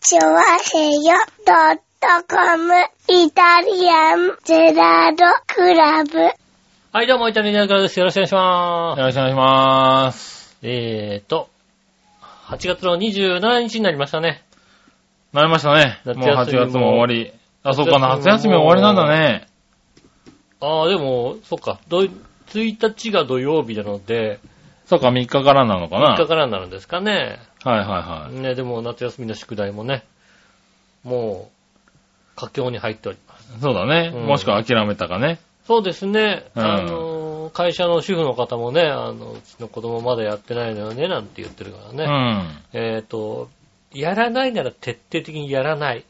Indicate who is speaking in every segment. Speaker 1: チョワヘヨドットコムイタリアンゼラードクラブ。
Speaker 2: はい、どうも、イタリアンからです。よろしくお願いしま
Speaker 3: よろしくお願いします。
Speaker 2: す。えーと、8月の27日になりましたね。
Speaker 3: なりましたね。
Speaker 2: 夏
Speaker 3: も
Speaker 2: 休
Speaker 3: う
Speaker 2: みも
Speaker 3: 8月も終わり。あ、そうか、
Speaker 2: 夏
Speaker 3: 夏
Speaker 2: 休
Speaker 3: 休
Speaker 2: み
Speaker 3: み
Speaker 2: も
Speaker 3: 終わりなんだね。
Speaker 2: あー、でも、そっか、どい1日が土曜日なので、
Speaker 3: そうか、3日からなのか
Speaker 2: 3
Speaker 3: な。
Speaker 2: 日からになるんですかね。
Speaker 3: はいはいはい。
Speaker 2: ね、でも夏休みの宿題もね、もう、佳境に入っております。
Speaker 3: そうだね。
Speaker 2: うん
Speaker 3: もしくは諦めたかね。
Speaker 2: そうですね、
Speaker 3: うん
Speaker 2: あの、会社の主婦の方もね、あの、うちの子供まだやってないのよね、なんて言ってるから
Speaker 3: う
Speaker 2: ね。
Speaker 3: ん。
Speaker 2: えっ、と、やらないなら徹底的にやらない。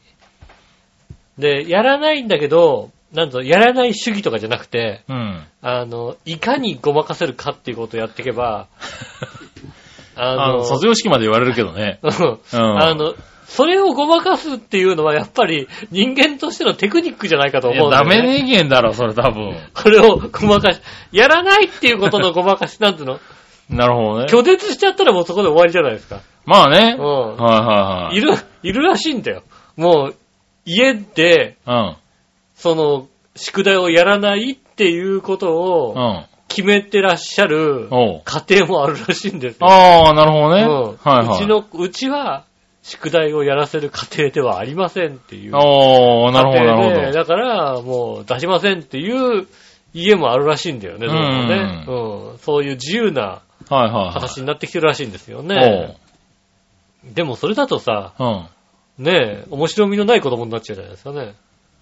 Speaker 2: で、やらないんだけど、なんと、やらない主義とかじゃなくて、
Speaker 3: うん。
Speaker 2: あの、いかにごまかせるかっていうことをやっていけ ば、あ
Speaker 3: あの、卒業式まで言われるけどね。
Speaker 2: うん
Speaker 3: うん
Speaker 2: あの、それをごまかすっていうのはやっぱり人間としてのテクニックじゃないかと
Speaker 3: い
Speaker 2: 思う
Speaker 3: や、
Speaker 2: んだ
Speaker 3: ダ
Speaker 2: よね。
Speaker 3: メ人間だろ、それ多分。
Speaker 2: これをごまかし、やらないっていうことのごまかし、 なんていう の
Speaker 3: なるほどね。
Speaker 2: 拒絶しちゃったらもうそこで終わりじゃないですか。
Speaker 3: まあね。
Speaker 2: うん
Speaker 3: はいはいはい
Speaker 2: い。る、いるらしいんだよ。もう、家で、
Speaker 3: うん。
Speaker 2: その、宿題をやらないっていうことを
Speaker 3: うん。
Speaker 2: 決めてらっしゃる
Speaker 3: おう。
Speaker 2: 家庭もあるらしいんですよ。
Speaker 3: ああ、なるほどね。
Speaker 2: うん
Speaker 3: はいはいう
Speaker 2: ち。の、うちは、宿題をやらせる家庭ではありませんっていう。
Speaker 3: おー、なるほど、な
Speaker 2: 家庭で
Speaker 3: る
Speaker 2: だから、もう出しませんっていう家もあるらしいんだよね、どうもね。うん。そういう自由な
Speaker 3: ほど。はいはいはい
Speaker 2: 形になってきてるらしいんですよ。
Speaker 3: お
Speaker 2: ね。でもそれだとさ、
Speaker 3: う。うん。
Speaker 2: ねえ、面白みのない子供になっちゃうじゃないですかね。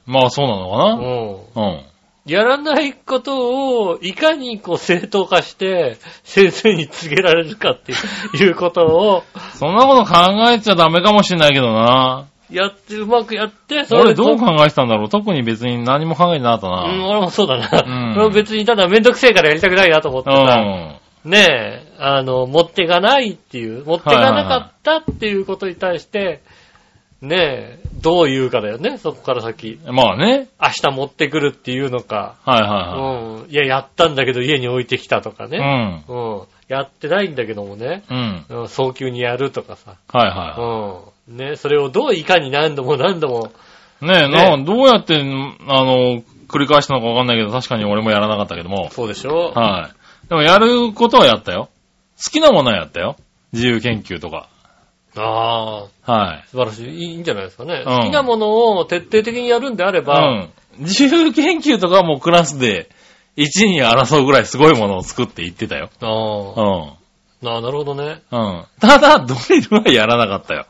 Speaker 3: まあ、そうな
Speaker 2: う
Speaker 3: の
Speaker 2: ん。
Speaker 3: かな。うん。
Speaker 2: やらないことを、いかにこう正当化して、先生に告げられるかっていうことを、
Speaker 3: そんなこと考えちゃダメかもしれないけどな。
Speaker 2: やって、うまくやって、
Speaker 3: 俺
Speaker 2: でこ
Speaker 3: どう考えてたんだろう特に別に何も考えてなかった
Speaker 2: うん、
Speaker 3: な。
Speaker 2: 俺もそうだな。
Speaker 3: うん
Speaker 2: 俺も別にただめんどくせえからやりたくないなと思って
Speaker 3: う
Speaker 2: さ、
Speaker 3: ん。
Speaker 2: ねえ、あの、持ってかないっていう、持ってかなかったっていうことに対して、ねえ、どう言うかだよね、そこから先。
Speaker 3: まあね。
Speaker 2: 明日持ってくるっていうのか、
Speaker 3: はい
Speaker 2: うん
Speaker 3: は、
Speaker 2: いや、やったんだけど家に置いてきたとか
Speaker 3: い
Speaker 2: ね、
Speaker 3: はい。
Speaker 2: うん、やってないんだけどもね、
Speaker 3: うん。うん。
Speaker 2: うん、早急にやるとかさ、
Speaker 3: はいは
Speaker 2: うん、ね、それをどういかに何度も何度も、
Speaker 3: い。ねえ、
Speaker 2: ね
Speaker 3: などうやって、あの、繰り返したのかわかんないけど、確かに俺もやらなかったけども。
Speaker 2: そうでしょ
Speaker 3: はい。でもやることはやったよ。好きなものはやったよ。自由研究とか。
Speaker 2: ああ、
Speaker 3: はい。
Speaker 2: 素晴らしい。いいんじゃないですかね。
Speaker 3: うん
Speaker 2: 好きなものを徹底的にやるんであれ
Speaker 3: う
Speaker 2: ば、
Speaker 3: ん。自由研究とかはもうクラスで1に争うぐらいすごいものを作って言ってたよ。
Speaker 2: あ
Speaker 3: う
Speaker 2: あ
Speaker 3: ん。
Speaker 2: ななるほどね。
Speaker 3: うん。ただ、ドリルはやらなかったよ。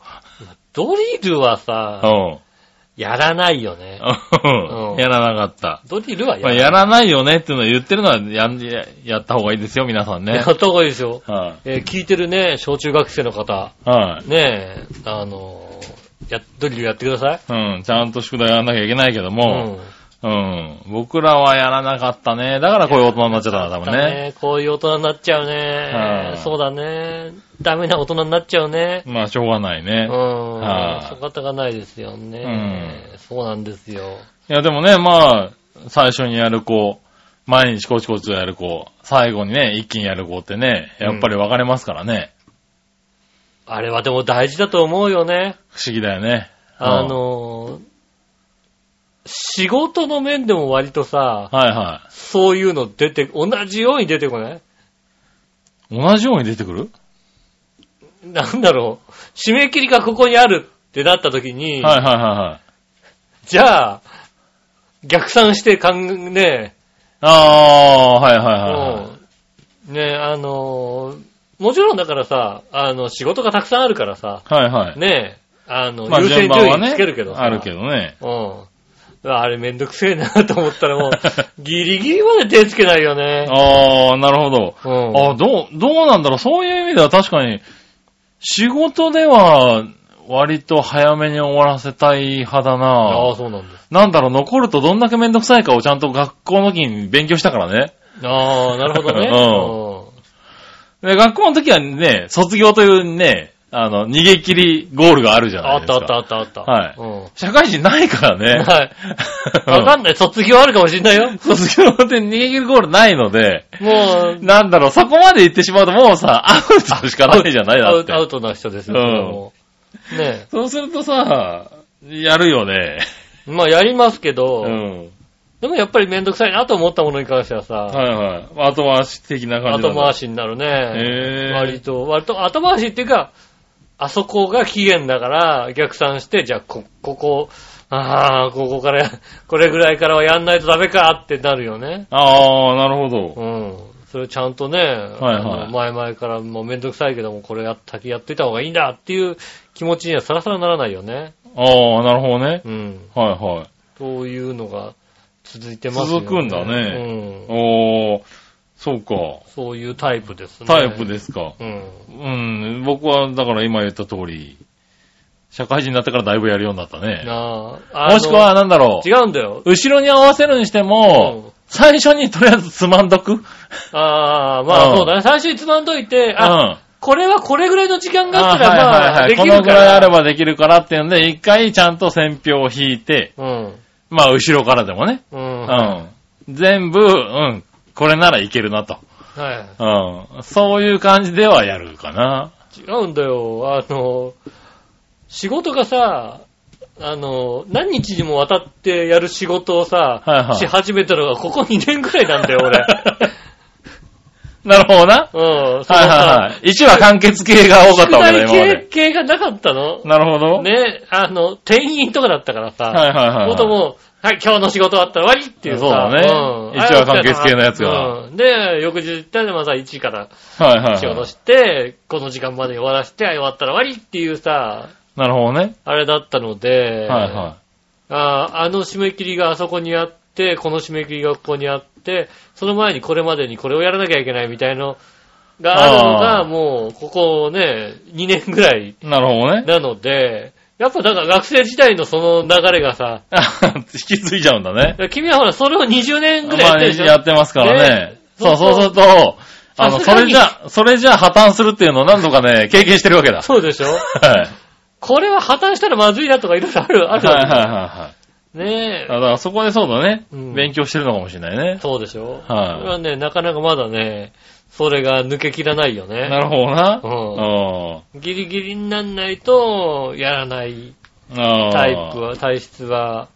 Speaker 2: ドリルはさ、
Speaker 3: う
Speaker 2: やらないよね。うん
Speaker 3: ん。やらなかった。
Speaker 2: ドリルはやら
Speaker 3: まあ、
Speaker 2: ない。
Speaker 3: やらないよねっていうのを言ってるのはやん、ややった方がいいですよ、皆さんね
Speaker 2: や。った方がいいですよ。
Speaker 3: は
Speaker 2: えー聞いてるね、小中学生の方、
Speaker 3: い。はい。
Speaker 2: ねえ、あのーや、ドリルやってください。
Speaker 3: うん。ちゃんと宿題やらなきゃいけないけど
Speaker 2: う
Speaker 3: も、。うん。僕らはやらなかったね。だからこういう大人になっちゃったんだ、多分
Speaker 2: だ
Speaker 3: ね。
Speaker 2: ね。こういう大人になっちゃうね
Speaker 3: は。い
Speaker 2: そうだね。ダメな大人になっちゃうね。
Speaker 3: まあ、しょうがないね
Speaker 2: う。ん。
Speaker 3: はい
Speaker 2: 仕方がないですよね。そうなんですよ。
Speaker 3: いや、でもね、まあ、最初にやる子、毎日コチコチとやる子、最後にね、一気にやる子ってね、やっぱり分かれますからね。
Speaker 2: あれはでも大事だと思うよね。
Speaker 3: 不思議だよね。
Speaker 2: あ、のー仕事の面でも割とさ、
Speaker 3: はいはい。
Speaker 2: そういうの出て、同じように出てこない
Speaker 3: 同じように出てくる、
Speaker 2: なんだろう、締め切りがここにあるってなった時に、
Speaker 3: はいはいはいはい。
Speaker 2: じゃあ、逆算して考え、ね、
Speaker 3: ああー、はいはいはいはい。
Speaker 2: うんね、あのーもちろんだからさ、あの、仕事がたくさんあるからさ、
Speaker 3: はいはい。
Speaker 2: ね、あの、
Speaker 3: まあ
Speaker 2: 優先
Speaker 3: 順
Speaker 2: 順
Speaker 3: 番は
Speaker 2: 位
Speaker 3: ね、
Speaker 2: つけるけどさ、
Speaker 3: あるけどね。
Speaker 2: うん。あれめんどくせえなと思ったらもう、 ギリギリまで手つけないよね。
Speaker 3: ああ、なるほど。
Speaker 2: うん。
Speaker 3: あどう、どうなんだろう。そういう意味では確かに、仕事では、割と早めに終わらせたい派だ
Speaker 2: ああ、
Speaker 3: な
Speaker 2: そうなんです。
Speaker 3: なんだろう、残るとどんだけめんどくさいかをちゃんと学校の時に勉強したからね。
Speaker 2: ああ、なるほど ね。
Speaker 3: で、学校の時はね、卒業というね、あの、逃げ切りゴールがあるじゃ
Speaker 2: うん
Speaker 3: な
Speaker 2: あ
Speaker 3: い
Speaker 2: っ
Speaker 3: です
Speaker 2: た
Speaker 3: か。
Speaker 2: あったあ
Speaker 3: っ
Speaker 2: ったあった。
Speaker 3: はい
Speaker 2: うん。
Speaker 3: た。社会人ないか らね。
Speaker 2: はい。わかんない。卒業あるかもしんないよ。
Speaker 3: 卒業で逃げ切るゴールないので、
Speaker 2: もう、
Speaker 3: なんだろう、そこまで行ってしまうともうさ、アウトしかないじゃないだ
Speaker 2: ア
Speaker 3: っ
Speaker 2: ウ
Speaker 3: て。
Speaker 2: アウトな人ですよ。
Speaker 3: うん
Speaker 2: それはもね
Speaker 3: そうするとさ、やるよね。
Speaker 2: え。まあやりますけど、
Speaker 3: うん。
Speaker 2: でもやっぱりめんどくさいなと思ったものに関してはさ、
Speaker 3: はいはい。後回し的な感じ
Speaker 2: 後回
Speaker 3: し。
Speaker 2: しになる
Speaker 3: へ
Speaker 2: ね。
Speaker 3: え
Speaker 2: 割と、割と後回しっていうか、あそこが期限だから逆算して、じゃあこ、ここ、ああ、ここから、 これぐらいからはやんないとダメかってなるよね。
Speaker 3: ああ、なるほど。
Speaker 2: うん。それをちゃんとね、
Speaker 3: はい
Speaker 2: あの前々からもうめんどくさいけども、これやっ先やっていた方がいいんだっていう気持ちにはさらさらならないよね。
Speaker 3: ああ、なるほどね。
Speaker 2: うん。
Speaker 3: はいはい。
Speaker 2: そういうのが続いてますよね。
Speaker 3: 続くんだね
Speaker 2: うん。
Speaker 3: おー、そうか。
Speaker 2: そういうタイプですね。
Speaker 3: タイプですか。
Speaker 2: うん。
Speaker 3: うん、僕はだから今言った通り、社会人になってからだいぶやるようになったね。
Speaker 2: なあ。あの
Speaker 3: もしくは、なんだろう。
Speaker 2: 違うんだよ。
Speaker 3: 後ろに合わせるにして
Speaker 2: う
Speaker 3: も
Speaker 2: ん、
Speaker 3: 最初にとりあえずつまんどく。
Speaker 2: ああ、ま
Speaker 3: う
Speaker 2: あ
Speaker 3: ん
Speaker 2: そうだね。最初につまんどいて、
Speaker 3: うん。
Speaker 2: あ、これはこれぐらいの時間があったら、
Speaker 3: あ
Speaker 2: まあ、でき
Speaker 3: こ
Speaker 2: るから。
Speaker 3: のぐらいあればできるからっていうんで、一回ちゃんと選票を引いて、
Speaker 2: うん。
Speaker 3: まあ、後ろからでもね。
Speaker 2: うん。
Speaker 3: う
Speaker 2: は
Speaker 3: ん。全部、うん。これならいけるなと。
Speaker 2: い。
Speaker 3: うん。そういう感じではやるかな。
Speaker 2: 違うんだよ。あの、仕事がさ、あの、何日にもわたってやる仕事をさ、
Speaker 3: はいはい
Speaker 2: し始めたのがここ2年くらいなんだよ、
Speaker 3: なるほどな。
Speaker 2: 俺。うん。その
Speaker 3: はいはいはい。一は完結系が多かった
Speaker 2: さ
Speaker 3: わけだ、
Speaker 2: 宿題
Speaker 3: 今ま
Speaker 2: 系。
Speaker 3: で
Speaker 2: 系がなかったの
Speaker 3: なるほど。
Speaker 2: ね、あの、店員とかだったからさ、
Speaker 3: はいはいはい。
Speaker 2: もともう、はい、今日の仕事終わったら終わりっていうさ。
Speaker 3: そうだね
Speaker 2: うん
Speaker 3: 一話完結系のやつが。
Speaker 2: うんで、翌日行ったらまた1から
Speaker 3: はいはいはい。
Speaker 2: 仕事して、この時間までに終わらせて、はい終わったら終わりっていうさ、
Speaker 3: なるほどね。
Speaker 2: あれだったので、
Speaker 3: はいは
Speaker 2: あーあの締め切りがあそこにあって、この締め切りがここにあって、その前にこれまでにこれをやらなきゃいけないみたいのがあるの
Speaker 3: あ
Speaker 2: が、
Speaker 3: ー
Speaker 2: もう、ここね、2年ぐらい
Speaker 3: い。なるほどね。
Speaker 2: なので、やっぱだから学生時代のその流れがさ、
Speaker 3: 引き継いじゃうんだね。
Speaker 2: 君はほら、それを20年ぐらいや
Speaker 3: ま
Speaker 2: っ
Speaker 3: あ
Speaker 2: てるでしょ、
Speaker 3: やってますからね
Speaker 2: ね。
Speaker 3: そう
Speaker 2: そう
Speaker 3: そうすると、あの、
Speaker 2: さす
Speaker 3: そ
Speaker 2: が
Speaker 3: れ
Speaker 2: に
Speaker 3: じゃ、それじゃ破綻するっていうのを何度かね、経験してるわけだ。
Speaker 2: そう でしょ
Speaker 3: はい。
Speaker 2: これは破綻したらまずいなとかいろいろある、あ
Speaker 3: はい
Speaker 2: る
Speaker 3: は
Speaker 2: わ
Speaker 3: い
Speaker 2: け
Speaker 3: はいはい。
Speaker 2: ね
Speaker 3: だ
Speaker 2: え。
Speaker 3: からそこでそうだね。
Speaker 2: うん
Speaker 3: 勉強してるのかもしれないね。
Speaker 2: そうでしょ
Speaker 3: い
Speaker 2: これはね、なかなかまだね、それが抜けきらないよね。
Speaker 3: なるほどな。
Speaker 2: う
Speaker 3: うん。
Speaker 2: ギリギリになんないと、やらない
Speaker 3: ああ。
Speaker 2: タイプは、体質は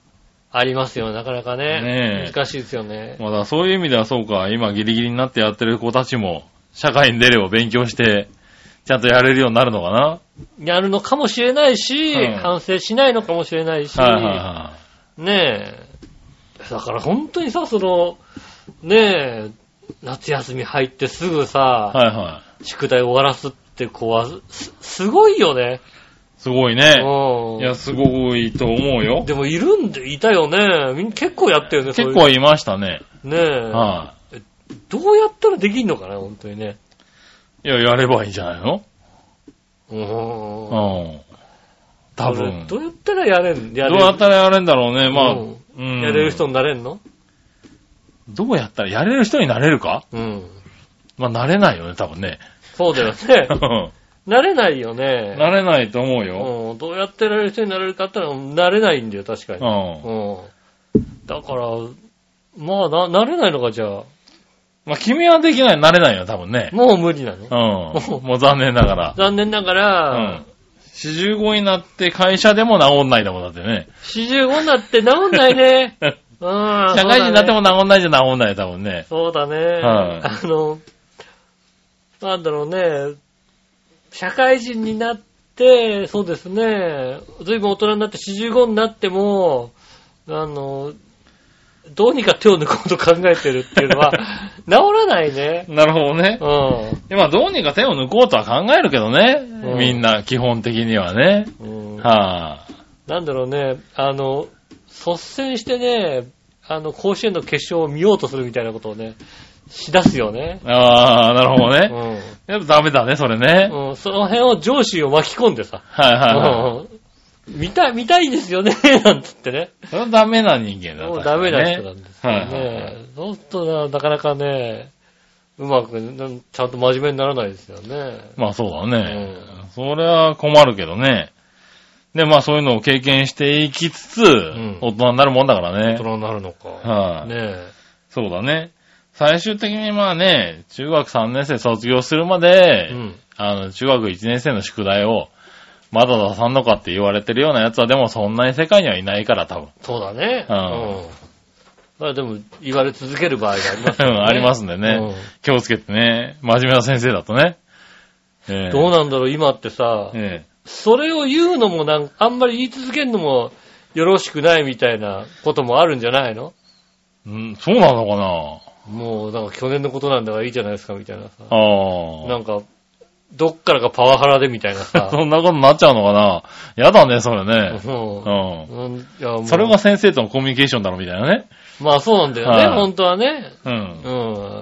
Speaker 2: ありますよ、なかなか
Speaker 3: ね
Speaker 2: ね。
Speaker 3: え
Speaker 2: 難しいですよね。
Speaker 3: まあだからそういう意味ではそうか、今ギリギリになってやってる子たちも、社会に出れば勉強して、ちゃんとやれるようになるのかな。
Speaker 2: やるのかもしれないし、
Speaker 3: うん
Speaker 2: 反省しないのかもしれないし、
Speaker 3: はいはいは
Speaker 2: ねえ。だから本当にさ、その、ねえ、夏休み入ってすぐさ、
Speaker 3: い。はいはい。
Speaker 2: 宿題終わらすって子は、す、すごいよね。
Speaker 3: すごいね。
Speaker 2: う
Speaker 3: いや、
Speaker 2: ん。
Speaker 3: すごいと思うよ。
Speaker 2: でもいるんで、いたよね。みん結構やったよね、そうい
Speaker 3: 結
Speaker 2: う
Speaker 3: 構いましたね。
Speaker 2: ねえ。
Speaker 3: は
Speaker 2: どうやったらできんのかな、本当にね。
Speaker 3: い。いや、やればいいんじゃないの
Speaker 2: うん。
Speaker 3: うん。多分。
Speaker 2: ど
Speaker 3: ど
Speaker 2: うやったらやれん、やれ
Speaker 3: うやったらやれんだろうね。まあ、
Speaker 2: う
Speaker 3: うん。
Speaker 2: やれる人になれんの
Speaker 3: どうやったらやれる人になれるか
Speaker 2: うん。
Speaker 3: まあ、なれないよね、多分ね。
Speaker 2: そうだよね
Speaker 3: う。 ん
Speaker 2: なれないよね。
Speaker 3: なれないと思うよ。
Speaker 2: うん。どうやってやれる人になれるかってのは、なれないんだよ、確か
Speaker 3: う
Speaker 2: に。
Speaker 3: ん。
Speaker 2: うん。だから、まあ、な、なれないのか、じゃあ。
Speaker 3: まあ、君はできない、なれないよ、多分ね。
Speaker 2: もう無理なの
Speaker 3: うん。もう残念ながら。
Speaker 2: 残念なが
Speaker 3: う
Speaker 2: ら、
Speaker 3: ん。四十五になって会社でも治んないだもんだってね。
Speaker 2: 45になって治んない ね。うん。
Speaker 3: 社会人になって
Speaker 2: も。
Speaker 3: も治んないじゃ治んない多分ね。
Speaker 2: そうだね。
Speaker 3: はい
Speaker 2: あの、なんだろうね。社会人になって、そうですね。随分大人になって45になっても、あの、どうにか手を抜こうと考えてるっていう のは、治らないね。
Speaker 3: なるほどね
Speaker 2: う。ん
Speaker 3: でまあどうにか手を抜こうとは考えるけどね。
Speaker 2: ん
Speaker 3: みんな基本的にはね。
Speaker 2: うん。
Speaker 3: はあ。
Speaker 2: なんだろうね。あの、率先してね、あの、甲子園の決勝を見ようとするみたいなことをね、しだすよね。
Speaker 3: ああ、なるほど
Speaker 2: う
Speaker 3: ね。
Speaker 2: ん。
Speaker 3: やっぱダメだね、それね。
Speaker 2: うん、その辺を上司を巻き込んでさ、
Speaker 3: はいはいは
Speaker 2: うん見たい、見たいですよね、 なんつってね。
Speaker 3: い。それはダメな人間だ。
Speaker 2: もう
Speaker 3: 確
Speaker 2: ダ
Speaker 3: か
Speaker 2: メ
Speaker 3: にね
Speaker 2: な人なんですよ
Speaker 3: はいはいはい
Speaker 2: ね。そうするとな、なかなかね、うまく、なんちゃんと真面目にならないですよね。
Speaker 3: まあそうだ
Speaker 2: う
Speaker 3: ね。
Speaker 2: ん。
Speaker 3: それは困るけどね。で、まあそういうのを経験していきつつ、
Speaker 2: ん
Speaker 3: 大人になるもんだからね。
Speaker 2: 大人になるのか。
Speaker 3: はい、
Speaker 2: ねえ。
Speaker 3: そうだね。最終的にまあね、中学3年生卒業するまで、
Speaker 2: うん。
Speaker 3: あの、中学1年生の宿題を、まだ出さんのかって言われてるようなやつは、でもそんなに世界にはいないから、多分。
Speaker 2: そうだね。
Speaker 3: う
Speaker 2: うん
Speaker 3: ん。
Speaker 2: まあでも、言われ続ける場合があります
Speaker 3: う
Speaker 2: よね
Speaker 3: ん 、ありますんでね。気をつけてね。真面目な先生だとね。え
Speaker 2: う
Speaker 3: え
Speaker 2: んどうなんだろう、今ってさ、
Speaker 3: え
Speaker 2: それを言うのもなんあんまり言い続けるのもよろしくないみたいなこともあるんじゃないの
Speaker 3: えうん、そうなのかな
Speaker 2: もう、なんか去年のことなんだからいいじゃないですか、みたいなさ。
Speaker 3: あ
Speaker 2: なんか、どっからかパワハラでみたいな
Speaker 3: あ。
Speaker 2: さ。
Speaker 3: そんなことになっちゃうのかなやだね、それね。
Speaker 2: う。
Speaker 3: うん。
Speaker 2: うんいやもうん
Speaker 3: それが先生とのコミュニケーションだろ、みたいなね。
Speaker 2: まあそうなんだよね、
Speaker 3: はい
Speaker 2: 本当はね。
Speaker 3: うん
Speaker 2: う。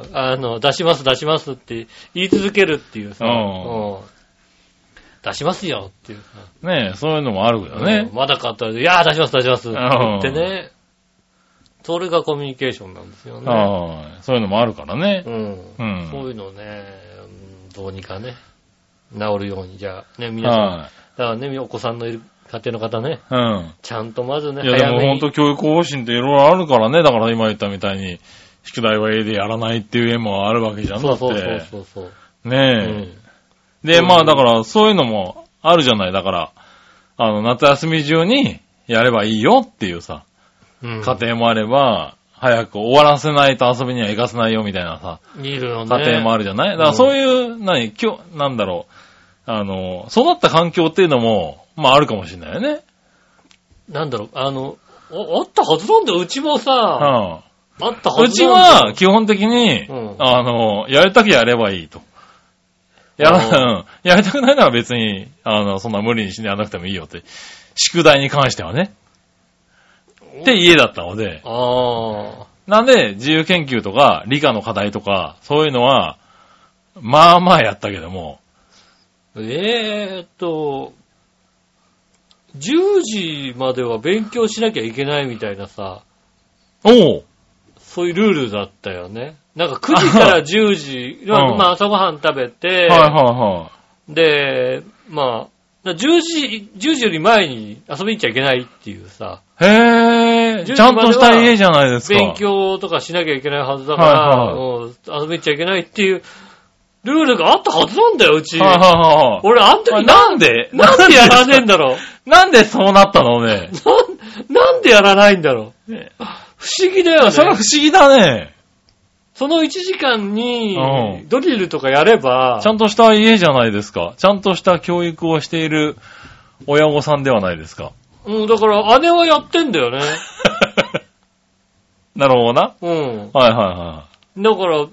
Speaker 2: ん。あの、出します出しますって言い続けるっていうさ。
Speaker 3: うん
Speaker 2: うん出しますよっていうさ。
Speaker 3: ねえ、そういうのもあるけどね
Speaker 2: うん。まだ買ったら、いやー出します出しますって言ってね。それがコミュニケーションなんですよね。
Speaker 3: はいそういうのもあるからね
Speaker 2: う。ん。
Speaker 3: うん
Speaker 2: そういうのをね、うんどうにかね、治るように。じゃあ、ね、皆さん、
Speaker 3: は
Speaker 2: だからね、お子さんのいる家庭の方ね、
Speaker 3: い。うん。
Speaker 2: ちゃんとまずね、
Speaker 3: いやで
Speaker 2: 早
Speaker 3: も
Speaker 2: め
Speaker 3: 本
Speaker 2: に。
Speaker 3: 当教育方針っていろいろあるからね。だから今言ったみたいに、宿題は A でやらないっていう絵もあるわけじゃん。だ
Speaker 2: そう
Speaker 3: って。
Speaker 2: そうそうそうそう。う
Speaker 3: ね
Speaker 2: ん
Speaker 3: え。で、まあだからそういうのもあるじゃない。だから、あの、夏休み中にやればいいよっていうさ、
Speaker 2: うん
Speaker 3: 家庭もあれば、早く終わらせないと遊びには行かせないよみたいなさ、
Speaker 2: いるよね。
Speaker 3: 家庭もあるじゃない。だからそういう、何、今日、なんだろう。あの、育った環境っていうのも、まああるかもしれないよね。
Speaker 2: なんだろう、あの、おあったはずなんだよ、うちも
Speaker 3: う
Speaker 2: さ、
Speaker 3: ん。
Speaker 2: あったは
Speaker 3: う
Speaker 2: ず
Speaker 3: ち
Speaker 2: なんだよ
Speaker 3: は、基本的に、
Speaker 2: うん
Speaker 3: あの、やりたくやればいいと。やら、うんやりたくないなら別に、あの、そんな無理にしやらなくてもいいよって。宿題に関してはね。って家だったので。
Speaker 2: あ
Speaker 3: なんで、自由研究とか、理科の課題とか、そういうのは、まあまあやったけども、
Speaker 2: あ。えーっと、10時までは勉強しなきゃいけないみたいなさ、
Speaker 3: おう
Speaker 2: そういうルールだったよね。なんか9時から10時、まあ
Speaker 3: うん
Speaker 2: まあ朝ごはん食べて、
Speaker 3: はいはいは
Speaker 2: で、まあ、だから10時、10時より前に遊びに行っちゃいけないっていうさ、
Speaker 3: い。へえ、
Speaker 2: 10
Speaker 3: ちゃんとした家じゃないですか。
Speaker 2: 勉強とかしなきゃいけないはずだから、
Speaker 3: はい
Speaker 2: うん遊びに行っちゃいけないっていうルールがあったはずなんだよ、うち。
Speaker 3: はいはいはいはい。
Speaker 2: 俺、あん時
Speaker 3: 俺、
Speaker 2: な
Speaker 3: なんん
Speaker 2: で、
Speaker 3: で
Speaker 2: なんでやらねえんだろう。
Speaker 3: なんでそうなったのね。
Speaker 2: なん、なんでやらないんだろう。
Speaker 3: ね
Speaker 2: 不思議だよね。
Speaker 3: それは不思議だね。
Speaker 2: その1時間に
Speaker 3: う、
Speaker 2: ドリルとかやれば、
Speaker 3: ちゃんとした家じゃないですか。ちゃんとした教育をしている親御さんではないですか。
Speaker 2: うん、だから姉はやってんだよね。
Speaker 3: なるほどな。
Speaker 2: うん。
Speaker 3: はいは
Speaker 2: だから、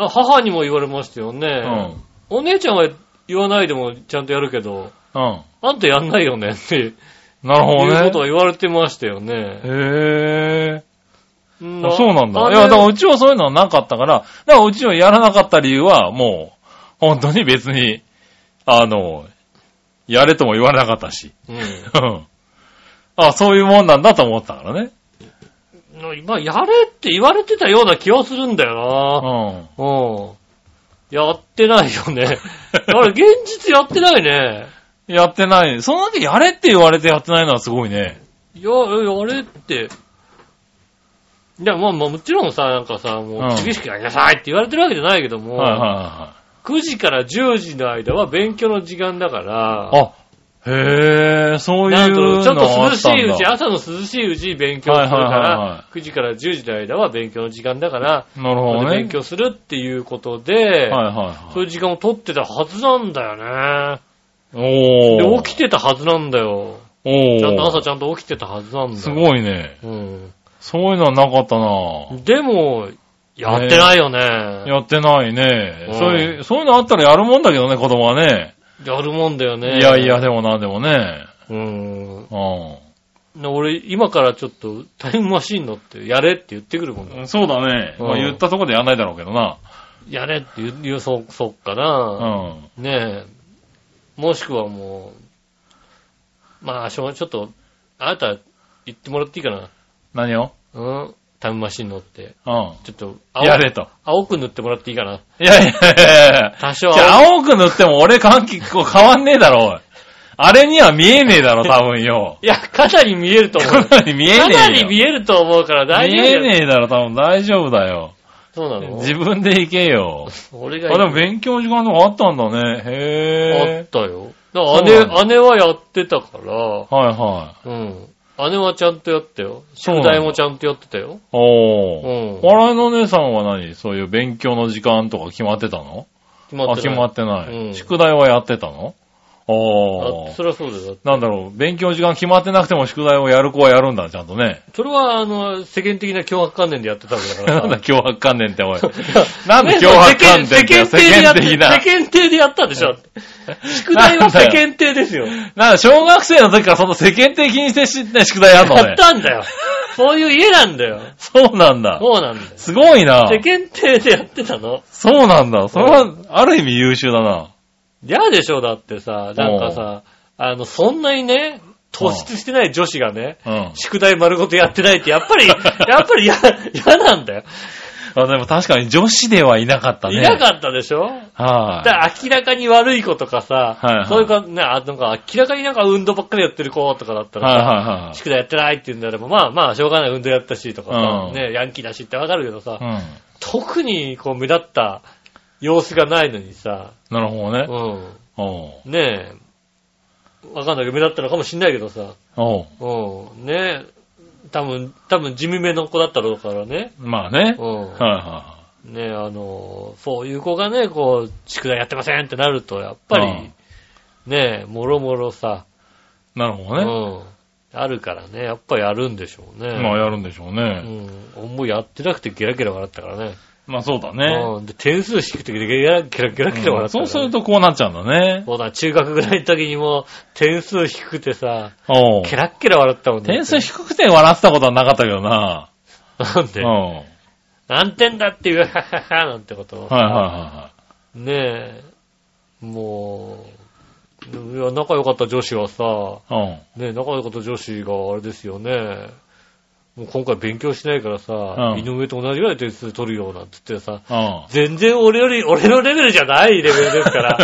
Speaker 2: あ母にも言われましたよ
Speaker 3: い
Speaker 2: ね
Speaker 3: は、い。
Speaker 2: お姉ちゃんは言わないでもちゃんとやるけど、
Speaker 3: うん。うん。
Speaker 2: あんたやんないよねっていう
Speaker 3: なるほど
Speaker 2: ことは
Speaker 3: ね。
Speaker 2: 言われてましたよね。
Speaker 3: へ
Speaker 2: うん
Speaker 3: ぇー。そうなんだ。い
Speaker 2: 姉
Speaker 3: や、だからうちはそういうのはなかったから、だからうちはやらなかった理由は、もう、本当に別に、あの、やれとも言われなかったし。
Speaker 2: うん
Speaker 3: うん。あ、そういうもんなんだと思ったからね。
Speaker 2: まあ、やれって言われてたような気はするんだ
Speaker 3: う
Speaker 2: よ
Speaker 3: ん。
Speaker 2: な。うん。やってないよ ね。あれ、現実やってないね。
Speaker 3: やってない。そんなにやれって言われてやってないのはすごいね。
Speaker 2: いや、やれって。いや、まあまあ、もちろんさ、なんかさ、も
Speaker 3: うん
Speaker 2: う、厳しくやりなさいって言われてるわけじゃないけども、
Speaker 3: はいはいはい。
Speaker 2: 9時から10時の間は勉強の時間だから、
Speaker 3: あ、へえ、そうい
Speaker 2: なん
Speaker 3: う
Speaker 2: だろ
Speaker 3: の
Speaker 2: うちょっと
Speaker 3: があ
Speaker 2: 涼
Speaker 3: っ
Speaker 2: し
Speaker 3: たん
Speaker 2: いうち、
Speaker 3: だ。
Speaker 2: 朝の涼しいうちに勉強するか
Speaker 3: はいはいはいは
Speaker 2: ら、9時から10時の間は勉強の時間だから、そ
Speaker 3: なるほ
Speaker 2: こ
Speaker 3: ど
Speaker 2: で
Speaker 3: ね。
Speaker 2: 勉強するっていうことで、
Speaker 3: はいはい
Speaker 2: そう
Speaker 3: はい。
Speaker 2: いう時間を取ってたはずなんだよね。
Speaker 3: お
Speaker 2: で、
Speaker 3: ー。
Speaker 2: 起きてたはずなんだよ。
Speaker 3: おー
Speaker 2: ちゃんと朝ちゃんと起きてたはずなんだよ。
Speaker 3: すごいね。
Speaker 2: うん。
Speaker 3: そういうのはなかったな
Speaker 2: でも、やってないよね。
Speaker 3: やってないね
Speaker 2: う。ん
Speaker 3: そういう、そういうのあったらやるもんだけどね、子供はね。
Speaker 2: やるもんだよね。
Speaker 3: いやいや、。でもなんでもね。
Speaker 2: うん。
Speaker 3: う
Speaker 2: 俺、今からちょっとタイムマシーン乗って、やれって言ってくるもん。
Speaker 3: ん。そうだね。
Speaker 2: うん
Speaker 3: まあ言ったとこでやらないだろうけどな。
Speaker 2: やれって言う言う、そ、そっか
Speaker 3: う
Speaker 2: な。
Speaker 3: ん。
Speaker 2: ねえ。もしくはもう、まあ、しょうがちょっと、あなた言ってもらっていいかな。
Speaker 3: 何を
Speaker 2: うん。タイムマシーン乗って。
Speaker 3: うん。
Speaker 2: ちょっと青、
Speaker 3: やれと。
Speaker 2: 青く塗ってもらっていいかな。
Speaker 3: いやいやいやいや。
Speaker 2: 多少
Speaker 3: じゃ
Speaker 2: 青
Speaker 3: あ、青く塗っても俺関係変わんねえだろ、おいあれには見えねえ だろ、多分よ。
Speaker 2: いや、かなり見えると思う。
Speaker 3: かなり見えねえよ
Speaker 2: かなり見えると思うから大
Speaker 3: 見
Speaker 2: 丈夫だ
Speaker 3: え
Speaker 2: よ。
Speaker 3: ねえだろ、多分大丈夫だよ。
Speaker 2: そうなの
Speaker 3: 自分で行けよ。
Speaker 2: 俺が
Speaker 3: あ、で
Speaker 2: 言う
Speaker 3: も勉強の時間とかあったんだね。
Speaker 2: あっ
Speaker 3: へえ。
Speaker 2: たよ。だから姉、
Speaker 3: そうなんだ
Speaker 2: 姉はやってたから、
Speaker 3: はいは
Speaker 2: うん。姉はちゃんとやったよ。
Speaker 3: そう
Speaker 2: 宿
Speaker 3: なんだ
Speaker 2: 題もちゃんとやってたよ
Speaker 3: い。。お
Speaker 2: うん。
Speaker 3: ー。笑いのお姉さんは何そういう勉強の時間とか決まってたの
Speaker 2: 決ま
Speaker 3: あ、
Speaker 2: って
Speaker 3: 決
Speaker 2: ない。
Speaker 3: まってない。
Speaker 2: うん
Speaker 3: 宿題はやってたのお
Speaker 2: あ
Speaker 3: ー。
Speaker 2: それはそうだよ。
Speaker 3: なんだろう、勉強時間決まってなくても宿題をやる子はやるんだ、ちゃんとね。
Speaker 2: それは、あの、世間的な脅迫観念でやってたわけだから さ
Speaker 3: なんだ、脅迫観念っておい。
Speaker 2: な
Speaker 3: な
Speaker 2: ん
Speaker 3: で脅迫観念って
Speaker 2: 世間体でやって
Speaker 3: 世間的な
Speaker 2: 世間体でやったんでしょ。宿題は世間体ですよ。
Speaker 3: なんだ、小学生の時からその世間的にしてしね、宿題やんの
Speaker 2: や
Speaker 3: ね
Speaker 2: っ。たんだよ。そういう家なんだよ。
Speaker 3: そうなんだ。
Speaker 2: そうなんだよ。
Speaker 3: すごいな。
Speaker 2: 世間体でやってたの
Speaker 3: そうなんだ。それは、ある意味優秀だな。
Speaker 2: 嫌でしょ、だってさ、なんかさ、あの、そんなにね、突出してない女子がね、
Speaker 3: うん。
Speaker 2: 宿題丸ごとやってないって、やっ ぱり、やっぱり嫌、嫌なんだよ。
Speaker 3: あ、でも確かに女子ではいなかったね。
Speaker 2: いなかったでしょ
Speaker 3: は
Speaker 2: だか
Speaker 3: い、
Speaker 2: ら明らかに悪い子とかさ、
Speaker 3: はいはい
Speaker 2: そういうか、ね、あなんか明らかになんか運動ばっかりやってる子とかだったらさ、
Speaker 3: は
Speaker 2: 宿題やってないって言うんであれば、まあまあ、しょうがない運動やったしとかさ、
Speaker 3: うん
Speaker 2: ね、ヤンキーだしってわかるけどさ、
Speaker 3: いはいはい。
Speaker 2: 特にこう目立った様子がないのにさ、
Speaker 3: うん。なるほど
Speaker 2: う
Speaker 3: ね。
Speaker 2: ん、
Speaker 3: おう
Speaker 2: ねえ、わかんないけど目立ったのかもしんないけどさ、
Speaker 3: おう
Speaker 2: うん、ねえ、多分、多分地味めの子だったろうからね、
Speaker 3: まあね。
Speaker 2: う
Speaker 3: はい
Speaker 2: ん、
Speaker 3: は
Speaker 2: ねえ、あの、そういう子がね、こう、宿題やってませんってなると、やっぱり
Speaker 3: うん、
Speaker 2: ねえ、もろもろさ、
Speaker 3: い。なるほ
Speaker 2: う
Speaker 3: どね。
Speaker 2: ん、あるからね、やっぱりあるんでしょうね。
Speaker 3: まあやるんでしょう
Speaker 2: う
Speaker 3: ね。
Speaker 2: ん。もうやってなくてゲラゲラ笑ったからね。
Speaker 3: まあそうだね。
Speaker 2: うん。で、点数低くてゲラゲラゲラゲラ笑ったから、ね
Speaker 3: そうする。とこうなっちゃうんだね。
Speaker 2: そうだ、中学ぐらいの時にも、点数低くてさ、
Speaker 3: おう
Speaker 2: ケラッケラ笑ったもんね。
Speaker 3: 点数低くて笑ってたことはなかったけどな。
Speaker 2: なん
Speaker 3: う
Speaker 2: で
Speaker 3: ん。はい
Speaker 2: 何点だっていう、は はははなんてことを。
Speaker 3: はいは
Speaker 2: ねえ。もう、いや、仲良かった女子はさ、
Speaker 3: いはい。
Speaker 2: ねえ、仲良かった女子があれですよね。もう今回勉強しないからさ、
Speaker 3: うん
Speaker 2: 井上と同じぐらい点数取るよなんつってさ、
Speaker 3: うん。うん。
Speaker 2: 全然俺より、俺のレベルじゃないレベルです から。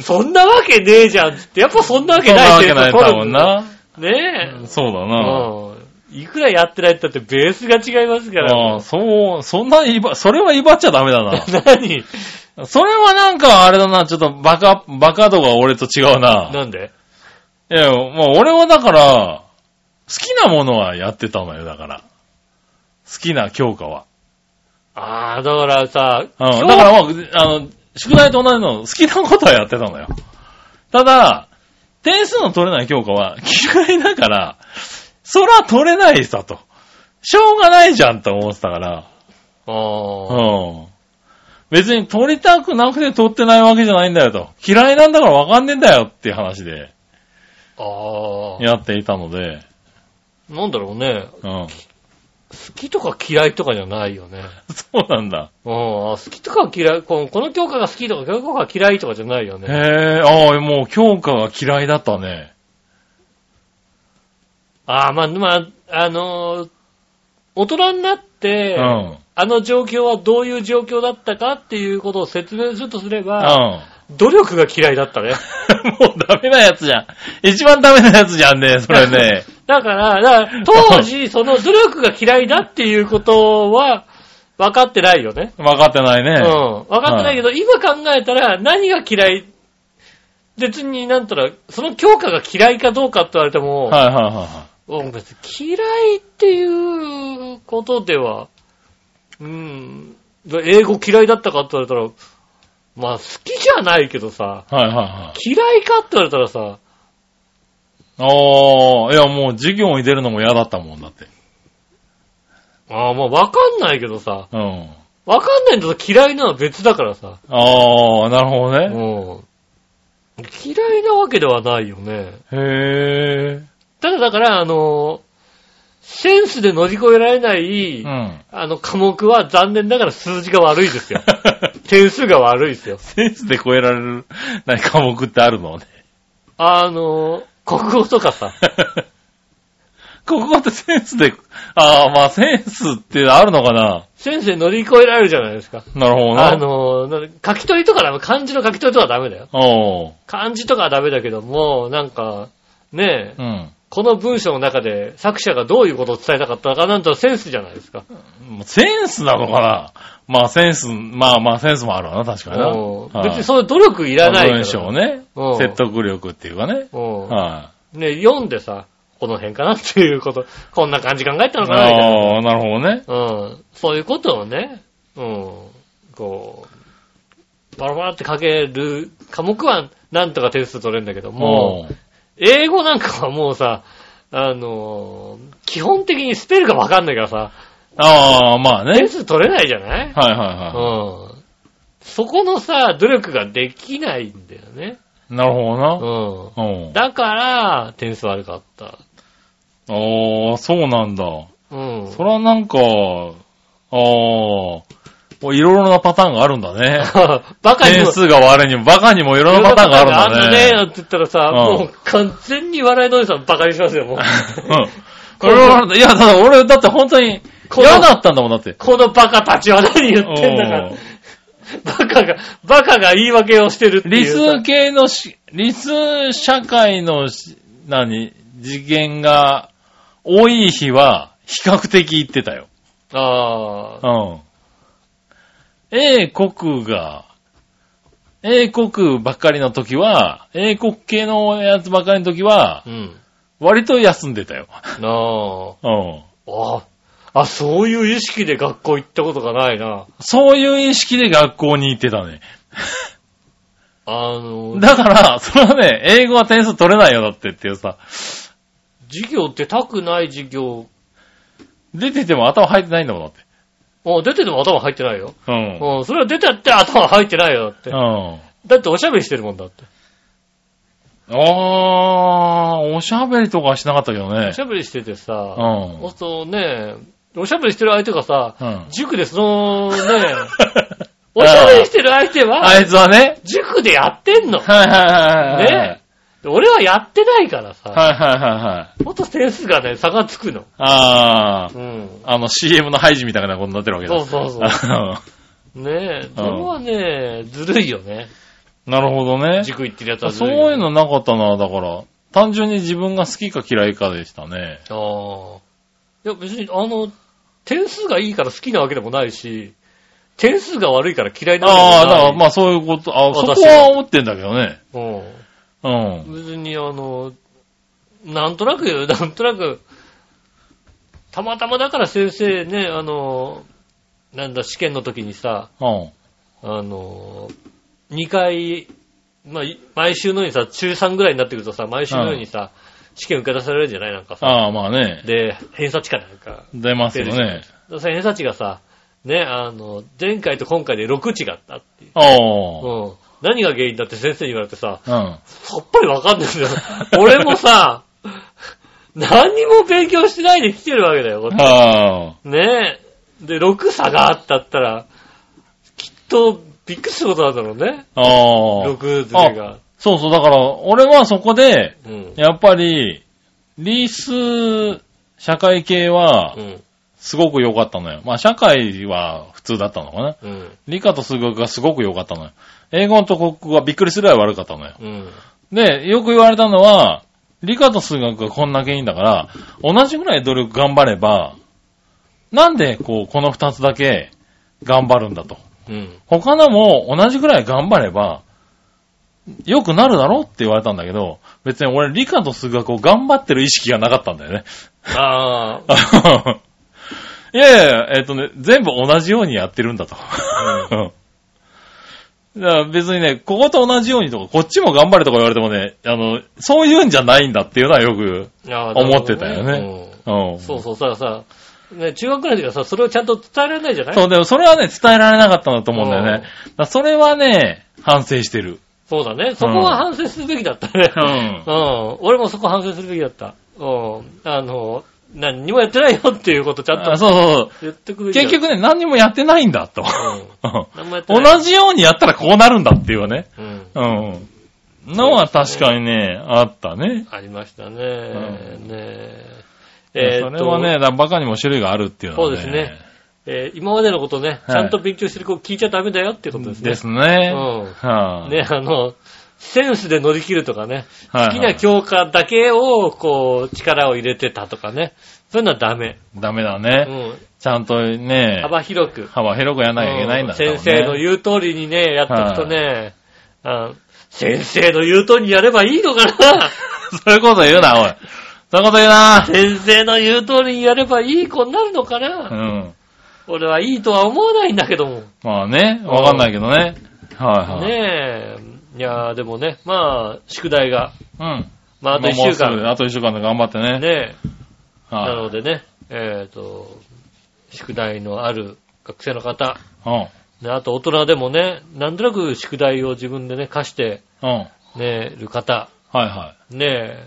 Speaker 2: そんなわけねえじゃんっつって、やっぱそんなわけ
Speaker 3: そんな
Speaker 2: ない
Speaker 3: わ
Speaker 2: って
Speaker 3: けない、多分。な。
Speaker 2: ねえ。
Speaker 3: そうだな。
Speaker 2: うん。いくらやってないってだってベースが違いますか
Speaker 3: あ
Speaker 2: ら
Speaker 3: あ、。そう、そんな威張、それは威張っちゃダメだ
Speaker 2: 何
Speaker 3: な。それはなんか、あれだな、ちょっとバカ、バカ度が俺と違うな。
Speaker 2: なんで
Speaker 3: いや、もう俺はだから、好きなものはやってたのよ、だから。好きな教科は。
Speaker 2: ああ、だからさ、
Speaker 3: うん。だからもう、あの、宿題と同じの、好きなことはやってたのよ。ただ、点数の取れない教科は嫌いだから、そら取れないさと。しょうがないじゃんと思ってたから。
Speaker 2: ああ、
Speaker 3: うん。別に取りたくなくて取ってないわけじゃないんだよと。嫌いなんだからわかんねえんだよっていう話で
Speaker 2: ああ、
Speaker 3: やっていたので、
Speaker 2: なんだろうね。
Speaker 3: うん。
Speaker 2: 好きとか嫌いとかじゃないよね。
Speaker 3: そうなんだ。
Speaker 2: うん、あ好きとか嫌い、このこの教科が好きとか、この教科が嫌いとかじゃないよ
Speaker 3: へ
Speaker 2: ね。
Speaker 3: え、ああ、もう教科が嫌いだったね。
Speaker 2: ああ、まあ、まあ、あのー大人になって、
Speaker 3: うん。うん。
Speaker 2: あの状況はどういう状況だったかっていうことを説明するとすれば、
Speaker 3: も
Speaker 2: 努力が嫌いだった ね。
Speaker 3: うダメなやつじゃん。一番ダメなやつじゃんね、それ ね。
Speaker 2: だから、だから当時、その努力が嫌いだっていうことは、分かってないよね。
Speaker 3: わかってない
Speaker 2: うん。
Speaker 3: ね。
Speaker 2: 分かってないけど、今考えたら何が嫌い、別になんたら、その教科が嫌いかどうかって言われても、
Speaker 3: はいはいはいは
Speaker 2: うん別に嫌いっていうことでは、うん、英語嫌いだったかって言われたら、まあ好きじゃないけどさ、
Speaker 3: い。はいはいはい。
Speaker 2: 嫌いかって言われたらさ、
Speaker 3: ああ、いやもう授業に出るのも嫌だったもんだって。
Speaker 2: ああ、まあわかんないけどさ、
Speaker 3: うん。
Speaker 2: わかんないんだと嫌いなのは別だからさ。
Speaker 3: ああ、なるほど
Speaker 2: う
Speaker 3: ね。
Speaker 2: ん。嫌いなわけではないよね。
Speaker 3: へえ。
Speaker 2: ただだから、あの、センスで乗り越えられない、
Speaker 3: うん。
Speaker 2: あの科目は残念ながら数字が悪いですよ。 点数が悪いですよ。
Speaker 3: センスで超えられる、ない科目ってあるのね。
Speaker 2: あの、国語とかさ。
Speaker 3: ここってセンスで、ああ、まあセンスってあるのかな
Speaker 2: センスで乗り越えられるじゃないですか。
Speaker 3: なるほどな。
Speaker 2: あの、なん書き取りとかだ、漢字の書き取りとかダメだよ。
Speaker 3: おう
Speaker 2: 漢字とかはダメだけども、なんか、ねえ、
Speaker 3: うん。
Speaker 2: この文章の中で作者がどういうことを伝えたかったのかなんてセンスじゃないですか。
Speaker 3: もうセンスなのかなまあセンス、まあまあセンスもあるわな、確かにな。
Speaker 2: うん
Speaker 3: はい
Speaker 2: 別にそういう努力いらないから。
Speaker 3: 文章をね
Speaker 2: うん、
Speaker 3: 説得力っていうかね。
Speaker 2: うん
Speaker 3: は
Speaker 2: ね、読んでさ、この辺かなっていうこと、こんな感じ考えた
Speaker 3: い。
Speaker 2: のかなみたい
Speaker 3: ああ、なるほどね。
Speaker 2: な。うん。そういうことをね、うん。こう、バラバラって書ける科目はなんとか点数取れるんだけども、
Speaker 3: うん
Speaker 2: 英語なんかはもうさ、あのー基本的にスペルがわかんないからさ、
Speaker 3: ああ、まあね
Speaker 2: 点。数取れないじゃない
Speaker 3: はいはいうは
Speaker 2: ん。そこのさ、努力ができないんだよね。
Speaker 3: い。なるほどな。
Speaker 2: うん。
Speaker 3: うん。
Speaker 2: だから、点数悪かった。
Speaker 3: ああ、そうなんだ。
Speaker 2: うん。
Speaker 3: そらなんか、ああ、もういろいろなパターンがあるんだ ね。
Speaker 2: バカにも
Speaker 3: 点、数が悪いにも、バカにもいろんなパターンがあるんだ
Speaker 2: あ
Speaker 3: ね
Speaker 2: の。って言ったらさ、
Speaker 3: うん
Speaker 2: もう完全に笑いのおじさんバカにしますよ、 もう。
Speaker 3: うん。これは、いや、だから俺、だって本当に、
Speaker 2: この
Speaker 3: 嫌だったんだもん、だって。
Speaker 2: このバカたちは何言ってんだから
Speaker 3: うん。
Speaker 2: バカが、バカが言い訳をしてるって
Speaker 3: 理
Speaker 2: いうさ。
Speaker 3: 数系のし、理数社会のし、何、次元が多い日は、比較的言ってたよ。
Speaker 2: ああ。
Speaker 3: うん。英国が、英国ばっかりの時は、英国系のやつばっかりの時は
Speaker 2: う、ん。
Speaker 3: 割と休んでたよ。
Speaker 2: なあ。
Speaker 3: うん。
Speaker 2: ああ、そういう意識で学校行ったことがないな。
Speaker 3: そういう意識で学校に行ってたね。
Speaker 2: あの、
Speaker 3: だから、それはね、英語は点数取れないよ、だってっていうさ。
Speaker 2: 授業出たくない授業、
Speaker 3: 出てても頭入ってないんだもん、だって。
Speaker 2: あ出てても頭入ってないよ。
Speaker 3: うん。
Speaker 2: うん、それは出たって頭入ってないよ、だって。
Speaker 3: うん。
Speaker 2: だっておしゃべりしてるもんだって。
Speaker 3: あー、おしゃべりとかはしなかったけど
Speaker 2: お
Speaker 3: ね
Speaker 2: し。ゃべりしててさ、
Speaker 3: うん
Speaker 2: そうするとね、おしゃべりしてる相手がさ、
Speaker 3: うん。
Speaker 2: 塾でそ のね、おしゃべりしてる相手
Speaker 3: あ
Speaker 2: は、
Speaker 3: いつはね。
Speaker 2: 塾でやってんの。
Speaker 3: はいはいはいはい。
Speaker 2: ね。俺はやってないからさ、
Speaker 3: はいはいはいはい。
Speaker 2: もっと点数がね、差がつくの。
Speaker 3: あー、
Speaker 2: うん。
Speaker 3: あの CM のハイジみたいなことになってるわけだ。
Speaker 2: そうそうそうねえ、それはね、ずるいよね。
Speaker 3: なるほどね。
Speaker 2: 塾行ってるやつはず
Speaker 3: そう
Speaker 2: るいよ、
Speaker 3: いうのなかったな、だから。単純に自分が好きか嫌いかでしたね。
Speaker 2: の。ああ。いや、別に、あの、点数がいいから好きなわけでもないし、点数が悪いから嫌いなわけでもない。
Speaker 3: ああ、だからまあそういうこと、あそ
Speaker 2: 私は
Speaker 3: こは思ってんだけどね。
Speaker 2: うん。
Speaker 3: うん。
Speaker 2: 別にあの、なんとなくよ、 なんとなく、たまたまだから先生ね、あの、なんだ、試験の時にさ、
Speaker 3: うん。
Speaker 2: あの、2回、まあ、い毎週のようにさ、中3ぐらいになってくるとさ、毎週のようにさ、試験受け出されるじゃないなんかさ。
Speaker 3: ああ、まあね。
Speaker 2: で、偏差値かなんか。
Speaker 3: 出ますよね。
Speaker 2: その偏差値がさ、ね、あの、前回と今回で6違ったっていう。
Speaker 3: ああ。
Speaker 2: うん。何が原因だって先生に言われてさ、
Speaker 3: うん。
Speaker 2: さっぱりわかんないんだよ。 俺もさ、何も勉強しないで来てるわけだよ。
Speaker 3: あ
Speaker 2: ねえ。で、6差があったったら、きっとびっくりすることなんだろうね。
Speaker 3: あ。ああ。
Speaker 2: 6ずれが。
Speaker 3: そうそう、だから、俺はそこで、
Speaker 2: うん。
Speaker 3: やっぱり、理数、社会系は
Speaker 2: う、ん。
Speaker 3: すごく良かったのよ。まあ、社会は普通だったのかな。
Speaker 2: うん。
Speaker 3: 理科と数学がすごく良かったのよ。英語と国語はびっくりするぐらい悪かったのよ。
Speaker 2: うん。
Speaker 3: で、よく言われたのは、理科と数学がこんだけいいんだから、同じぐらい努力頑張れば、なんで、こう、この二つだけ頑張るんだと。
Speaker 2: うん。
Speaker 3: 他のも同じぐらい頑張れば、良くなるだろうって言われたんだけど、別に俺理科と数学を頑張ってる意識がなかったんだよね。
Speaker 2: ああ。
Speaker 3: いやいや、えっとね、全部同じようにやってるんだと。 だから別にね、ここと同じようにとか、こっちも頑張れとか言われてもね、あの、そういうんじゃないんだっていうのはよく、
Speaker 2: ああ
Speaker 3: 思ってたよね。う
Speaker 2: うん
Speaker 3: ん。
Speaker 2: そうそう、さ、さ、ね、中学くらいの時はさ、それをちゃんと伝えられないじゃない
Speaker 3: そう、でもそれはね、伝えられなかったんだと思うんだよね。
Speaker 2: うん
Speaker 3: だからそれはね、反省してる。
Speaker 2: そうだね。そこは反省するべきだったね。
Speaker 3: うん
Speaker 2: うん。俺もそこ反省するべきだった。うん。あの、何にもやってないよっていうことちゃん
Speaker 3: あ
Speaker 2: と
Speaker 3: そうそうそう。
Speaker 2: 言ってくべきだ
Speaker 3: 結局ね、何にもやってないんだと。
Speaker 2: 何もやってない。
Speaker 3: 同じようにやったらこうなるんだっていうね。
Speaker 2: うん。
Speaker 3: うん。のは確かにね、あったね。
Speaker 2: ありましたね。
Speaker 3: う
Speaker 2: ねえ。え
Speaker 3: そ
Speaker 2: ーっ
Speaker 3: れ
Speaker 2: と
Speaker 3: はね、だからバカにも種類があるっていうのはね。
Speaker 2: そうですねえー今までのことね、ちゃんと勉強してる子聞いちゃダメだよっていうことですね。
Speaker 3: ですね。
Speaker 2: うん
Speaker 3: はあ
Speaker 2: ね、あの、センスで乗り切るとかね。
Speaker 3: はい、
Speaker 2: 好きな教科だけを、こう、力を入れてたとかね。そういうのはダメ。
Speaker 3: ダメだ
Speaker 2: う
Speaker 3: ね。
Speaker 2: ん。
Speaker 3: ちゃんとね、
Speaker 2: 幅広く。
Speaker 3: 幅広くやらなきゃいけないんだから、ね。
Speaker 2: 先生の
Speaker 3: う。
Speaker 2: 言う通りにね、やっていくとね、あ先生の言う通りにやればいいのか な
Speaker 3: そういうこと言うな、おい。そういうこと言うな。
Speaker 2: 先生の言う通りにやればいい子になるのか
Speaker 3: う
Speaker 2: な、
Speaker 3: ん。
Speaker 2: 俺はいいとは思わないんだけども。
Speaker 3: まあね、わかんないけどね。はいは
Speaker 2: ね
Speaker 3: い。
Speaker 2: え。いやーでもね、まあ、宿題が、
Speaker 3: うん。
Speaker 2: まああと1
Speaker 3: もう
Speaker 2: 週
Speaker 3: すぐ
Speaker 2: 間。
Speaker 3: あと一週間で頑張って
Speaker 2: ね
Speaker 3: ね。
Speaker 2: え。
Speaker 3: はい
Speaker 2: なのでね、えっ、と、宿題のある学生の方、
Speaker 3: うん。
Speaker 2: ねあと大人でもね、なんとなく宿題を自分でね、課して、
Speaker 3: うん。はい
Speaker 2: ね、る方、
Speaker 3: は
Speaker 2: ねえ、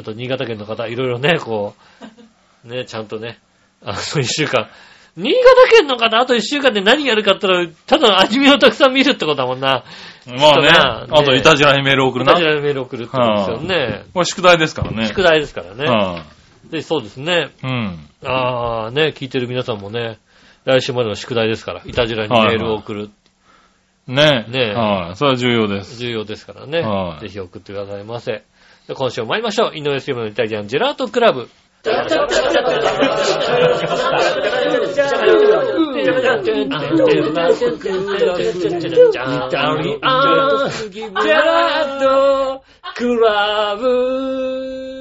Speaker 2: あと新潟県の方、いろいろね、こう、ね、ちゃんとね、あの一週間。新潟県の方、あと一週間で何やるかって言ったら、ただアニメをたくさん見るってことだもんな。
Speaker 3: い。まあね、
Speaker 2: なね
Speaker 3: あといたじらにメール送るな
Speaker 2: こち。らにメール送るってことですよね。
Speaker 3: これ宿題ですからね。
Speaker 2: 宿題ですからね。で、そうですね。
Speaker 3: うん。うん。
Speaker 2: ああ、ね、聞いてる皆さんもね、来週までの宿題ですから、いたじらにメールを送る、
Speaker 3: ねえ。
Speaker 2: ねえ
Speaker 3: はい。それは重要です。
Speaker 2: 重要ですからね。
Speaker 3: はい
Speaker 2: ぜひ送ってくださいませ。で今週も参りましょう。井上杉村のイタリアンジェラートクラブ。は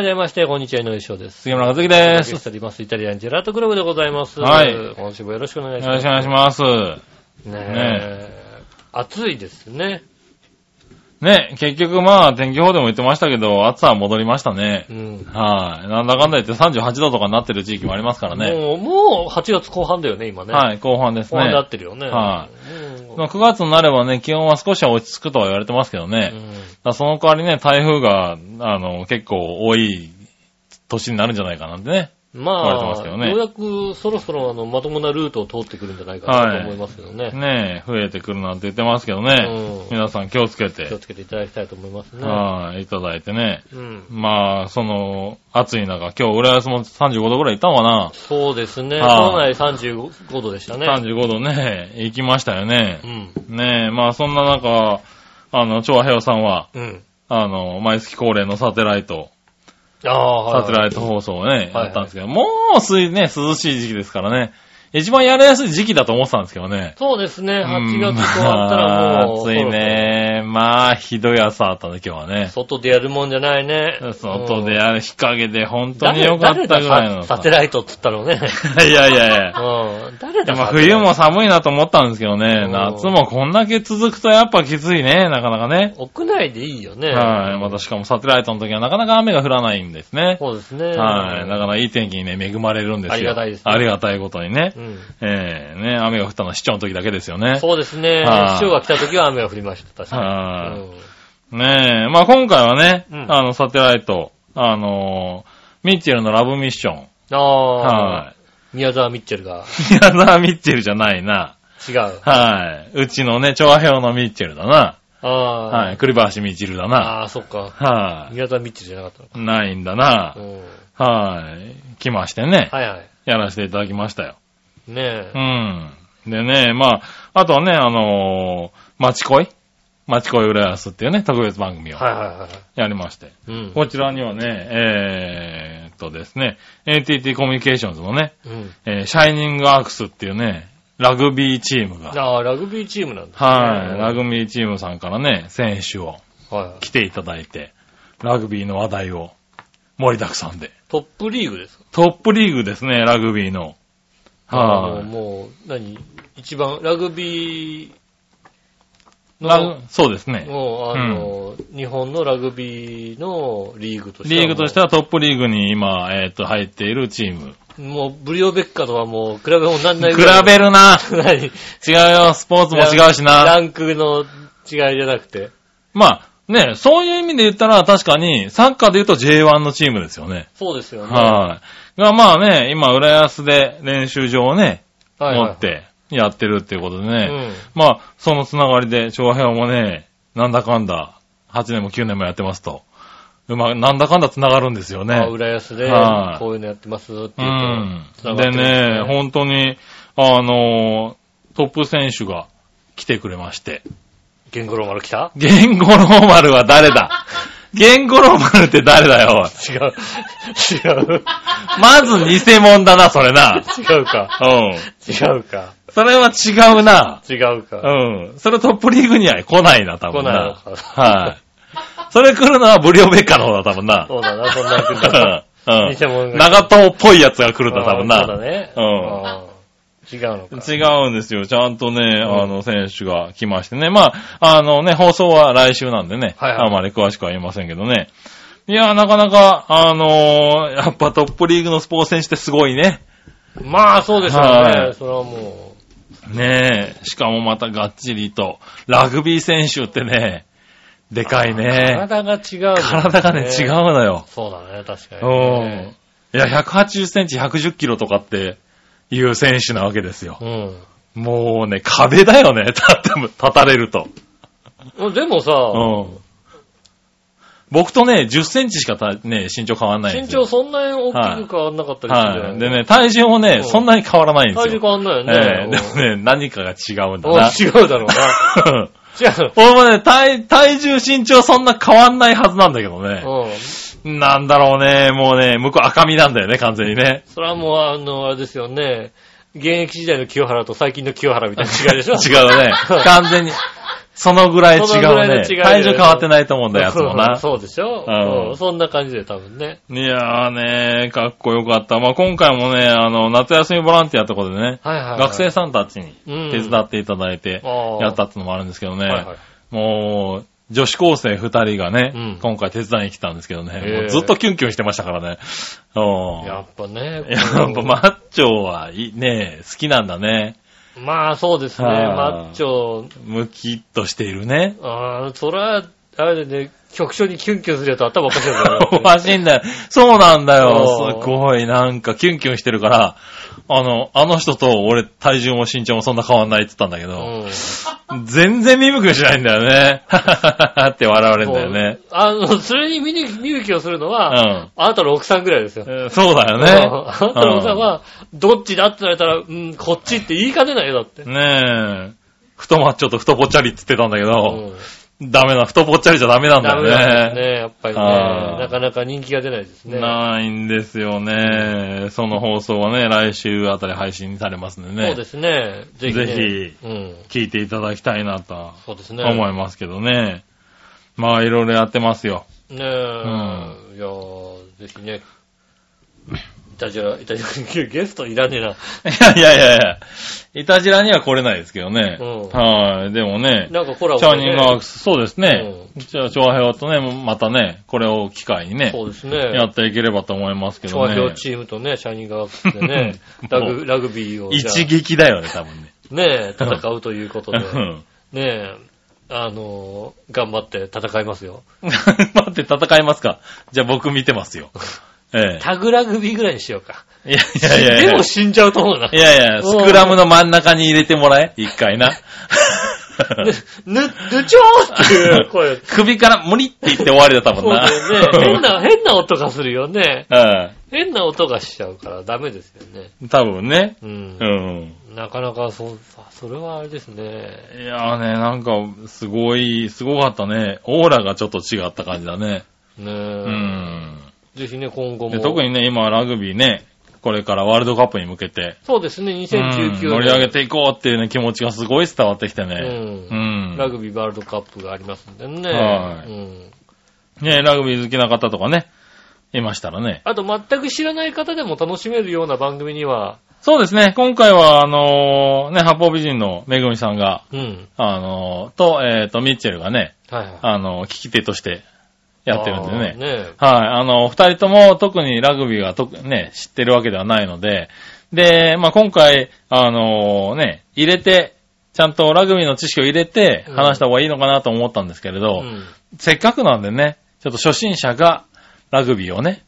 Speaker 2: い、どうもまして、こんにちは、井上翔です。
Speaker 3: 杉村和樹
Speaker 2: ゲ
Speaker 3: で
Speaker 2: スト
Speaker 3: す。
Speaker 2: しております、イタリアンジェラートクラブでございます。
Speaker 3: はい
Speaker 2: 今週もよろしくお願いし
Speaker 3: よろ
Speaker 2: ま
Speaker 3: し
Speaker 2: す。
Speaker 3: くお願いします。
Speaker 2: ね
Speaker 3: ね
Speaker 2: え。暑いですね。
Speaker 3: ね、結局まあ天気予報でも言ってましたけど、暑さは戻りましたね
Speaker 2: う。ん。
Speaker 3: はい。なんだかんだ言って38度とかになってる地域もありますからね。
Speaker 2: もう、もう8月後半だよね、今ね。
Speaker 3: はい、後半です
Speaker 2: 後半にな
Speaker 3: ね
Speaker 2: っ。てるよね。
Speaker 3: は
Speaker 2: うん
Speaker 3: まあ9月になればね、気温は少しは落ち着くとは言われてますけどね。だからその代わりね、台風が、あの、結構多い年になるんじゃないかなんてね。
Speaker 2: うんま
Speaker 3: 言われてます
Speaker 2: あ、
Speaker 3: け
Speaker 2: よ
Speaker 3: ど
Speaker 2: う
Speaker 3: ね
Speaker 2: やくそろそろあの、まともなルートを通ってくるんじゃないかなと思いますけどね。
Speaker 3: ねえ、増えてくるなんて言ってますけどね
Speaker 2: う。ん
Speaker 3: 皆さん気をつけ
Speaker 2: 気を
Speaker 3: て、
Speaker 2: つけていただきたいと思いますね。
Speaker 3: はい、いただいてね。
Speaker 2: うん。
Speaker 3: まあ、その、暑い中、今日浦安も35度ぐらい行ったのかな、
Speaker 2: そうですね。
Speaker 3: は
Speaker 2: 都
Speaker 3: い
Speaker 2: 内35度でしたね。
Speaker 3: ?35 度ね、行きましたよね
Speaker 2: う。ん。
Speaker 3: ねえ、まあそんな中、あの、長平さんは、
Speaker 2: うん。
Speaker 3: あの、毎月恒例のサテライト、
Speaker 2: ああ、はい
Speaker 3: サテライト放送をね、
Speaker 2: はい
Speaker 3: やったんですけど、もうすいね、涼しい時期ですからね。一番やりやすい時期だと思ってたんですけどね。
Speaker 2: そうですね。8月
Speaker 3: うん
Speaker 2: 終わったらもう。
Speaker 3: まあ暑いね。まあ、ひどい朝あったね、今日はね。
Speaker 2: 外でやるもんじゃないね。
Speaker 3: 外で
Speaker 2: る。
Speaker 3: やる日陰で本当
Speaker 2: 誰
Speaker 3: に良かったぐら
Speaker 2: 誰
Speaker 3: い
Speaker 2: が
Speaker 3: の
Speaker 2: サ
Speaker 3: さ。
Speaker 2: テライトっつったのね。
Speaker 3: いやいやいや。
Speaker 2: うん。誰
Speaker 3: いや
Speaker 2: だ
Speaker 3: まあ冬も。寒いなと思ったんですけどね
Speaker 2: う、ん
Speaker 3: 夏もこんだけ続くとやっぱきついね、なかなかね。
Speaker 2: 屋内でいいよね。
Speaker 3: はい。またしかもサテライトの時はなかなか雨が降らないんですね。
Speaker 2: そうですね。
Speaker 3: はい。だからいい天気にね、恵まれるんですよ。
Speaker 2: ありがたいですね
Speaker 3: ありがたいことにね。
Speaker 2: うん。
Speaker 3: ええね、雨が降ったのは市長の時だけですよね。
Speaker 2: そうですね。
Speaker 3: はい
Speaker 2: 市長が来た時は雨が降りました。確か
Speaker 3: は
Speaker 2: に
Speaker 3: い。。ねえ、まあ今回はね、
Speaker 2: うん
Speaker 3: あの、サテライト、あのーミッチェルのラブミッション。
Speaker 2: うんああ。
Speaker 3: は
Speaker 2: 宮沢ミッチェルが
Speaker 3: い。宮沢ミッチェルじゃないな。
Speaker 2: 違う。
Speaker 3: はい。うちのね、調和表のミッチェルだな。
Speaker 2: ああ。
Speaker 3: はい。。栗林ミッチェルだな。
Speaker 2: ああ、そっか。
Speaker 3: はい、
Speaker 2: 宮沢ミッチェルじゃなかっ
Speaker 3: ないんだ
Speaker 2: た
Speaker 3: な。
Speaker 2: の。うん。
Speaker 3: はい、来ましてね、
Speaker 2: はいはい。
Speaker 3: やらせていただきましたよ。
Speaker 2: ね
Speaker 3: う
Speaker 2: え。
Speaker 3: ん。でね、まあ、あとはね、あのー、町恋町恋浦安っていうね、特別番組を
Speaker 2: はいはいはいはい。
Speaker 3: やりまして。
Speaker 2: うん。
Speaker 3: こちらにはね、えーっとですね、ATT コミュニケーションズのね、
Speaker 2: うん。
Speaker 3: えーシャイニングアークスっていうね、ラグビーチームが、
Speaker 2: ああ、ラグビーチームなんだ。
Speaker 3: はい、ラグビーチームさんからね、選手を
Speaker 2: はい。
Speaker 3: 来ていただいて、ラグビーの話題を盛りだくさんで。
Speaker 2: トップリーグですか
Speaker 3: トップリーグですね、ラグビーの。
Speaker 2: あの
Speaker 3: はい、
Speaker 2: もう、何一番、ラグビーの、
Speaker 3: ラグそうですね。
Speaker 2: もう、あの、日本のラグビーのリーグとしては
Speaker 3: リーグとしてはトップリーグに今、えっ、と、入っているチーム。
Speaker 2: もう、ブリオベッカとはもう、比べもなんない
Speaker 3: 比べるな
Speaker 2: べない。
Speaker 3: 違うよ、スポーツも違うし
Speaker 2: ラ
Speaker 3: な。
Speaker 2: ンクの違いじゃなくて。
Speaker 3: まあ、ね、そういう意味で言ったら確かに、サッカーで言うと J1 のチームですよね。
Speaker 2: そうですよね。
Speaker 3: はい。が、まあね、今、浦安で練習場をね、
Speaker 2: はいはい
Speaker 3: 持ってやってるっていうことでね。
Speaker 2: うん。
Speaker 3: まあ、そのつながりで、長編もね、なんだかんだ、8年も9年もやってますと。うま、なんだかんだつながるんですよ
Speaker 2: まあ、
Speaker 3: ね。
Speaker 2: 浦安で
Speaker 3: は、い
Speaker 2: こういうのやってますって
Speaker 3: う
Speaker 2: 言
Speaker 3: ん
Speaker 2: うと、繋がって
Speaker 3: で
Speaker 2: るん
Speaker 3: ね、本当に、あの、トップ選手が来てくれまして。
Speaker 2: ゲンゴロウ丸来た
Speaker 3: ゲンゴロウ丸は誰 だゲンゴロウ丸って誰だよ、おい
Speaker 2: 違う。違う。
Speaker 3: まず偽物だな、それな。
Speaker 2: 違うか。
Speaker 3: うん。
Speaker 2: 違うか。
Speaker 3: それは違うな。
Speaker 2: 違うか。
Speaker 3: うん。それトップリーグには来ないな、多分な。
Speaker 2: 来ないのか
Speaker 3: はい。それ来るのはブリオベッカの方だ、多分な。
Speaker 2: そうだな、そんな
Speaker 3: う
Speaker 2: 感じだ。
Speaker 3: ん。
Speaker 2: 偽物が
Speaker 3: 長友っぽいやつが来るんだ、多分
Speaker 2: あ
Speaker 3: な。
Speaker 2: ーそうだね。うん。違うのか。
Speaker 3: 違うんですよ。ちゃんとね、あの、選手が来ましてね。まあ、あのね、放送は来週なんでね。
Speaker 2: はいはい
Speaker 3: あまり詳しくは言いませんけどね。いやー、なかなか、あのーやっぱトップリーグのスポーツ選手ってすごいね。
Speaker 2: まあ、そうでしょう
Speaker 3: は
Speaker 2: ね。
Speaker 3: い
Speaker 2: それはも
Speaker 3: ねえ。しかもまたがっちりと。ラグビー選手ってね、で
Speaker 2: う。
Speaker 3: かいね。
Speaker 2: 体が違うもんね。
Speaker 3: 体がね、違うのよ。
Speaker 2: そうだね、確かに
Speaker 3: うん
Speaker 2: ね。。
Speaker 3: いや、180センチ、110キロとかっていう選手なわけですよ。
Speaker 2: うん。
Speaker 3: もうね、壁だよね。立っても、立たれると。
Speaker 2: うん。でもさ、
Speaker 3: うん。僕とね、10センチしかた、ね、身長変わんないん
Speaker 2: 身
Speaker 3: ですよ。
Speaker 2: 長そんなに大きく変わんなかったりするんじゃな
Speaker 3: はいい。
Speaker 2: の
Speaker 3: でね、体重もね、
Speaker 2: うん
Speaker 3: そんなに変わらないんです
Speaker 2: 体重
Speaker 3: よ。
Speaker 2: 変わんないよ
Speaker 3: ええ
Speaker 2: ね。
Speaker 3: でもね、何かが違うんだ
Speaker 2: うん
Speaker 3: な。
Speaker 2: 違うだろうな。違う。
Speaker 3: 俺もね、体、体重身長そんな変わんない はずなんだけどね。
Speaker 2: うん。
Speaker 3: なんだろうね、もうね、向こう赤身なんだよね、完全にね。
Speaker 2: それはもう、あの、あれですよね。現役時代の清原と最近の清原みたいな違いでしょ
Speaker 3: 違うね。完全に。そのぐらい違
Speaker 2: そのぐら
Speaker 3: う
Speaker 2: いの
Speaker 3: ね。
Speaker 2: 違いだよね
Speaker 3: 体重変わってないと思うんだよ、やつも な。
Speaker 2: そうでしょ
Speaker 3: うん
Speaker 2: うん。そんな感じで多分ね。
Speaker 3: いやーねかっこよかった。まあ、今回もね、あの、夏休みボランティアってことでね、
Speaker 2: はいはいはい。
Speaker 3: 学生さんたちに
Speaker 2: うん
Speaker 3: 手伝っていただいて、
Speaker 2: あー
Speaker 3: やったってのもあるんですけどね、
Speaker 2: はいはい。
Speaker 3: もう、女子高生二人がね、
Speaker 2: うん
Speaker 3: 今回手伝いに来たんですけどね、
Speaker 2: へー
Speaker 3: もうずっとキュンキュンしてましたからね。うん
Speaker 2: やっぱね。
Speaker 3: やっぱマッチョはいいね、好きなんだね。
Speaker 2: まあそうですね。
Speaker 3: はい
Speaker 2: マッチョ、
Speaker 3: ムキッとしているね。
Speaker 2: ああ、それは、あれでね、局長にキュンキュンするやつ頭おかしいだろ
Speaker 3: おかしいんだよ。そうなんだ
Speaker 2: そう
Speaker 3: よ。すごい、なんか、キュンキュンしてるから、あの、あの人と俺、体重も身長もそんな変わんないって言ったんだけど、
Speaker 2: うん。
Speaker 3: 全然見向きもしないんだよね。 ははははって笑われるんだよね。
Speaker 2: あの、それに見に見向きをするの
Speaker 3: う
Speaker 2: は、
Speaker 3: ん
Speaker 2: あなたの奥さんぐらいですよ。
Speaker 3: えー。そうだよ
Speaker 2: うん
Speaker 3: ね。
Speaker 2: あなたの奥さんは、どっちだって言われたら、うん、こっちって言いかねないよ、だって。
Speaker 3: ねえ。太マッチョと太ぽっちゃりって言ってたんだけ
Speaker 2: う
Speaker 3: ど、
Speaker 2: ん
Speaker 3: ダメな、太ぽっちゃりじゃダメなんだ
Speaker 2: ダメなん
Speaker 3: よ
Speaker 2: です
Speaker 3: ね。
Speaker 2: ね、やっぱり
Speaker 3: あ
Speaker 2: ね。
Speaker 3: ー
Speaker 2: なかなか人気が出ないですね。
Speaker 3: ないんですよね。その放送はね、来週あたり配信されますんで
Speaker 2: そう
Speaker 3: ね
Speaker 2: で。すね。ぜひね。
Speaker 3: ぜひ
Speaker 2: うん。
Speaker 3: 聞いていただきたいなと。
Speaker 2: そうですね。
Speaker 3: 思いますけどね。まあ、いろいろやってますよ。
Speaker 2: ねえ、いやーぜひね、いたじら、いたじら、 ゲス トいらねえな。
Speaker 3: いやいやいやいや。いたじらには来れないですけどね。
Speaker 2: うん
Speaker 3: はい。でもね、
Speaker 2: なんかコラボ
Speaker 3: チ
Speaker 2: で
Speaker 3: ャ
Speaker 2: ね
Speaker 3: ーニングワークス、そうですね。じゃあ、調和平和とね、またね、これを機会にね、
Speaker 2: そうです
Speaker 3: や
Speaker 2: ね。
Speaker 3: っていければと思いますけ
Speaker 2: 調
Speaker 3: ど
Speaker 2: 和
Speaker 3: ね
Speaker 2: 表。チームとね、シャイニングアップスでね
Speaker 3: も、
Speaker 2: ラ
Speaker 3: う
Speaker 2: グラグビーをじゃあ
Speaker 3: 一撃だよね、多分ね。
Speaker 2: ねえ、戦うということ
Speaker 3: う
Speaker 2: で、
Speaker 3: ん。
Speaker 2: ねえ、あのー、頑張って戦いますよ。
Speaker 3: 待って、戦いますかじゃあ僕見てます よ。え
Speaker 2: タグラグビーぐらいにしようか。
Speaker 3: え。いやいやいや
Speaker 2: で
Speaker 3: いや
Speaker 2: も。死んじゃうと思うな。
Speaker 3: いやいや、スクラムの真ん中に入れてもらえ。一 回な。
Speaker 2: ぬ、ぬちょーっていう声。
Speaker 3: 首から無理って言って終わりだったも
Speaker 2: そ
Speaker 3: ん
Speaker 2: う
Speaker 3: な。
Speaker 2: だよね。変な、変な音がするよね。
Speaker 3: な。
Speaker 2: 変な音がしちゃうからダメですよね。
Speaker 3: うん。多分ね。
Speaker 2: うん
Speaker 3: う。ん。
Speaker 2: なかなかそう、あそれはあれですね。
Speaker 3: いやーね、なんか、すごい、すごかったね。オーラがちょっと違った感じだね。
Speaker 2: ねえ
Speaker 3: うん。
Speaker 2: ぜひね、今後
Speaker 3: で
Speaker 2: も。
Speaker 3: 特にね、今、ラグビーね、これからワールドカップに向けて、
Speaker 2: そうですね、2019
Speaker 3: うん
Speaker 2: 年。
Speaker 3: 盛り上げていこうっていうね、気持ちがすごい伝わってきてね。
Speaker 2: う。
Speaker 3: うんん。
Speaker 2: ラグビーワールドカップがありますんでね。
Speaker 3: はい
Speaker 2: うん。
Speaker 3: ね、ラグビー好きな方とかね、いましたらね。
Speaker 2: あと、全く知らない方でも楽しめるような番組には、
Speaker 3: そうですね、今回は、あのーね、八方美人のめぐみさんが、
Speaker 2: うん。
Speaker 3: あのーと、えっ、と、ミッチェルがね、
Speaker 2: はいは
Speaker 3: あの、聞き手として
Speaker 2: い。
Speaker 3: やってるんで
Speaker 2: あー
Speaker 3: ね。
Speaker 2: ね
Speaker 3: はい。あの、二人とも特にラグビーがとくね、知ってるわけではないので、で、まあ、今回、あのね、入れて、ちゃんとラグビーの知識を入れて
Speaker 2: うん
Speaker 3: 話した方がいいのかなと思ったんですけれ
Speaker 2: え。
Speaker 3: ど、
Speaker 2: うん。
Speaker 3: せっかくなんでね、ちょっと初心者がラグビーをね、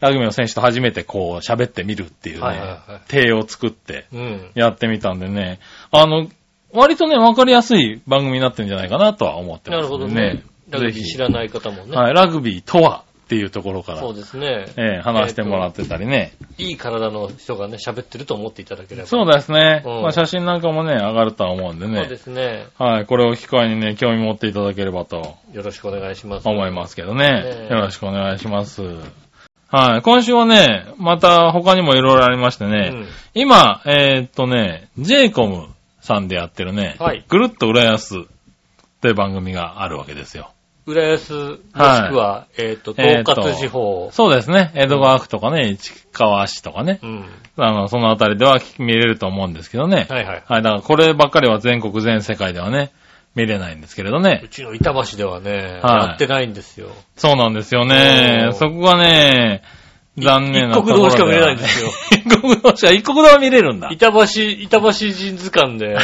Speaker 3: ラグビーの選手と初めてこう喋ってみるっていうね、
Speaker 2: はいはいはい
Speaker 3: 体を作って
Speaker 2: うん。
Speaker 3: やってみたんでね、あの、割とね、わかりやすい番組になってるんじゃないかなとは思って
Speaker 2: な
Speaker 3: ます
Speaker 2: るほど
Speaker 3: んで
Speaker 2: ね。ラグビー知らない方もね。
Speaker 3: はい、ラグビーとはっていうところから、
Speaker 2: そうですね。
Speaker 3: ええ話してもらってたりね。
Speaker 2: いい体の人がね、喋ってると思っていただければ。
Speaker 3: そうですね。
Speaker 2: うん
Speaker 3: まあ、写真なんかもね、上がるとは思うんで
Speaker 2: そうで
Speaker 3: ね。
Speaker 2: すね。
Speaker 3: はい。これを機会にね、興味持っていただければと
Speaker 2: よろしくお願いします。
Speaker 3: 思いますけどね。
Speaker 2: ええ
Speaker 3: よろしくお願いします。はい。今週はね、また他にもいろいろありましてね、
Speaker 2: うん
Speaker 3: 今、えーっとね、ジェイコムさんでやってるね、
Speaker 2: はい
Speaker 3: ぐるっと浦安という番組があるわけですよ。
Speaker 2: 浦安、もしくは、えっ、と、
Speaker 3: えー
Speaker 2: 東
Speaker 3: と
Speaker 2: 葛地方。
Speaker 3: そうですね。江戸川区とかね、市川市とかね、
Speaker 2: うん。
Speaker 3: あの、そのあたりでは見れると思うんですけどね。
Speaker 2: はいはい。
Speaker 3: はい、だからこればっかりは全国全世界ではね、見れないんですけれどね
Speaker 2: う。ちの板橋ではね、
Speaker 3: はい
Speaker 2: やってないんですよ。
Speaker 3: そうなんですよね
Speaker 2: お。ー
Speaker 3: そこがね、残念なところ
Speaker 2: 一国道しか見れないんです よ。
Speaker 3: 一国道しか、一国道は見れるんだ。
Speaker 2: 板橋、板橋人図館で、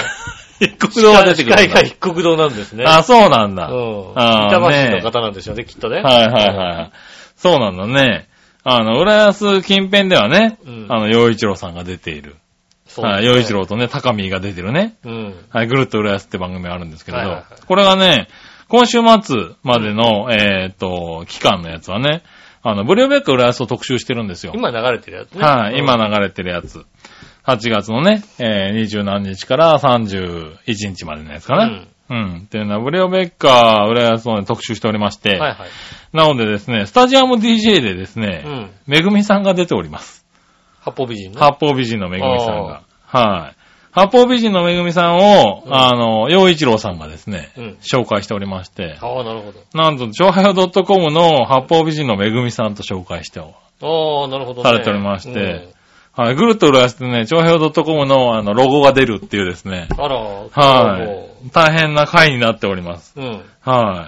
Speaker 3: 一国道は出てくる
Speaker 2: 海
Speaker 3: んだ
Speaker 2: 外。一国堂なんですね。
Speaker 3: あ、そうなん
Speaker 2: う
Speaker 3: だ。はい
Speaker 2: ん。
Speaker 3: あー
Speaker 2: 板
Speaker 3: ね
Speaker 2: 橋の方なんでしょうね、きっとね。
Speaker 3: はいはいはい。そうなんだね。あの、浦安近辺ではね、
Speaker 2: うん
Speaker 3: あの、洋一郎さんが出ている。
Speaker 2: そうです
Speaker 3: は
Speaker 2: ね
Speaker 3: い、洋一。郎とね、高見が出てるね。
Speaker 2: うん。
Speaker 3: はい、ぐるっと浦安って番組あるんですけれ
Speaker 2: はいはい
Speaker 3: ど
Speaker 2: は、い
Speaker 3: これがね、今週末までの、えーっと、期間のやつはね、あの、ブリューベック浦安を特集してるんですよ。
Speaker 2: 今流れてるやつね。
Speaker 3: はい、
Speaker 2: うん
Speaker 3: 今。流れてるやつ。8月のね、えー、20何日から31日までのやつかな。うん。っていうのは、ブレオベッカー、浦安を、ね、特集しておりまし
Speaker 2: う
Speaker 3: て、
Speaker 2: ん。はいはい。
Speaker 3: なのでですね、スタジアム DJ でです
Speaker 2: う
Speaker 3: ね、
Speaker 2: ん。
Speaker 3: めぐみさんが出ております。
Speaker 2: 八方美人ね。
Speaker 3: 八方美人のめぐみさんが。はい。八方美人のめぐみさんを、
Speaker 2: うん
Speaker 3: あの、洋一郎さんがですね、
Speaker 2: うん
Speaker 3: 紹介しておりまして、
Speaker 2: ああ、なるほ
Speaker 3: なんと、超配ドッ .com の八方美人のめぐみさんと紹介してお
Speaker 2: ど。ああ、なるほど、ね。
Speaker 3: されておりましてはい、ぐるっと浦安でね、長平洋 .com のあの、ロゴが出るっていうですね
Speaker 2: う。ん。あら、
Speaker 3: はい。大変な回になっております。
Speaker 2: い。うん。
Speaker 3: は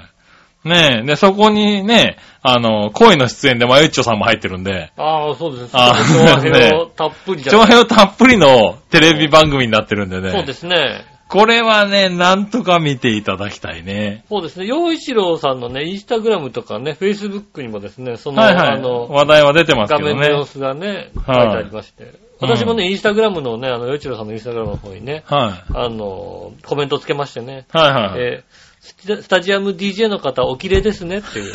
Speaker 3: い。ねえ、で、そこにね、あの、恋の出演でまゆっちょさんも入ってるんで、
Speaker 2: ああ、そうですね。
Speaker 3: あ
Speaker 2: あ
Speaker 3: ー
Speaker 2: あ、
Speaker 3: そうですね
Speaker 2: たっぷりじゃ
Speaker 3: 長
Speaker 2: ない
Speaker 3: 平たっぷりのテレビ番組になってるんでね。
Speaker 2: そうですね。
Speaker 3: これはね、なんとか見ていただきたいね。
Speaker 2: そうですね。洋一郎さんのね、インスタグラムとかね、フェイスブックにもですね、その、
Speaker 3: はいは
Speaker 2: あ
Speaker 3: い。
Speaker 2: の、
Speaker 3: 話題は出てます
Speaker 2: 画
Speaker 3: けど
Speaker 2: 面の様
Speaker 3: ね。
Speaker 2: 子がね、書いて
Speaker 3: はい
Speaker 2: ありまして。私もね、インスタグラムのね、あの、洋一郎さんのインスタグラムの方にね、
Speaker 3: は
Speaker 2: あの、コメントつけましてね、
Speaker 3: い。はいはい。
Speaker 2: えースタスタジアム DJ の方、お綺麗ですね っていう。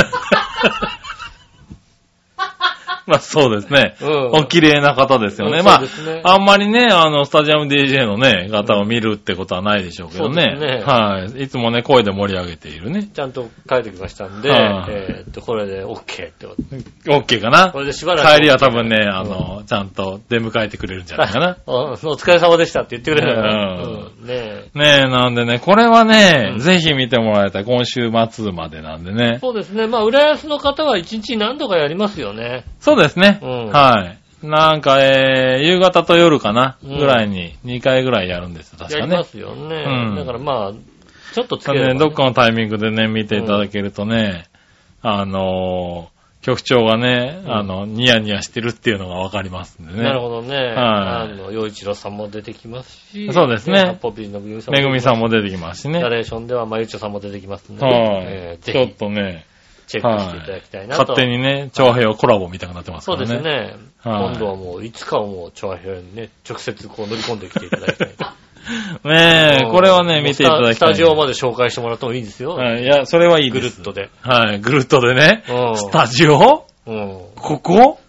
Speaker 3: まあそうですね。
Speaker 2: うん
Speaker 3: お綺麗な方ですよね。
Speaker 2: うん
Speaker 3: ま
Speaker 2: そうですね
Speaker 3: あ、あんまりね、あの、スタジアム DJ のね、方を見るってことはないでしょうけどね。
Speaker 2: そうですね
Speaker 3: はい。いつもね、声で盛り上げているね。
Speaker 2: ちゃんと書いてきましたんで、
Speaker 3: はい
Speaker 2: えーっと、これで OK ってこと。
Speaker 3: OK かな
Speaker 2: こ。れでしばらく。
Speaker 3: 帰りは多分ね、あの、ちゃんと出迎えてくれるんじゃないかな。
Speaker 2: あお疲れ様でしたって言ってくれるから。
Speaker 3: うん
Speaker 2: うん。ねえ。
Speaker 3: ねえ、なんでね、これはね、
Speaker 2: うん
Speaker 3: ぜひ見てもらいたい。今週末までなんでね。
Speaker 2: そうですね。まあ、浦安の方は一日何度かやりますよね。
Speaker 3: そうですね。
Speaker 2: うん
Speaker 3: はい。なんか、えー、夕方と夜かな、
Speaker 2: うん
Speaker 3: ぐらいに、2回ぐらいやるんですよ、確
Speaker 2: や
Speaker 3: か
Speaker 2: り
Speaker 3: ね
Speaker 2: ま。すよね。
Speaker 3: うん
Speaker 2: だからまあ、ちょっとつ
Speaker 3: た
Speaker 2: け
Speaker 3: だ
Speaker 2: れば、
Speaker 3: ね、どっかのタイミングでね、見ていただけるとね、あのー局長がね、
Speaker 2: うん
Speaker 3: あの、ニヤニヤしてるっていうのがわかりますんでね。
Speaker 2: なるほどね。
Speaker 3: は
Speaker 2: あ
Speaker 3: い
Speaker 2: の、洋一郎さんも出てきますし。
Speaker 3: そうですね
Speaker 2: 八方美人のめぐみさん
Speaker 3: めぐみさん
Speaker 2: も
Speaker 3: も出てきますし
Speaker 2: 出てきます。ナ
Speaker 3: ね。
Speaker 2: レーションでは、まゆちょさんも出てきますんでね、
Speaker 3: はい、
Speaker 2: えー
Speaker 3: ちょっ
Speaker 2: ぜ
Speaker 3: とね、
Speaker 2: ひ、チェックしていただきたいなと。
Speaker 3: 勝手にね、長平をコラボ見たくなってます
Speaker 2: そ
Speaker 3: か
Speaker 2: う
Speaker 3: ら
Speaker 2: で
Speaker 3: ね。
Speaker 2: すね。
Speaker 3: はい
Speaker 2: 今度はもう、いつかはもう、調和平にね、直接こう乗り込んできていただきたい。
Speaker 3: ねえ、これはね、見ていただきたい。
Speaker 2: スタスタジオまで紹介してもらってもいいんですよ。
Speaker 3: はい、いや、それはいい
Speaker 2: ぐ
Speaker 3: で
Speaker 2: る
Speaker 3: す。
Speaker 2: っとで。
Speaker 3: はい、ぐるっとでね。
Speaker 2: うん
Speaker 3: スタジオ
Speaker 2: うん。
Speaker 3: ここ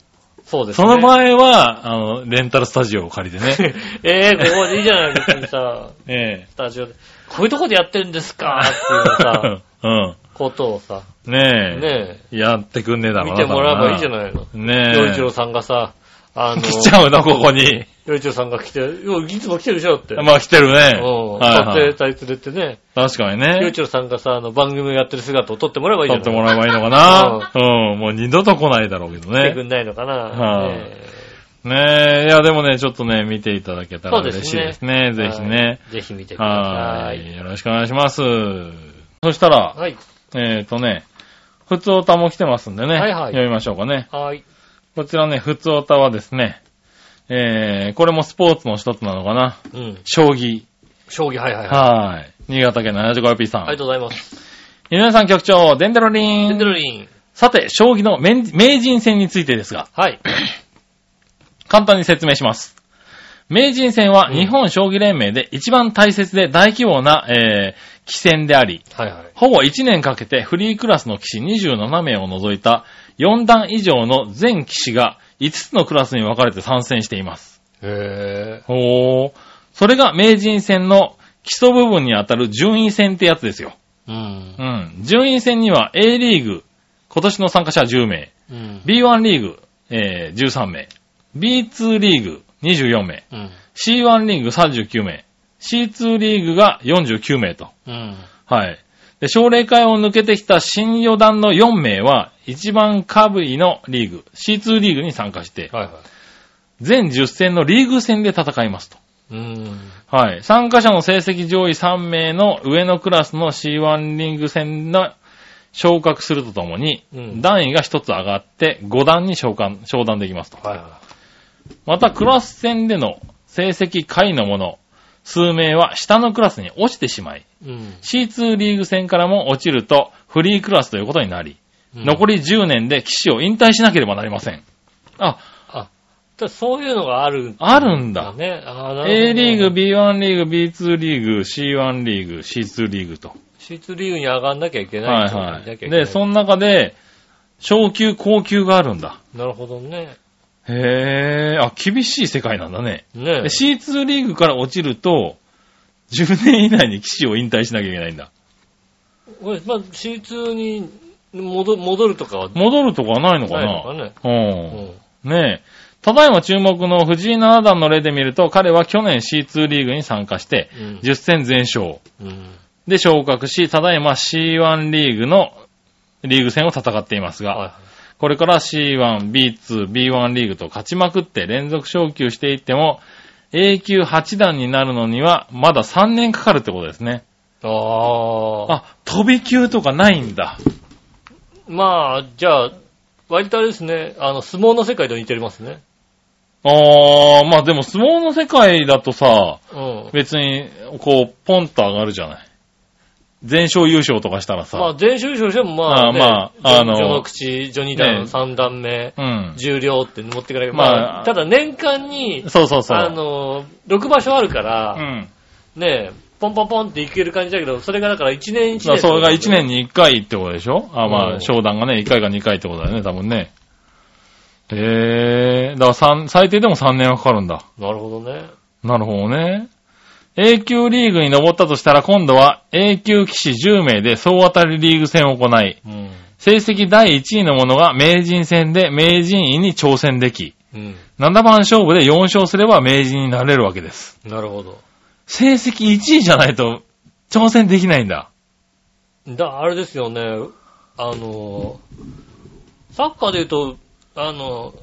Speaker 2: そうです
Speaker 3: そ
Speaker 2: ね。
Speaker 3: の場合は、あの、レンタルスタジオを借りてね。
Speaker 2: ええここでいいじゃない、別にさ、
Speaker 3: ええ。
Speaker 2: スタジオで。こういうとこでやってるんですかっていう さ、
Speaker 3: うん。
Speaker 2: ことをさ、
Speaker 3: ねえ。
Speaker 2: ね
Speaker 3: やってくんねえだ
Speaker 2: え、
Speaker 3: ろうな。
Speaker 2: 見てもらえばいいじゃないの。
Speaker 3: ねえ。
Speaker 2: 洋一郎さんがさ、あの、
Speaker 3: 来ちゃうの、ここ に。
Speaker 2: 洋一郎さんが来て、よいつも来てるでしょって。
Speaker 3: まあ来てるね。
Speaker 2: うん。
Speaker 3: は
Speaker 2: 撮
Speaker 3: い
Speaker 2: って
Speaker 3: はい
Speaker 2: たり連れてね、
Speaker 3: 確かに
Speaker 2: 洋
Speaker 3: ね。
Speaker 2: 一郎さんがさ、あの、番組をやってる姿を撮ってもらえばいいじ
Speaker 3: 撮
Speaker 2: ゃ
Speaker 3: っ
Speaker 2: ない
Speaker 3: てもらえばいいのかな。うん。もう二度と来ないだろうけど
Speaker 2: 来てく
Speaker 3: ね。
Speaker 2: んないのかな。
Speaker 3: はい
Speaker 2: ねえ
Speaker 3: ねえ。いや、でもね、ちょっとね、見ていただけたら
Speaker 2: そう
Speaker 3: 嬉
Speaker 2: で
Speaker 3: し
Speaker 2: す
Speaker 3: い
Speaker 2: ね。
Speaker 3: ですね。ぜひね。
Speaker 2: はい。ぜひ見てくだ
Speaker 3: は
Speaker 2: さ
Speaker 3: ー
Speaker 2: い。
Speaker 3: い。よろしくお願いします。そしたら、
Speaker 2: はい。
Speaker 3: えっ、ー、とね、ふつおたも来てますんでね。
Speaker 2: はいはい
Speaker 3: 読みましょうかね。
Speaker 2: はい。
Speaker 3: こちらね、ふつおたはですね、えー、これもスポーツの一つなのかな。
Speaker 2: うん。
Speaker 3: 将棋。
Speaker 2: 将棋、はいはいはい。
Speaker 3: はーい。新潟県 75P さん。
Speaker 2: ありがとうございます。
Speaker 3: 井上さん局長、デンデロリン。
Speaker 2: テンデルリン。
Speaker 3: さて、将棋の名名人戦についてですが、
Speaker 2: はい。
Speaker 3: 簡単に説明します。名人戦は
Speaker 2: うん
Speaker 3: 日本将棋連盟で一番大切で大規模な、えー、棋戦であり、
Speaker 2: はいはい。
Speaker 3: ほぼ1年かけてフリークラスの棋士27名を除いた4段以上の全騎士が5つのクラスに分かれて参戦しています。
Speaker 2: へ
Speaker 3: ほー。それが名人戦の基礎部分にあたる順位戦ってやつですよ。
Speaker 2: ぇー。うん
Speaker 3: う。ん。順位戦には A リーグ、今年の参加者10名、
Speaker 2: うん。
Speaker 3: B1 リーグ、えー13名、B2 リーグ24名、
Speaker 2: うん。
Speaker 3: C1 リーグ39名、C2 リーグが49名と。
Speaker 2: うん。
Speaker 3: はい。で、奨励会を抜けてきた新四団の4名は、一番下部位のリーグ、C2 リーグに参加して、
Speaker 2: はいは
Speaker 3: 全10戦のリーグ戦で戦いますと。
Speaker 2: い。うん。
Speaker 3: はい。参加者の成績上位3名の上のクラスの C1 リーグ戦が昇格するとともに、
Speaker 2: うん
Speaker 3: 段位が1つ上がって5段に昇段昇段できますと。
Speaker 2: はいは
Speaker 3: また、クラス戦での成績下位のもの、数名は下のクラスに落ちてしまい、
Speaker 2: い。うん。
Speaker 3: C2 リーグ戦からも落ちるとフリークラスということになり、残
Speaker 2: り。
Speaker 3: り10年で騎士を引退しなければなりません。あ、
Speaker 2: あ、だそういうのがある。
Speaker 3: あるんだ。
Speaker 2: ね。あーなるほど
Speaker 3: A リーグ、B1 リーグ、B2 リーグ、C1 リーグ、C2 リーグと。
Speaker 2: C2 リーグに上がんなきゃいけない。
Speaker 3: はいは
Speaker 2: 上がんなきゃ
Speaker 3: い。
Speaker 2: けない
Speaker 3: で、その中で、昇級、高級があるんだ。
Speaker 2: なるほどね。
Speaker 3: へー、あ、厳しい世界なんだね。
Speaker 2: ね
Speaker 3: で C2 リーグから落ちると、10年以内に騎士を引退しなきゃいけないんだ。
Speaker 2: これ、まあ、C2 に戻戻るとかは
Speaker 3: 戻るとかはないのか
Speaker 2: ないのか
Speaker 3: な
Speaker 2: ね。
Speaker 3: うん。
Speaker 2: うん
Speaker 3: ねえ。ただいま注目の藤井七段の例で見ると、彼は去年 C2 リーグに参加して
Speaker 2: うん、
Speaker 3: 10戦全勝
Speaker 2: うん。
Speaker 3: で昇格し、ただいま C1 リーグのリーグ戦を戦っていますが、
Speaker 2: は
Speaker 3: これから C1、B2、B1 リーグと勝ちまくって連続昇級していっても、A 級8段になるのには、まだ3年かかるってことですね。
Speaker 2: い。ああ。
Speaker 3: あ、飛び級とかないんだ。
Speaker 2: まあ、じゃあ、割とあれですね、あの、相撲の世界と似てますね。
Speaker 3: あー、まあでも相撲の世界だとさ、
Speaker 2: うん。
Speaker 3: 別に、こう、ポンと上がるじゃない。全勝優勝とかしたらさ、
Speaker 2: まあ、全優勝しても、まあ、ね、
Speaker 3: まああの
Speaker 2: 序の口、序二段、
Speaker 3: ね
Speaker 2: 三段目、
Speaker 3: うん。
Speaker 2: 十両って持っていかれる。
Speaker 3: まあ
Speaker 2: まあ、ただ年間に、
Speaker 3: そうそうそう。
Speaker 2: あの、6場所あるか
Speaker 3: う
Speaker 2: ら、
Speaker 3: ん。
Speaker 2: ね、ポンポンポンっていける感じだけど、それがだから1年1
Speaker 3: だから
Speaker 2: 年。
Speaker 3: それが1年に1回ってことでしょあ、ま
Speaker 2: う
Speaker 3: あ、
Speaker 2: ん
Speaker 3: 商談がね、1回か2回ってことだよね、多分ね。へえ、だから3、最低でも3年はかかるんだ。
Speaker 2: なるほどね。
Speaker 3: なるほどね。A 級リーグに登ったとしたら今度は A 級騎士10名で総当たりリーグ戦を行い、
Speaker 2: うん。
Speaker 3: 成績第1位の者が名人戦で名人位に挑戦でき、
Speaker 2: うん。
Speaker 3: 7番勝負で4勝すれば名人になれるわけです。
Speaker 2: なるほど。
Speaker 3: 成績1位じゃないと挑戦できないんだ。
Speaker 2: だ、あれですよね、あの、サッカーで言うと、あの、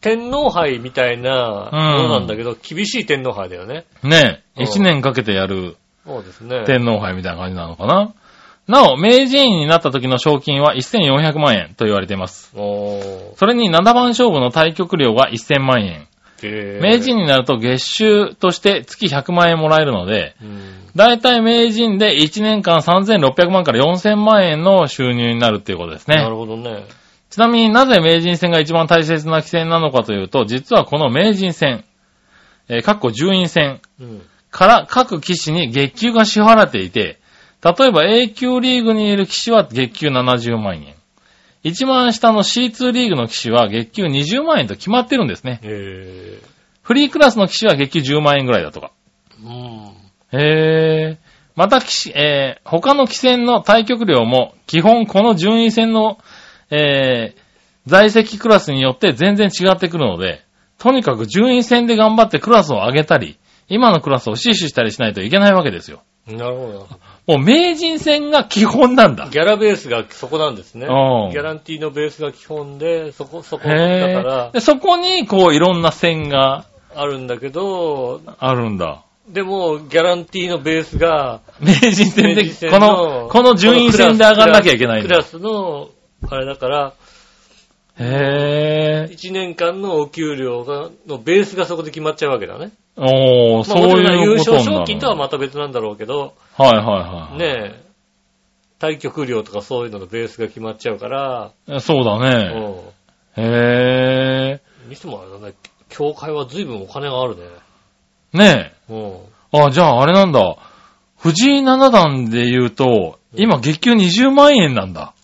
Speaker 2: 天皇杯みたいなものなんだけど、厳しい天皇杯だよね。
Speaker 3: ね
Speaker 2: う
Speaker 3: え。
Speaker 2: ん
Speaker 3: 1年かけてやる
Speaker 2: そうですね。
Speaker 3: 天皇杯みたいな感じなのかな。なお、名人位になった時の賞金は1400万円と言われています。
Speaker 2: おー
Speaker 3: それに7番勝負の対局料が1000万円。
Speaker 2: へー
Speaker 3: 名人になると月収として月100万円もらえるので、
Speaker 2: うん。
Speaker 3: だいたい名人で1年間3600万から4000万円の収入になるっていうことですね。
Speaker 2: なるほどね。
Speaker 3: ちなみになぜ名人戦が一番大切な棋戦なのかというと、実はこの名人戦、えー、かっこ順位戦
Speaker 2: うん。
Speaker 3: から各棋士に月給が支払われていて、例えば A 級リーグにいる棋士は月給70万円。一番下の C2 リーグの棋士は月給20万円と決まってるんですね。
Speaker 2: へ
Speaker 3: フリークラスの棋士は月給10万円ぐらいだとか。
Speaker 2: ーうん。
Speaker 3: へー。また、棋士えー他の棋戦の対局料も、基本この順位戦の、えー在籍クラスによって全然違ってくるので、とにかく順位戦で頑張ってクラスを上げたり、今のクラスを死守したりしないといけないわけですよ。
Speaker 2: なるほど。
Speaker 3: もう名人戦が基本なんだ。
Speaker 2: ギャラベースがそこなんですね。ギ
Speaker 3: うん
Speaker 2: ャランティーのベースが基本で、そこ、そこ、だか
Speaker 3: へ
Speaker 2: ら
Speaker 3: ー。で、そこに、こう、いろんな戦が
Speaker 2: あるんだけど、
Speaker 3: あるんだ。
Speaker 2: でも、ギャランティーのベースが、
Speaker 3: 名人戦
Speaker 2: 明治
Speaker 3: で、
Speaker 2: 戦
Speaker 3: この、この順位戦で上がんなきゃいけないん
Speaker 2: クラ
Speaker 3: だ。
Speaker 2: スの、あれだから、
Speaker 3: へー。
Speaker 2: 1年間のお給料が、のベースがそこで決まっちゃうわけだね。
Speaker 3: おー、
Speaker 2: まあ
Speaker 3: そう
Speaker 2: もち
Speaker 3: いうこと
Speaker 2: ろん優
Speaker 3: な
Speaker 2: 勝
Speaker 3: の
Speaker 2: 賞金とはまた別なんだろうけど、
Speaker 3: はいはいはい。
Speaker 2: ねえ、対局料とかそういうののベースが決まっちゃうから、
Speaker 3: えそうだ
Speaker 2: う
Speaker 3: ね。
Speaker 2: ん。
Speaker 3: へ
Speaker 2: にしてもあれだね、協会は随分お金があるね。
Speaker 3: え。ね
Speaker 2: うん。
Speaker 3: え。あ、じゃああれなんだ。藤井七段で言うと、今月給20万円なんだ。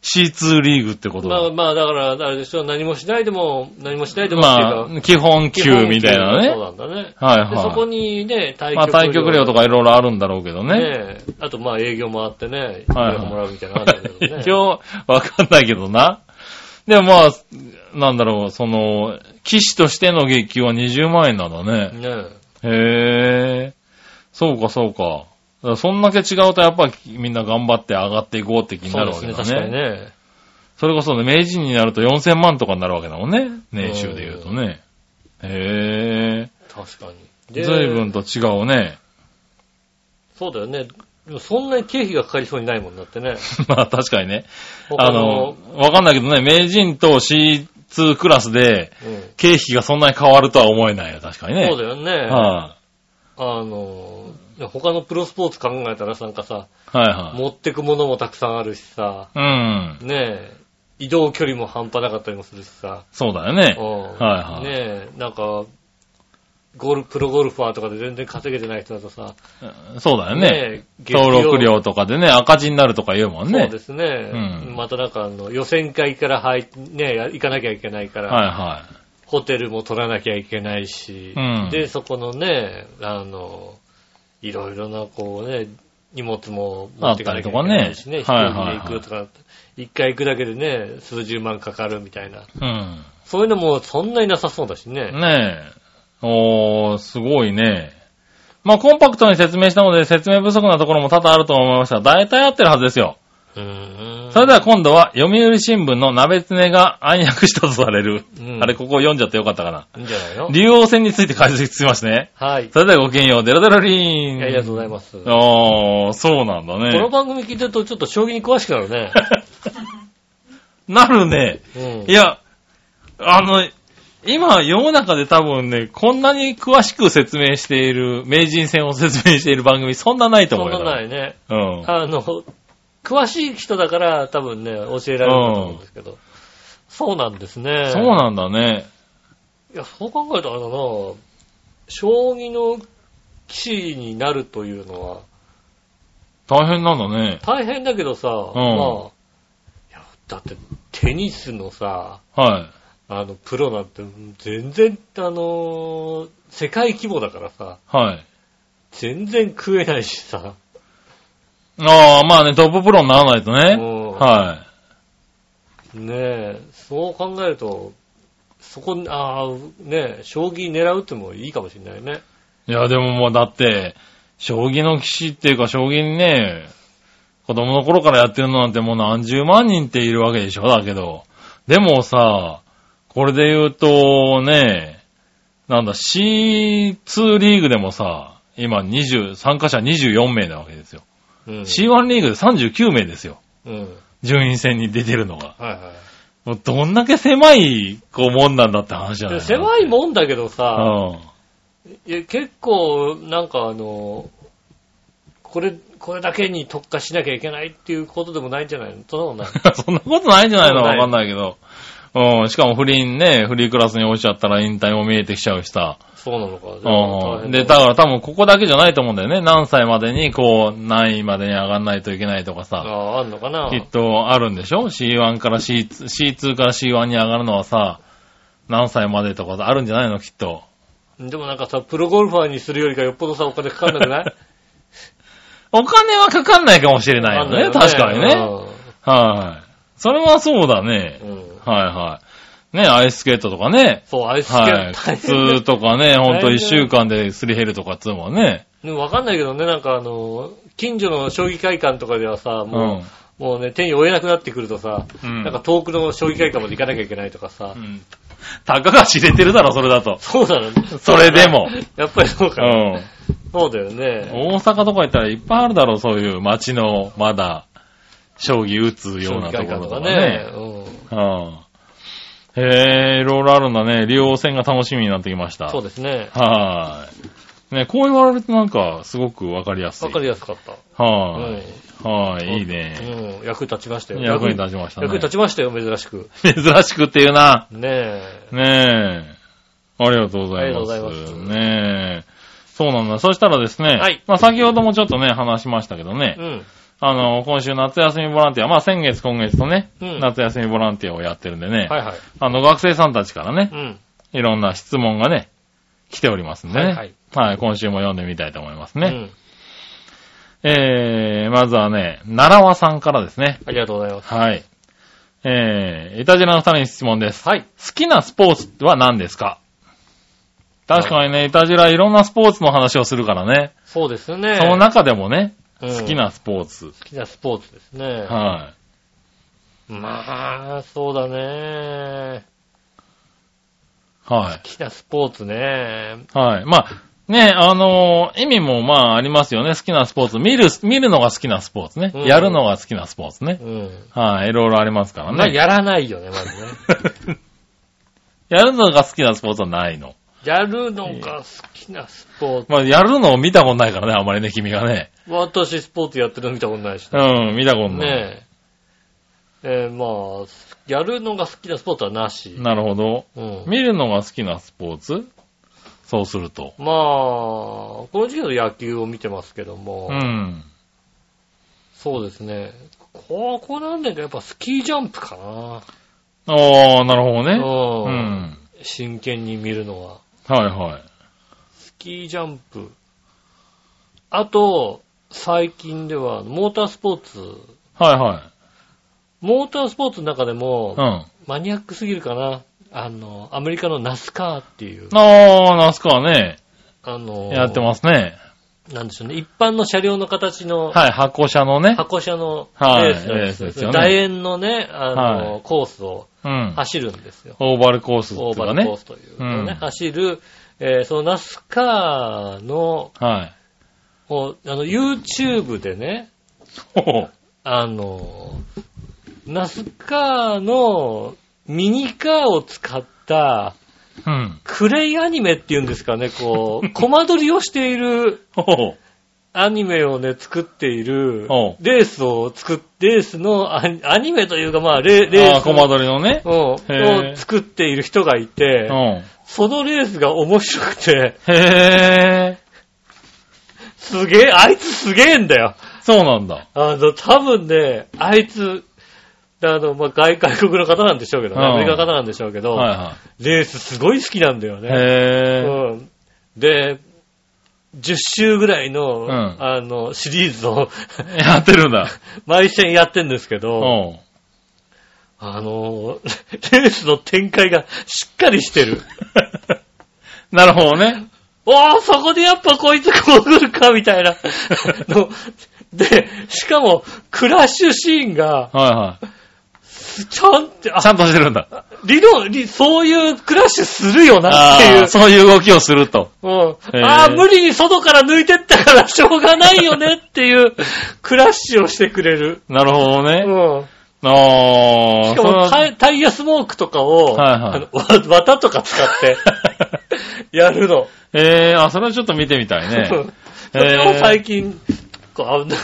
Speaker 3: C2 リーグってこと
Speaker 2: まあ
Speaker 3: だ。
Speaker 2: まあ、だから、あれでしょ、何もしないでも、何もしないでもっていうか
Speaker 3: ま、あ、基本
Speaker 2: 基本
Speaker 3: 級みたいなね。
Speaker 2: そうなんだね。
Speaker 3: はい
Speaker 2: でそ
Speaker 3: は
Speaker 2: こ
Speaker 3: い。
Speaker 2: にね、対
Speaker 3: まあ、対局料とかいろいろあるんだろうけどね。
Speaker 2: ねえ。あと、まあ、営業もあってね、
Speaker 3: はいはい
Speaker 2: いくらもらうみたいなのあるんだけど ね。
Speaker 3: 今日、わかんないけどな。でもまあ、なんだろう、その、騎士としての月給は20万円なんだね。
Speaker 2: ねえ。
Speaker 3: へえ。そうか、そうか。だからそんだけ違うとやっぱみんな頑張って上がっていこうって気に
Speaker 2: そ
Speaker 3: な
Speaker 2: う
Speaker 3: る
Speaker 2: で
Speaker 3: わ
Speaker 2: す
Speaker 3: け
Speaker 2: ね、確
Speaker 3: だ
Speaker 2: かに
Speaker 3: ね。
Speaker 2: ね。
Speaker 3: それこそね、名人になると4000万とかになるわけだもんね。年収で言うとね。へ
Speaker 2: 確かに。
Speaker 3: え。
Speaker 2: で
Speaker 3: 随分と違うね。
Speaker 2: そうだよね。でもそんなに経費がかかりそうにないもんだってね。
Speaker 3: まあ確かにね。あ
Speaker 2: 他
Speaker 3: の、わかんないけどね、名人と C2 クラスで、
Speaker 2: うん
Speaker 3: 経費がそんなに変わるとは思えないよ、確かにね。
Speaker 2: そう
Speaker 3: だ
Speaker 2: だよね。
Speaker 3: は
Speaker 2: あの、他のプロスポーツ考えたらなんかさ、
Speaker 3: い、はいはい。
Speaker 2: 持ってくものもたくさんあるしさ、
Speaker 3: うん。
Speaker 2: ねえ、移動距離も半端なかったりもするしさ、
Speaker 3: そうだよね
Speaker 2: うん。。
Speaker 3: はいはい
Speaker 2: ねえ、なんか、ゴルプロゴルファーとかで全然稼げてない人だとさ、
Speaker 3: そうだよね。
Speaker 2: え月曜
Speaker 3: 登録料とかでね、赤字になるとか言うもんね。
Speaker 2: そうですね。
Speaker 3: うん
Speaker 2: またなんかあの、予選会から入っ、ねえ、や行かなきゃいけないから、
Speaker 3: はいは
Speaker 2: ホテルも取らなきゃいけないし、
Speaker 3: うん
Speaker 2: で、そこのね、あの、いろいろな、こうね、荷物も持ってかなきゃいけないしね、
Speaker 3: あっ
Speaker 2: 飛
Speaker 3: たりとか
Speaker 2: 行
Speaker 3: ね
Speaker 2: 機で行くとか、一回行くだけでね、数十万かかるみたいな。
Speaker 3: い。うん。
Speaker 2: そういうのもそんなになさそうだしね。
Speaker 3: ねえ。おー、すごいね。まあ、コンパクトに説明したので、説明不足なところも多々あると思いました。大体合ってるはずですよ。
Speaker 2: うーん。
Speaker 3: それでは今度は、読売新聞の鍋つねが暗躍したとされる。
Speaker 2: うん
Speaker 3: あれ、ここ読んじゃってよかったかな。
Speaker 2: いいんじゃないの
Speaker 3: 竜王戦について解説しますね。
Speaker 2: はい。
Speaker 3: それではごきげんよう、デロデロリーン。
Speaker 2: ありがとうございます。こ
Speaker 3: ああ、そうなんだ
Speaker 2: の
Speaker 3: ね。
Speaker 2: 番組聞いてるとちょっと将棋に詳しくなるね。
Speaker 3: なるね。
Speaker 2: うん
Speaker 3: い。や、あの、今、世の中で多分ね、こんなに詳しく説明している、名人戦を説明している番組、そんなないと
Speaker 2: そ
Speaker 3: 思
Speaker 2: ん
Speaker 3: うよ。。
Speaker 2: なないいね。
Speaker 3: うん。
Speaker 2: あの、詳しい人だから多分ね、教えられると思うんですけど。そうなんですね。
Speaker 3: そうなんだね。
Speaker 2: いや、そう考えたらあれだな、将棋の棋士になるというのは、
Speaker 3: 大変なんだね。
Speaker 2: 大変だけどさ、
Speaker 3: ん
Speaker 2: まあ、いや、だってテニスのさ、
Speaker 3: は
Speaker 2: あの、プロなんて全然、あのー世界規模だからさ、
Speaker 3: い。はい。
Speaker 2: 全然食えないしさ、
Speaker 3: ああ、まあね、トッププロにならないとね。
Speaker 2: うん
Speaker 3: は
Speaker 2: ねえ、そう考えると、そこ、ああ、ねえ、将棋狙うってもいいかもしれないね。
Speaker 3: い。いや、でももうだって、将棋の棋士っていうか、将棋にね、子供の頃からやってるのなんてもう何十万人っているわけでしょだけど。でもさ、これで言うと、ね、なんだ、C2 リーグでもさ、今20、参加者24名なわけですよ。
Speaker 2: うん。
Speaker 3: C1 リーグで39名ですよ。
Speaker 2: うん。
Speaker 3: 順位戦に出てるのが。
Speaker 2: はいはい。
Speaker 3: もうどんだけ狭い、こう、もんなんだって話じゃない
Speaker 2: で狭いもんだけどさ、
Speaker 3: うん。
Speaker 2: いや、結構、なんかあの、これ、これだけに特化しなきゃいけないっていうことでもないんじゃないのそんなこ
Speaker 3: そんなことないんじゃないの
Speaker 2: そう
Speaker 3: わ
Speaker 2: だよ
Speaker 3: かんないけど。うん、しかも不倫ね、フリークラスに落ちちゃったら引退も見えてきちゃうしさ。
Speaker 2: とない。そうなのか。
Speaker 3: う
Speaker 2: 大変
Speaker 3: ん。で、だから多分ここだけじゃないと思うんだよね。何歳までに、こう、何位までに上がんないといけないとか
Speaker 2: あ
Speaker 3: さ。
Speaker 2: あ、あんのかな
Speaker 3: きっとあるんでしょ ?C1 から C2、C2 から C1 に上がるのはさ、何歳までとかさあるんじゃないのきっと。
Speaker 2: でもなんかさ、プロゴルファーにするよりかよっぽどさ、お金かかんなくない
Speaker 3: お金はかかんないかもしれないよね。確かにね。はい。それはそうだね
Speaker 2: う。ん。うん
Speaker 3: はいはい。ね、アイススケートとかね。
Speaker 2: そう、アイススケ
Speaker 3: は
Speaker 2: ー
Speaker 3: い。
Speaker 2: ト大変だ
Speaker 3: 靴とかね、ほ
Speaker 2: 大
Speaker 3: んと
Speaker 2: 変だ
Speaker 3: 一週間ですり減るとかっつうもんね。
Speaker 2: でもわかんないけどね、なんかあの、近所の将棋会館とかではさ、
Speaker 3: う
Speaker 2: も
Speaker 3: ん
Speaker 2: う、。もうね、手に負えなくなってくるとさ、
Speaker 3: うん
Speaker 2: なんか遠くの将棋会館まで行かなきゃいけないとかさ、
Speaker 3: うん。たかが知れてるだろ、それだと。
Speaker 2: そうなのね。
Speaker 3: それでも。
Speaker 2: やっぱり そう
Speaker 3: う
Speaker 2: かな。
Speaker 3: ん。
Speaker 2: そうだよね。
Speaker 3: 大阪とか行ったらいっぱいあるだろ、そういう街の、まだ、将棋打つようなところとかね。
Speaker 2: うん
Speaker 3: うん。へえ、いろいろあるんだね。竜王戦が楽しみになってきました。
Speaker 2: そうですね。
Speaker 3: はーい。ね、こう言われるとなんか、すごくわかりやすい。
Speaker 2: わかりやすかった。
Speaker 3: はーい。
Speaker 2: う
Speaker 3: はー
Speaker 2: ん
Speaker 3: い、いいね。
Speaker 2: うん、役立ちましたよ。
Speaker 3: 役に立ちましたね。
Speaker 2: 役に立ちましたよ、珍しく。
Speaker 3: 珍しくっていうな。
Speaker 2: ねえ。
Speaker 3: ねえ。ありがとうございます。
Speaker 2: ありがとうございます
Speaker 3: ねえ。そうなんだ。そしたらですね。
Speaker 2: はい
Speaker 3: まあ先ほどもちょっとね、話しましたけどね。
Speaker 2: うん。
Speaker 3: あの、今週夏休みボランティア、まあ先月今月とね、
Speaker 2: うん
Speaker 3: 夏休みボランティアをやってるんでね、
Speaker 2: はいはい。
Speaker 3: あの学生さんたちからね
Speaker 2: う、ん。
Speaker 3: いろんな質問がね、来ておりますんでね、
Speaker 2: はいはい
Speaker 3: はい今週も読んでみたいと思います
Speaker 2: う
Speaker 3: ね。
Speaker 2: ん。
Speaker 3: えー、まずはね、奈良和さんからですね。
Speaker 2: ありがとうございます。
Speaker 3: はい。えー、イタジラの二人に質問です。
Speaker 2: はい。
Speaker 3: 好きなスポーツは何ですか確かにね、イタジラいろんなスポーツの話をするからね、
Speaker 2: そうですね。
Speaker 3: その中でもね、
Speaker 2: うん
Speaker 3: 好き。なスポーツ。
Speaker 2: 好きなスポーツですね。
Speaker 3: は
Speaker 2: まあ、そうだね。
Speaker 3: い。はい。
Speaker 2: 好きなスポーツね。
Speaker 3: はい。まあ、ね、あのー意味もまあありますよね。好きなスポーツ。見る、見るのが好きなスポーツね。
Speaker 2: うん
Speaker 3: やるのが好きなスポーツね。
Speaker 2: うん。
Speaker 3: はい。いろいろありますからね。
Speaker 2: まあ、やらないよね、まずね。
Speaker 3: やるのが好きなスポーツはないの。
Speaker 2: やるのが好きなスポーツ。
Speaker 3: まあ、やるのを見たことないからね、あまりね、君がね。
Speaker 2: 私、スポーツやってるの見たことないしね。
Speaker 3: うん、見たことない。
Speaker 2: ねえ。えーまあ、やるのが好きなスポーツはなし。
Speaker 3: なるほど。
Speaker 2: うん。
Speaker 3: 見るのが好きなスポーツそうすると。
Speaker 2: まあ、この時期の野球を見てますけども、
Speaker 3: うん。
Speaker 2: そうですね。ここ何年かやっぱスキージャンプかな。
Speaker 3: ああ、なる
Speaker 2: う
Speaker 3: ほどね。
Speaker 2: ん
Speaker 3: うん。
Speaker 2: 真剣に見るのは。
Speaker 3: はいはい。
Speaker 2: スキージャンプ。あと、最近では、モータースポーツ。
Speaker 3: はいは
Speaker 2: モータースポーツの中で
Speaker 3: い。
Speaker 2: も
Speaker 3: うん。、あ
Speaker 2: マニアックすぎるかな。あの、アメリカのナスカーっていう、
Speaker 3: あ、ナスカはね、
Speaker 2: あの、
Speaker 3: やってますね。
Speaker 2: す。なんでしょうね。一般の車両の形の、
Speaker 3: はい、箱車のね。
Speaker 2: 箱車の
Speaker 3: はい
Speaker 2: レースなんです,、
Speaker 3: レースですよね
Speaker 2: 楕円のね、あの、
Speaker 3: は
Speaker 2: コースを
Speaker 3: うん。
Speaker 2: 走るんですよ。
Speaker 3: オーバルコースってい
Speaker 2: オ
Speaker 3: う
Speaker 2: ーバ
Speaker 3: か
Speaker 2: ルコー
Speaker 3: ね
Speaker 2: ス。というのをね、
Speaker 3: うん
Speaker 2: 走る、えーそのナスカーの、
Speaker 3: はい。
Speaker 2: こうあの、YouTube でね、
Speaker 3: ほほ
Speaker 2: あの、ナスカーのミニカーを使った
Speaker 3: うん。
Speaker 2: クレイアニメっていうんですかね、こ う、コマ撮りをしている
Speaker 3: ほほ
Speaker 2: アニメをね、作っている
Speaker 3: おう、
Speaker 2: レースを作っ、レースのアニアニメというか、まあ、レレ
Speaker 3: あ
Speaker 2: ー
Speaker 3: あ、
Speaker 2: ス
Speaker 3: コマ撮りのね。
Speaker 2: うん
Speaker 3: へ
Speaker 2: を
Speaker 3: ー
Speaker 2: 作っている人がいうて、
Speaker 3: ん。
Speaker 2: そのレースが面白くて、
Speaker 3: へえ。
Speaker 2: すげえ、あいつすげえんだよ。
Speaker 3: そうなんだ。
Speaker 2: あの、多分ね、あいつ、あの、まあ、外外国の方なんでしょうけどね、
Speaker 3: うん
Speaker 2: アメリカの方なんでしょうけど、
Speaker 3: は
Speaker 2: レースすごい好きなんだよ
Speaker 3: いはい。
Speaker 2: ね。
Speaker 3: へえ。
Speaker 2: うん、で、10周ぐらいの、
Speaker 3: うん
Speaker 2: あの、シリーズを
Speaker 3: やってるんだ。
Speaker 2: 毎戦やってんですけ
Speaker 3: う
Speaker 2: ど、
Speaker 3: ん。
Speaker 2: あの、レースの展開がしっかりして る。
Speaker 3: なるほどね。
Speaker 2: おー、そこでやっぱこいつこう来るか、みたいな。ので、しかも、クラッシュシーンが、
Speaker 3: はいはい。
Speaker 2: ちゃんって、あ
Speaker 3: ちゃんとしてるんだ。
Speaker 2: 理論、理そういうクラッシュするよなってい
Speaker 3: あ
Speaker 2: う
Speaker 3: あ、。そういう動きをすると。
Speaker 2: うん。
Speaker 3: へー
Speaker 2: ああ、無理に外から抜いてったから しょうがないよねっていうクラッシュをしてくれる。
Speaker 3: なるほど
Speaker 2: う
Speaker 3: ね。
Speaker 2: ん。
Speaker 3: ああ、
Speaker 2: しか
Speaker 3: それ
Speaker 2: も
Speaker 3: は
Speaker 2: タイタイヤスモークとかを、
Speaker 3: はいはい
Speaker 2: あのわ綿とか使って やるの。
Speaker 3: ええ、あ、それはちょっと見てみたいね。
Speaker 2: それを最近、こうあの10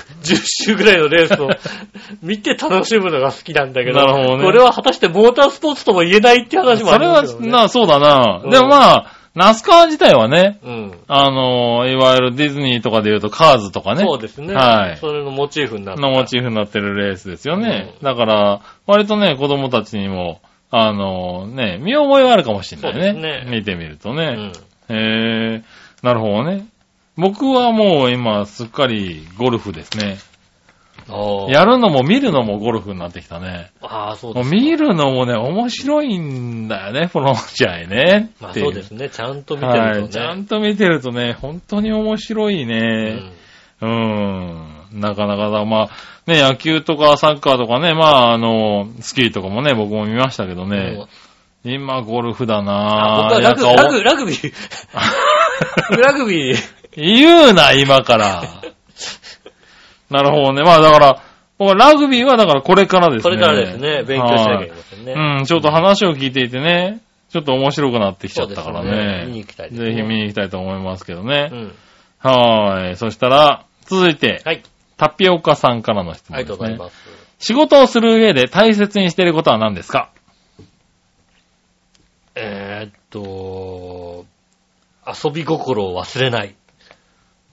Speaker 2: 周ぐらいのレースを 見て楽しむのが好きなんだけど、
Speaker 3: なるほどね
Speaker 2: これは果たしてモータースポーツとも言えないって話もあ
Speaker 3: そ
Speaker 2: り
Speaker 3: れ
Speaker 2: ま
Speaker 3: は
Speaker 2: すよ、ね。、
Speaker 3: な、そうだな
Speaker 2: う。ん
Speaker 3: でもまあ、ナスカー自体はね、
Speaker 2: うん。
Speaker 3: あのー、いわゆるディズニーとかで言うとカーズとかね。
Speaker 2: そうですね。
Speaker 3: はい
Speaker 2: それのモチーフになった。
Speaker 3: のモチーフになってるレースですよね。
Speaker 2: うん
Speaker 3: だから、割とね、子供たちにも、あのー、ね、見覚えはあるかもしれないね。
Speaker 2: そうですね
Speaker 3: 見てみると
Speaker 2: う
Speaker 3: ね。
Speaker 2: ん。
Speaker 3: へえー、なるほどね。僕はもう今、すっかりゴルフですね。
Speaker 2: ああ。
Speaker 3: やるのも見るのもゴルフになってきたね。
Speaker 2: ああ、そうで
Speaker 3: もう
Speaker 2: す。
Speaker 3: 見るのもね、面白いんだよね、この試合ね。
Speaker 2: まあ
Speaker 3: ってい
Speaker 2: そうですね。ちゃんと見て
Speaker 3: は
Speaker 2: る
Speaker 3: い。
Speaker 2: と
Speaker 3: ち
Speaker 2: ね。
Speaker 3: ゃんと見てるとね、本当に面白いうね。
Speaker 2: ん
Speaker 3: うーん。なかなかだ。まあ、ね、野球とかサッカーとかね、まあ、あの、スキーとかもね、僕も見ましたけど
Speaker 2: う
Speaker 3: ね
Speaker 2: ん。
Speaker 3: 今、ゴルフだ
Speaker 2: あ
Speaker 3: な
Speaker 2: 僕はラグラグ
Speaker 3: グ。
Speaker 2: ラグ ビー。ラグビー。
Speaker 3: 言うな、今から。なるほどね。まあ、だから、僕はラグビーはだからこれからですね。
Speaker 2: これからですね、勉強しなきゃいけませんね。
Speaker 3: うん、ちょっと話を聞いていてね、ちょっと面白くなってきちゃったから
Speaker 2: そうです
Speaker 3: ね。
Speaker 2: ね見に行きたいですね
Speaker 3: ぜひ見に行きたいと思いますけどね。
Speaker 2: うん
Speaker 3: はーい。そしたら、続いて、
Speaker 2: はい。
Speaker 3: タピオカさんからの質
Speaker 2: あ
Speaker 3: 問
Speaker 2: りが
Speaker 3: です、ね。
Speaker 2: とうございます。
Speaker 3: 仕事をする上で大切にしていることは何ですか
Speaker 2: えーっと、遊び心を忘れない。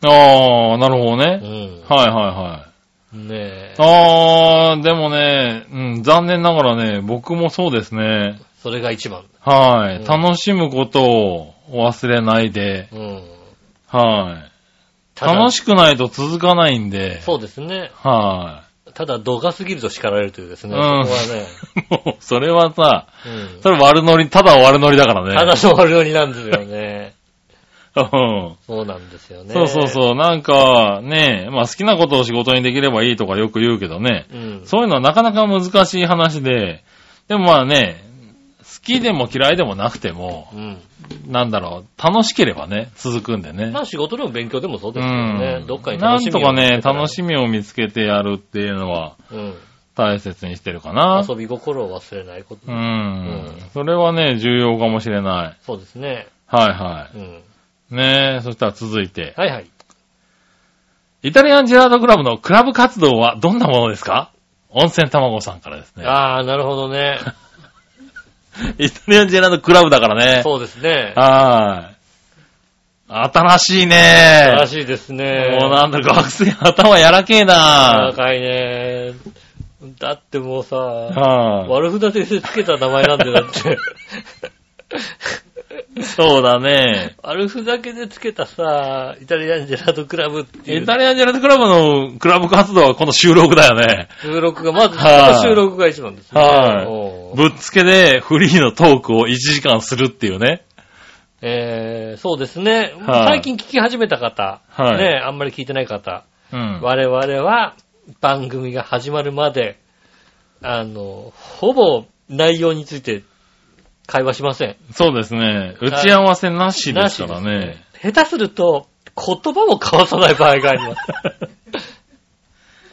Speaker 3: あー、なる
Speaker 2: う
Speaker 3: ほどね。
Speaker 2: ん。
Speaker 3: はいはいは
Speaker 2: ねえ。
Speaker 3: あー、でもね、うん、残念ながらね、僕もそうですね。
Speaker 2: それが一番。
Speaker 3: はい。
Speaker 2: うん
Speaker 3: 楽しむことを忘れないで、
Speaker 2: うん。
Speaker 3: はい。
Speaker 2: ただ
Speaker 3: 楽しくないと続かないんで、
Speaker 2: そうですね。
Speaker 3: は
Speaker 2: ただ、度が過ぎると叱られるというですね。
Speaker 3: うん
Speaker 2: そこはね。
Speaker 3: い。もう、それはさ、
Speaker 2: うん。
Speaker 3: それ悪ノリ、ただ悪ノリだからね。
Speaker 2: ただの悪ようになんですよね。
Speaker 3: うん
Speaker 2: そうなんですよね。
Speaker 3: そうそうそう。なんか、ねまあ好きなことを仕事にできればいいとかよく言うけどね。
Speaker 2: う。うん。
Speaker 3: そういうのはなかなか難しい話で、でもまあね、好きでも嫌いでもなくても、
Speaker 2: うん。
Speaker 3: なんだろう、楽しければね、続くんでね
Speaker 2: ま。あ仕事でも勉強でもそう
Speaker 3: う
Speaker 2: ですけどね
Speaker 3: ん。。
Speaker 2: どっかに
Speaker 3: なん
Speaker 2: 楽しみ
Speaker 3: と
Speaker 2: を
Speaker 3: か
Speaker 2: 見つ
Speaker 3: ね
Speaker 2: け、たら
Speaker 3: 楽しみを見つけてやるっていうのは
Speaker 2: うん。
Speaker 3: 大切にしてるかな。
Speaker 2: 遊び心を忘れないこと
Speaker 3: う。
Speaker 2: うん
Speaker 3: ん。それはね、重要かもしれない。
Speaker 2: そうですね。
Speaker 3: はいは
Speaker 2: うん。
Speaker 3: い。ねえ、そしたら続いて。
Speaker 2: はいはい。
Speaker 3: イタリアンジェラードクラブのクラブ活動はどんなものですか温泉卵さんからですね。
Speaker 2: ああ、なるほどね。
Speaker 3: イタリアンジェラードクラブだからね。
Speaker 2: そうですね。
Speaker 3: はい。新しい
Speaker 2: ら
Speaker 3: ね。
Speaker 2: しいですね。
Speaker 3: もうなんだ、学生頭やらけえな。
Speaker 2: 高いね。だってもうさ、
Speaker 3: は
Speaker 2: 悪ふざけでつけた名前なんでだって。
Speaker 3: い。そうだね。
Speaker 2: 悪ふざけでつけたさ、イタリアンジェラートクラブってい
Speaker 3: イ
Speaker 2: う
Speaker 3: タリアンジェラードクラブのクラブ活動はこの収録だよね。
Speaker 2: 収録が、まず、こ
Speaker 3: はい
Speaker 2: の収録が一番ですね。
Speaker 3: はい
Speaker 2: おう
Speaker 3: ぶっつけでフリーのトークを1時間するっていうね。
Speaker 2: えーそうですね。
Speaker 3: はい
Speaker 2: 最近聞き始めた方、
Speaker 3: はい
Speaker 2: ね、あんまり聞いてない方、
Speaker 3: うん。
Speaker 2: 我々は番組が始まるまで、あの、ほぼ内容について会話しません。
Speaker 3: そうですね。打ち合わせなしで
Speaker 2: な
Speaker 3: す
Speaker 2: し
Speaker 3: からね。
Speaker 2: 下手すると、言葉も交わさない場合があり ます。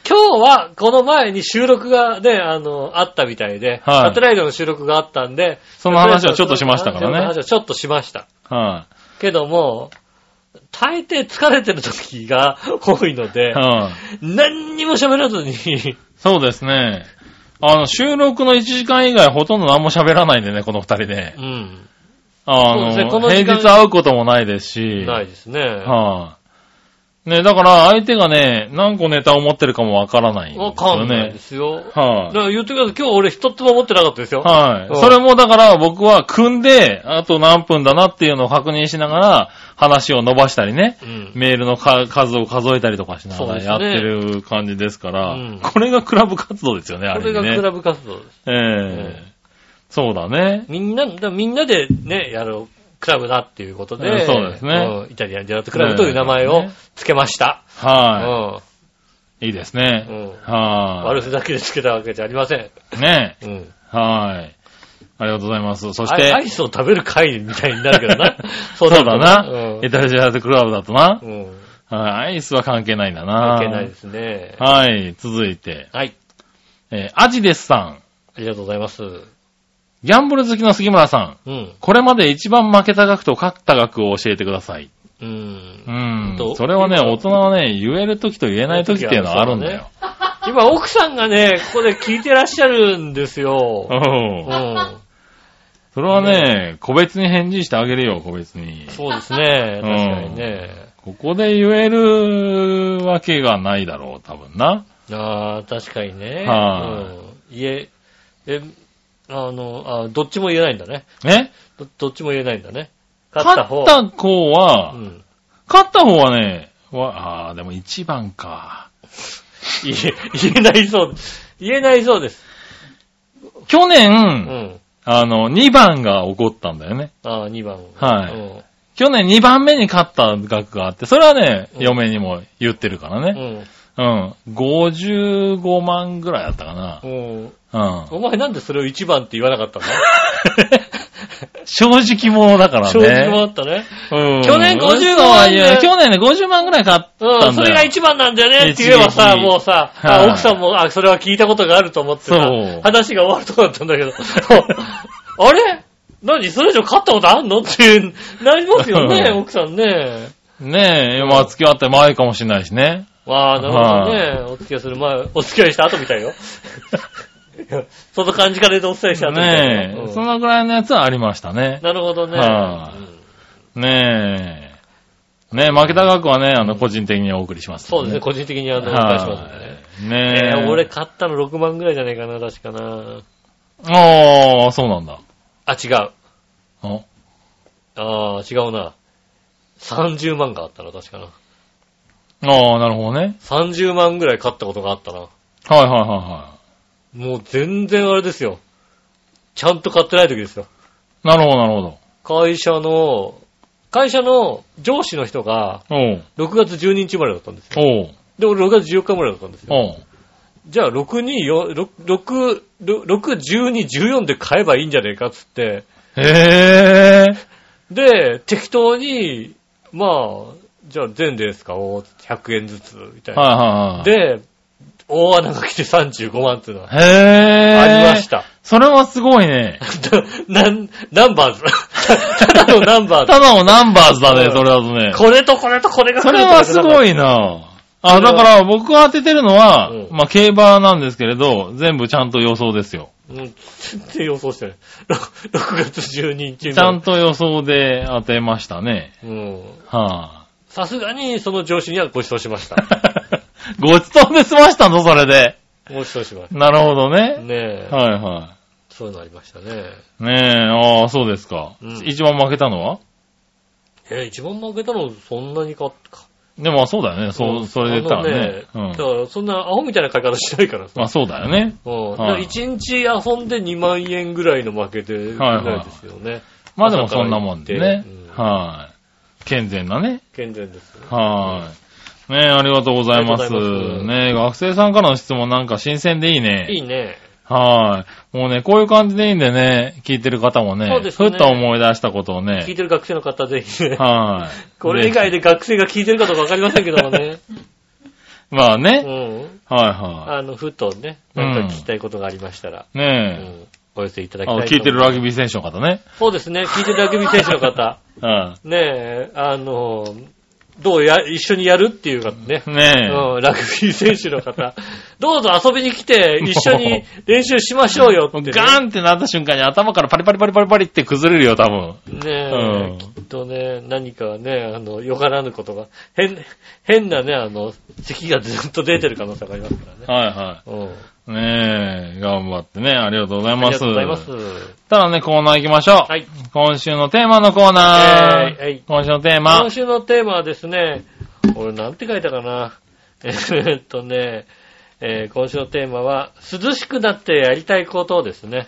Speaker 2: 今日は、この前に収録がね、あの、あったみたいで、
Speaker 3: はい
Speaker 2: サテライトの収録があったんで、
Speaker 3: その話をちょっとしましたからね
Speaker 2: その話をちょっとしました。
Speaker 3: は
Speaker 2: けども、大抵疲れてる時が 多いの
Speaker 3: い。
Speaker 2: で、
Speaker 3: はい。
Speaker 2: 何にも喋らずに、
Speaker 3: そうですね。あの、収録の1時間以外ほとんど何も喋らないんでね、この2人ね
Speaker 2: う。ん、
Speaker 3: あ
Speaker 2: そう
Speaker 3: の、
Speaker 2: ですねこの時間
Speaker 3: 平日会うこともないですし。。
Speaker 2: ないいですね。
Speaker 3: はい、ね、だから相手がね、何個ネタを持ってるかもわからないんですよ
Speaker 2: わ
Speaker 3: ね。
Speaker 2: かんないですよ。だ
Speaker 3: は
Speaker 2: か
Speaker 3: い、
Speaker 2: ら言ってください。今日俺一つも持ってなかったですよ。
Speaker 3: はい、
Speaker 2: うん
Speaker 3: それもだから僕は組んで、あと何分だなっていうのを確認しながら話を伸ばしたりね。
Speaker 2: うん。
Speaker 3: メールのか数を数えたりとかしな
Speaker 2: そう
Speaker 3: が
Speaker 2: です
Speaker 3: ら
Speaker 2: ね
Speaker 3: やってる感じですから、
Speaker 2: うん
Speaker 3: これがクラブ活動ですよね、あ
Speaker 2: これ
Speaker 3: れね。
Speaker 2: がクラブ活動です。
Speaker 3: ええそうだね。
Speaker 2: みんな、だからみんなでね、やろう。クラブだっていうことで、
Speaker 3: うんそうですね
Speaker 2: うんイタリアンジェラートクラブという名前をつけました。う
Speaker 3: は
Speaker 2: ん
Speaker 3: い。いいですね。
Speaker 2: うん悪
Speaker 3: は
Speaker 2: ふざけでつけたわけじゃありません。
Speaker 3: い。ね
Speaker 2: うん。
Speaker 3: はい。ありがとうございます。そし
Speaker 2: アイ
Speaker 3: て、。
Speaker 2: アイスを食べる会みたいになるけどな
Speaker 3: そうだ
Speaker 2: う
Speaker 3: な。
Speaker 2: ん
Speaker 3: イタリアズクラブだとな
Speaker 2: う。ん。
Speaker 3: はいアイスは関係ないんだ
Speaker 2: 関
Speaker 3: な。
Speaker 2: 係ないですね。
Speaker 3: はい。続いて、
Speaker 2: はい。
Speaker 3: えーアジデスさん。
Speaker 2: ありがとうございます。う
Speaker 3: ギャンブル好きの杉村さん。
Speaker 2: ん。
Speaker 3: これまで一番負けた額と勝った額を教えてください。
Speaker 2: うん
Speaker 3: う。ん
Speaker 2: ほんと。
Speaker 3: それはね、
Speaker 2: 今
Speaker 3: 大人はね、言える時と言えない時っていうのはあるんだよ。
Speaker 2: 今、奥さんがね、ここで聞いてらっしゃるんです
Speaker 3: う。
Speaker 2: よ。うんん。
Speaker 3: それはね、個別に返事してあげるよ、個別に。
Speaker 2: そうですね。確か
Speaker 3: うん
Speaker 2: にね。
Speaker 3: ここで言えるわけがないだろう、多分な。
Speaker 2: ああ、確かにね。
Speaker 3: はい
Speaker 2: うん。言え、え、あの、あどっちも言えないんだね。
Speaker 3: ね
Speaker 2: どどっちも言えないんだね。勝った
Speaker 3: 勝
Speaker 2: 方。
Speaker 3: った方は、
Speaker 2: うん。
Speaker 3: 勝った方はね、わあーでも1番か。
Speaker 2: 言え、言えないそう。言えないそうです。
Speaker 3: 去年、
Speaker 2: うん。
Speaker 3: あの、2番が起こったんだよね。
Speaker 2: ああ、2番。
Speaker 3: はい
Speaker 2: うん
Speaker 3: 去年2番目に勝った額があって、それはね、
Speaker 2: うん
Speaker 3: 嫁にも言ってるからね。うん。55万ぐらいだったか
Speaker 2: うん。うん。
Speaker 3: な。う
Speaker 2: お
Speaker 3: ん。
Speaker 2: 前なんでそれを1番って言わなかったんだ
Speaker 3: 正直者 だからね。
Speaker 2: 正直もあったね。
Speaker 3: うん。
Speaker 2: 去年50万
Speaker 3: 嘘はいや
Speaker 2: ね
Speaker 3: 去年ね、50万ぐらい勝ったんだよ。
Speaker 2: うん、それが一番なんだよねって言えば
Speaker 3: 一
Speaker 2: さ、
Speaker 3: 撃
Speaker 2: もうさ、
Speaker 3: は
Speaker 2: あ
Speaker 3: い
Speaker 2: 奥さんも、あ、それは聞いたことがあると思ってさ
Speaker 3: そう、
Speaker 2: 話が終わるとこだったんだけど、 あれ何それ以上勝ったことあんのってなりますよね、
Speaker 3: うん
Speaker 2: 奥さんね。
Speaker 3: ねえ、まあ付き合って前かもしれないしね。
Speaker 2: わあ、なるほどね。お付き合いする前、お付き合いした後みたいよ。 その感じからお伝えした後みたいよ
Speaker 3: ねえ、
Speaker 2: うん
Speaker 3: そのぐらいのやつはありましたね。
Speaker 2: なるほどね。
Speaker 3: はあ
Speaker 2: うん
Speaker 3: ねえ。ねえ、負けた額はね、あの、個人的にお送りします、
Speaker 2: そうですね、個人的にあの、お
Speaker 3: は
Speaker 2: 願
Speaker 3: い
Speaker 2: いしますんでね。
Speaker 3: ね
Speaker 2: え
Speaker 3: え。
Speaker 2: ー俺買ったの6万ぐらいじゃないかな、確かな。
Speaker 3: ああ、そうなんだ。
Speaker 2: あ、違う。
Speaker 3: あ
Speaker 2: ああ、違うな。30万があったな、確かな。
Speaker 3: ああ、なるほどね。
Speaker 2: 30万ぐらい買ったことがあったな。
Speaker 3: はいはいはいは
Speaker 2: もう全然あれですよ。ちゃんと買ってない時ですよ。
Speaker 3: い。なるほどなるほど。
Speaker 2: 会社の、会社の上司の人が
Speaker 3: おう。
Speaker 2: 6月12日生まれだったんですよ。
Speaker 3: おう。
Speaker 2: で、俺6月14日生まれだったんですよ。
Speaker 3: おう。
Speaker 2: じゃあ、6、2、4、6、6、12、14で買えばいいんじゃねえかっつって、
Speaker 3: へえ。
Speaker 2: で、適当に、まあ、じゃあ全デース買おう。100円ずつ、みたいな。
Speaker 3: はいはいはい。、
Speaker 2: で、大穴が来て35万っていうのは、
Speaker 3: へえ。
Speaker 2: ありました。
Speaker 3: それはすごいね。
Speaker 2: なん、ナンバーズ。 ただのナンバーズ。
Speaker 3: ただのナンバーズだ
Speaker 2: う
Speaker 3: ね、
Speaker 2: ん
Speaker 3: それだとね。
Speaker 2: これとこれとこ れが
Speaker 3: それはすご
Speaker 2: い。
Speaker 3: いな
Speaker 2: そ
Speaker 3: あ、
Speaker 2: れは
Speaker 3: だから僕が当ててるのは
Speaker 2: うん、
Speaker 3: まあ、競馬なんですけれど、全部ちゃんと予想ですよ。
Speaker 2: うん、全然予想して ない。6, 月12日
Speaker 3: ちゃん
Speaker 2: と。
Speaker 3: と予想で当てましたね。
Speaker 2: うん。
Speaker 3: は
Speaker 2: さすがにその上司にはご馳走しました
Speaker 3: ぁ。。 ごちそうで済ましたのそれで。
Speaker 2: ご馳走しまし
Speaker 3: なるほど
Speaker 2: た。
Speaker 3: ね。
Speaker 2: ねえ。
Speaker 3: はいは
Speaker 2: そういうのありましたね。
Speaker 3: い。ねえ、ああ、そうですか。
Speaker 2: うん
Speaker 3: 一番負けたのは
Speaker 2: えー一番負けたのそんなにか、か
Speaker 3: でもそうだよね。そう、それで言ったらね。
Speaker 2: あのだ
Speaker 3: うん。
Speaker 2: からそんなアホみたいな買い方しないからさ。
Speaker 3: まあそうだよね。
Speaker 2: うん。だ
Speaker 3: はい
Speaker 2: から一日遊んで2万円ぐらいの負けで、
Speaker 3: はいはい
Speaker 2: ないですよね。
Speaker 3: まあでもそんなもんでね
Speaker 2: うん。
Speaker 3: はい。健全なね。
Speaker 2: 健全です。
Speaker 3: はい。ねえ、ありがとうございます。
Speaker 2: ありがとうございます
Speaker 3: ねえ、学生さんからの質問なんか新鮮でいいね。
Speaker 2: いいね。
Speaker 3: はい。もうね、こういう感じでいいんでね、聞いてる方もね、
Speaker 2: そうですね
Speaker 3: ふっと思い出したことを
Speaker 2: 聞い
Speaker 3: ね、
Speaker 2: てる学生の方ぜひね。
Speaker 3: はい。
Speaker 2: これ以外で
Speaker 3: で。
Speaker 2: 学生が聞いてるかどうかわかりませんけどもね。
Speaker 3: まあ
Speaker 2: う
Speaker 3: ね、
Speaker 2: ん。
Speaker 3: は
Speaker 2: あの、ふとね、なんか聞きたいことがありましたら、
Speaker 3: いはい。
Speaker 2: う
Speaker 3: ね
Speaker 2: ん。お寄せいただきたいと
Speaker 3: え、あ
Speaker 2: 思
Speaker 3: の
Speaker 2: ます。
Speaker 3: 聞いてるラグビー選手の方ね。
Speaker 2: そうですね。聞いてるラグビー選手の方。
Speaker 3: うん。
Speaker 2: ねえ、あの、どうや、一緒にやるっていう方ね。
Speaker 3: ね
Speaker 2: うん、ラグビー選手の方。どうぞ遊びに来て、一緒に練習しましょうよって、
Speaker 3: え、
Speaker 2: ね。
Speaker 3: ガーンってなった瞬間に頭からパリパリパリパリパリって崩れるよ、多分。
Speaker 2: ねえ、
Speaker 3: うん
Speaker 2: きっとね、何かね、あの、よからぬことが、変、変なね、あの、咳がずっと出てる可能性がありますからね。
Speaker 3: はいは
Speaker 2: うん。
Speaker 3: い。ねえ、頑張ってね、ありがとうござい
Speaker 2: あり
Speaker 3: ま
Speaker 2: が
Speaker 3: す。
Speaker 2: とうございます。
Speaker 3: ただね、コーナー行きましょう。
Speaker 2: はい。
Speaker 3: 今週のテーマのコーナー。
Speaker 2: えーはい
Speaker 3: 今週のテーマ
Speaker 2: 今。週のテーマはですね、俺なんて書いたかな。 えーっとね、えー今週のテーマは、涼しくなってやりたいことをですね。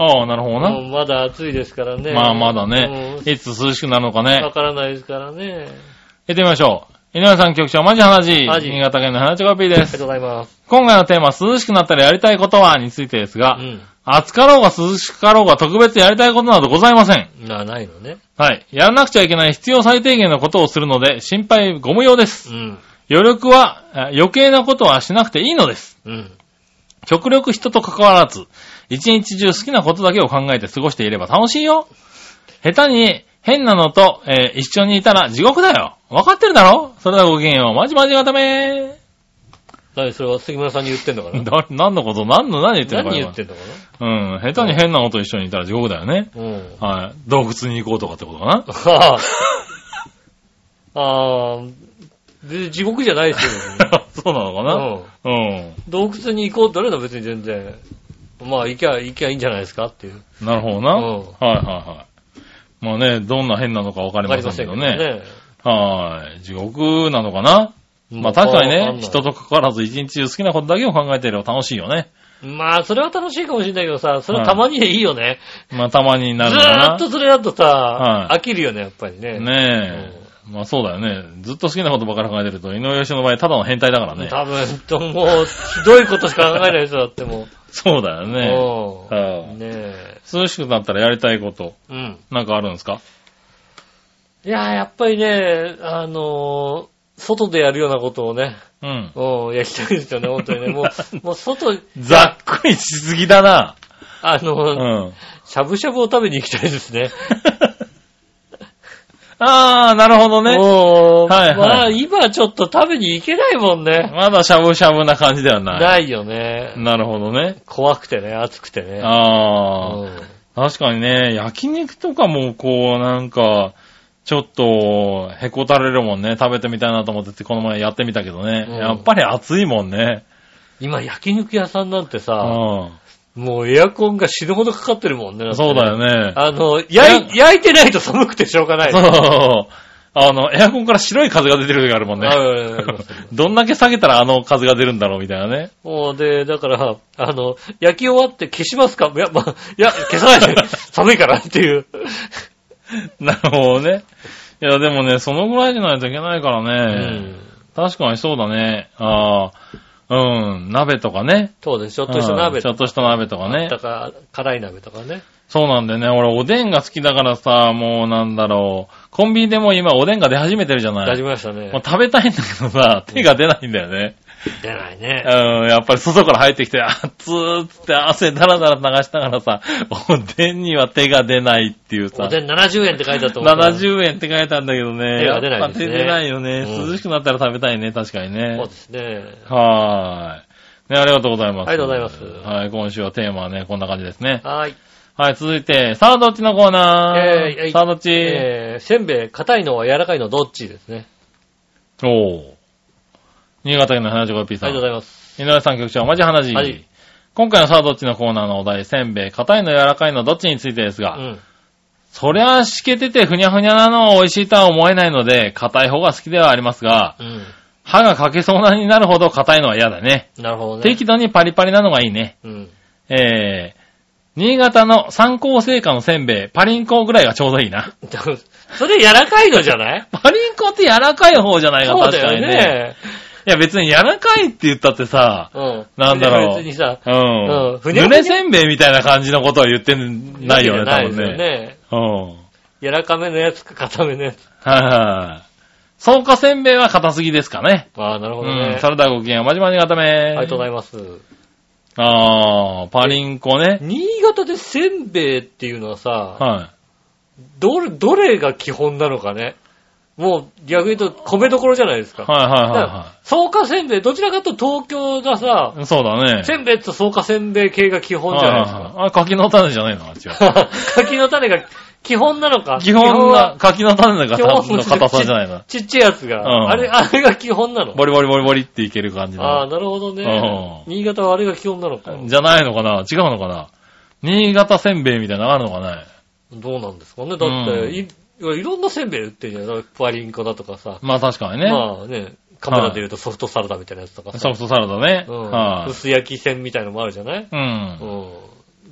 Speaker 3: ああ、なるほどな。
Speaker 2: もうまだ暑いですからね。
Speaker 3: まあまだね、いつ涼しくなるのか
Speaker 2: うん。わ
Speaker 3: ね。
Speaker 2: からないですからね。
Speaker 3: 行ってみましょう。井上さん局長、マジ話。
Speaker 2: マジ
Speaker 3: 新潟県の花ちコピーで
Speaker 2: ありが
Speaker 3: す。
Speaker 2: とうございます。
Speaker 3: 今回のテーマ、涼しくなったらやりたいことはについてですが、
Speaker 2: うん。
Speaker 3: 暑かろうが涼しかろうが特別やりたいことなどございません。
Speaker 2: な、ないのね。
Speaker 3: はい。やらなくちゃいけない必要最低限のことをするので、心配ご無用です。
Speaker 2: うん。
Speaker 3: 余力は、あ余計なことはしなくていいのです。
Speaker 2: うん。
Speaker 3: 極力人と関わらず、一日中好きなことだけを考えて過ごしていれば楽しいよ。下手に変なのと、えー一緒にいたら地獄だよ。わかってるだろそれではごきげんよう。まじまじがため
Speaker 2: 何それは杉村さんに言ってんのかな
Speaker 3: だ何のこと何の何言ってるの
Speaker 2: 何言
Speaker 3: か
Speaker 2: ってんのか
Speaker 3: うん。下手に変なのと一緒にいたら地獄だよね。
Speaker 2: なうん。
Speaker 3: はい。洞窟に行こうとかってことかな。
Speaker 2: はあ。 あーで地獄じゃないですよ、
Speaker 3: そうなのか
Speaker 2: う
Speaker 3: な、
Speaker 2: ん。
Speaker 3: うん、
Speaker 2: 洞窟に行こうって言われるのは別に全然。まあ、行きゃ、行きゃいいんじゃないですかっていう。
Speaker 3: なるほどな。
Speaker 2: うん
Speaker 3: はいはいはい。まあね、どんな変なのかわかり
Speaker 2: わかり
Speaker 3: ませ
Speaker 2: ま
Speaker 3: ん
Speaker 2: せ
Speaker 3: け
Speaker 2: んけ
Speaker 3: ど
Speaker 2: ど
Speaker 3: ね。
Speaker 2: ね。
Speaker 3: はい。地獄なのかなまあ確かにね、人。と関わらず一日中好きなことだけを考えていれば楽しいよね。
Speaker 2: まあ、それは楽しいかもしれないけどさ、それはたまにでいいよね。
Speaker 3: まあたまになる
Speaker 2: ず
Speaker 3: のか
Speaker 2: ー
Speaker 3: な。
Speaker 2: っとそれだとさ、
Speaker 3: は
Speaker 2: 飽きるよね、やっぱりね。
Speaker 3: ねえ。まあそうだよね。ずっと好きなことばっかり考えてると、井上義の場合ただの変態だからね。
Speaker 2: 多分、もう、ひどいことしか考えない人だっても
Speaker 3: そうだよ
Speaker 2: う。
Speaker 3: ね。
Speaker 2: う
Speaker 3: は
Speaker 2: ん。ね
Speaker 3: い
Speaker 2: え。
Speaker 3: 涼しくなったらやりたいこと、
Speaker 2: うん。
Speaker 3: なんかあるんですか
Speaker 2: いやー、やっぱりね、あのー外でやるようなことをね、
Speaker 3: うん。
Speaker 2: うん、やりたいですよね、本当にね。もう、 もう外、
Speaker 3: ざっくりしすぎだな。
Speaker 2: あの
Speaker 3: う
Speaker 2: ー
Speaker 3: ん。
Speaker 2: しゃぶしゃぶを食べに行きたいですね。
Speaker 3: あー、なるほどね。
Speaker 2: もう、
Speaker 3: はいはい
Speaker 2: まあ、今ちょっと食べに行けないもんね。
Speaker 3: まだしゃぶしゃぶな感じではない。
Speaker 2: ないよね。
Speaker 3: なるほどね。
Speaker 2: 怖くてね、暑くてね。
Speaker 3: あー。
Speaker 2: うん
Speaker 3: 確かにね、焼肉とかもこう、なんか、ちょっと、へこたれるもんね。食べてみたいなと思ってて、この前やってみたけどね。
Speaker 2: うん
Speaker 3: やっぱり暑いもんね。
Speaker 2: 今焼肉屋さんなんて
Speaker 3: う
Speaker 2: さ、
Speaker 3: ん。
Speaker 2: もうエアコンが死ぬほどかかってるもんね。って
Speaker 3: そうだよね。
Speaker 2: あの、焼い焼いてないと寒くてしょうがない。
Speaker 3: そうそうそう。あの、エアコンから白い風が出てる時あるもんね
Speaker 2: あ。るあるある
Speaker 3: どんだけ下げたらあの風が出るんだろうみたいなね。
Speaker 2: もうで、だから、あの、焼き終わって消しますかいや、まあ、いや、消さないで。 寒いからっていう。
Speaker 3: なるほどね。いや、でもね、そのぐらいじゃないといけないからね。確かにそうだね。ああ、うん、鍋とかね。
Speaker 2: そうです。ちょっとした
Speaker 3: う
Speaker 2: 鍋
Speaker 3: んちょっとした鍋とかね
Speaker 2: だ。から、辛い鍋とかね。
Speaker 3: そうなんだよね。俺、おでんが好きだからさ、もうなんだろう。コンビニでも今、おでんが出始めてるじゃな
Speaker 2: 出
Speaker 3: い。
Speaker 2: し
Speaker 3: も
Speaker 2: ましたね
Speaker 3: う。食べたいんだけどさ、手が出ないんだよね。
Speaker 2: 出ないね。
Speaker 3: うん、やっぱり外から入ってきて、熱ーっつって汗だらだら流しながらさ、おでんには手が出ないっていうさ
Speaker 2: お。でん70円って書いてあったもんね
Speaker 3: 70円って書いてあるんだけどね。
Speaker 2: 手が出ない
Speaker 3: やっ
Speaker 2: です
Speaker 3: ぱ
Speaker 2: ね
Speaker 3: 手出ないよね、
Speaker 2: うん
Speaker 3: 涼しくなったら食べたいね、確かにね。
Speaker 2: そうですね。
Speaker 3: はーい。ね、ありがとうございます。
Speaker 2: ありがとうございます
Speaker 3: はい、今週はテーマはね、こんな感じですね。
Speaker 2: はい。
Speaker 3: はい、続いて、サードっちのコーナ
Speaker 2: えーえ
Speaker 3: ー。
Speaker 2: い
Speaker 3: サードっち。
Speaker 2: えー、せんべい、硬いのは柔らかいのどっちですね。
Speaker 3: おー。新潟県の 75P
Speaker 2: あ
Speaker 3: さ
Speaker 2: りがと
Speaker 3: ん。
Speaker 2: うございます。
Speaker 3: 井上さん局長、マジ話。
Speaker 2: はい
Speaker 3: 今回のさあどっちのコーナーのお題、せんべい、硬いの柔らかいのどっちについてです
Speaker 2: う
Speaker 3: が、
Speaker 2: ん。
Speaker 3: そりゃしけててふにゃふにゃなのは美味しいとは思えないので、硬い方が好きではありますが、
Speaker 2: う
Speaker 3: 歯が欠けそうなになるほど硬いのは嫌だね。
Speaker 2: ん。なるほどね。
Speaker 3: 適度にパリパリなのがいいね。
Speaker 2: うん。
Speaker 3: えー、新潟の三幸製菓のせんべい、パリンコぐらいがちょうどいいな。
Speaker 2: それ柔らかいのじゃない
Speaker 3: パリンコって柔らかい方じゃないか、
Speaker 2: そう
Speaker 3: 確
Speaker 2: だ
Speaker 3: かに
Speaker 2: よ
Speaker 3: ね。
Speaker 2: ね。
Speaker 3: いや別に柔らかいって言ったってさ、
Speaker 2: うん。
Speaker 3: なんだろう
Speaker 2: 別にさ、
Speaker 3: う
Speaker 2: うん
Speaker 3: ん。
Speaker 2: ふにゃふにゃ
Speaker 3: 濡れせんべいみたいな感じのことは言ってないよね、
Speaker 2: な
Speaker 3: 多
Speaker 2: いで
Speaker 3: 分
Speaker 2: すよ
Speaker 3: ね。
Speaker 2: ね。
Speaker 3: うん。
Speaker 2: 柔らかめのやつか硬めのやつ。
Speaker 3: はいはい。草加せんべいは硬すぎですかね。
Speaker 2: ああ、なるほど
Speaker 3: う
Speaker 2: ね
Speaker 3: ん。。サラダご機嫌、まじまじ固め。
Speaker 2: ありがとうござ
Speaker 3: い
Speaker 2: います。
Speaker 3: ます。あー、パリンコね。
Speaker 2: 新潟でせんべいっていうのはさ、
Speaker 3: は
Speaker 2: どれ、どれが基本なのかね。もう逆に言うと米どころじゃないです
Speaker 3: い。
Speaker 2: か。
Speaker 3: はいはい
Speaker 2: だから
Speaker 3: は
Speaker 2: 草加せんべい、どちらかというと東京が
Speaker 3: い
Speaker 2: さ、
Speaker 3: はい。そうだね。
Speaker 2: せんべいと草加せんべい系が基本じゃないです
Speaker 3: はいはい
Speaker 2: か。
Speaker 3: はいあ、柿の種じゃないのあっちは。
Speaker 2: 柿の種が基本なのか。
Speaker 3: 基本
Speaker 2: は
Speaker 3: は、柿の種が
Speaker 2: 基本
Speaker 3: の硬さじゃないの。
Speaker 2: ちっちゃいやつが。
Speaker 3: うん
Speaker 2: あれ、あれが基本なの。
Speaker 3: ボリボリボリボリっていける感じ
Speaker 2: ああ、
Speaker 3: の。
Speaker 2: なるほどね。
Speaker 3: う
Speaker 2: 新潟はあれが基本なのか。
Speaker 3: じゃないのかな違うのかな新潟せんべいみたいなのあるのかな
Speaker 2: どうなんですかね。だって、
Speaker 3: うん
Speaker 2: いいろんなせんべい売ってるじゃん。だからパリンコだとかさ。
Speaker 3: まあ確かにね。
Speaker 2: まあね、カメラで言うとソフトサラダみたいなやつとかさ
Speaker 3: ソ。フトサラダね。
Speaker 2: うん。
Speaker 3: はい。
Speaker 2: 薄焼きせんみたいのもあるじゃない
Speaker 3: うん
Speaker 2: う。ん。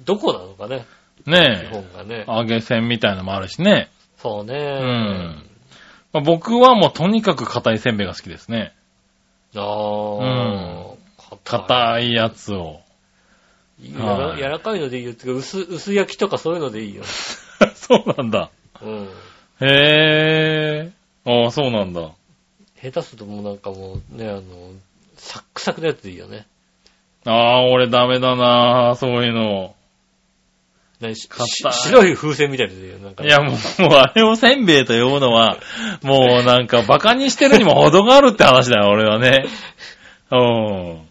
Speaker 2: どこなのかね、日
Speaker 3: ねえ。
Speaker 2: 本がね。
Speaker 3: 揚げ銭みたいのもあるしね。
Speaker 2: そうね。
Speaker 3: うん。まあ僕はもうとにかく硬いせんべいが好きですね。
Speaker 2: ああ。
Speaker 3: 硬いやつを。
Speaker 2: い。やら柔らかいのでいいよ。つうか薄、薄焼きとかそういうのでいいよ。
Speaker 3: そうなんだ。
Speaker 2: うん。
Speaker 3: へえ。ああ、そうなんだ。
Speaker 2: 下手するともうなんかもうね、あの、サックサクのやつでいいよね。
Speaker 3: ああ、俺ダメだなそういうの。
Speaker 2: 何し
Speaker 3: 硬い
Speaker 2: し白い風船みたいなやつでいいよ。なんか
Speaker 3: いや、もう、もうあれをせんべいと呼ぶのは、もうなんか馬鹿にしてるにも程があるって話だよ、俺はね。うん。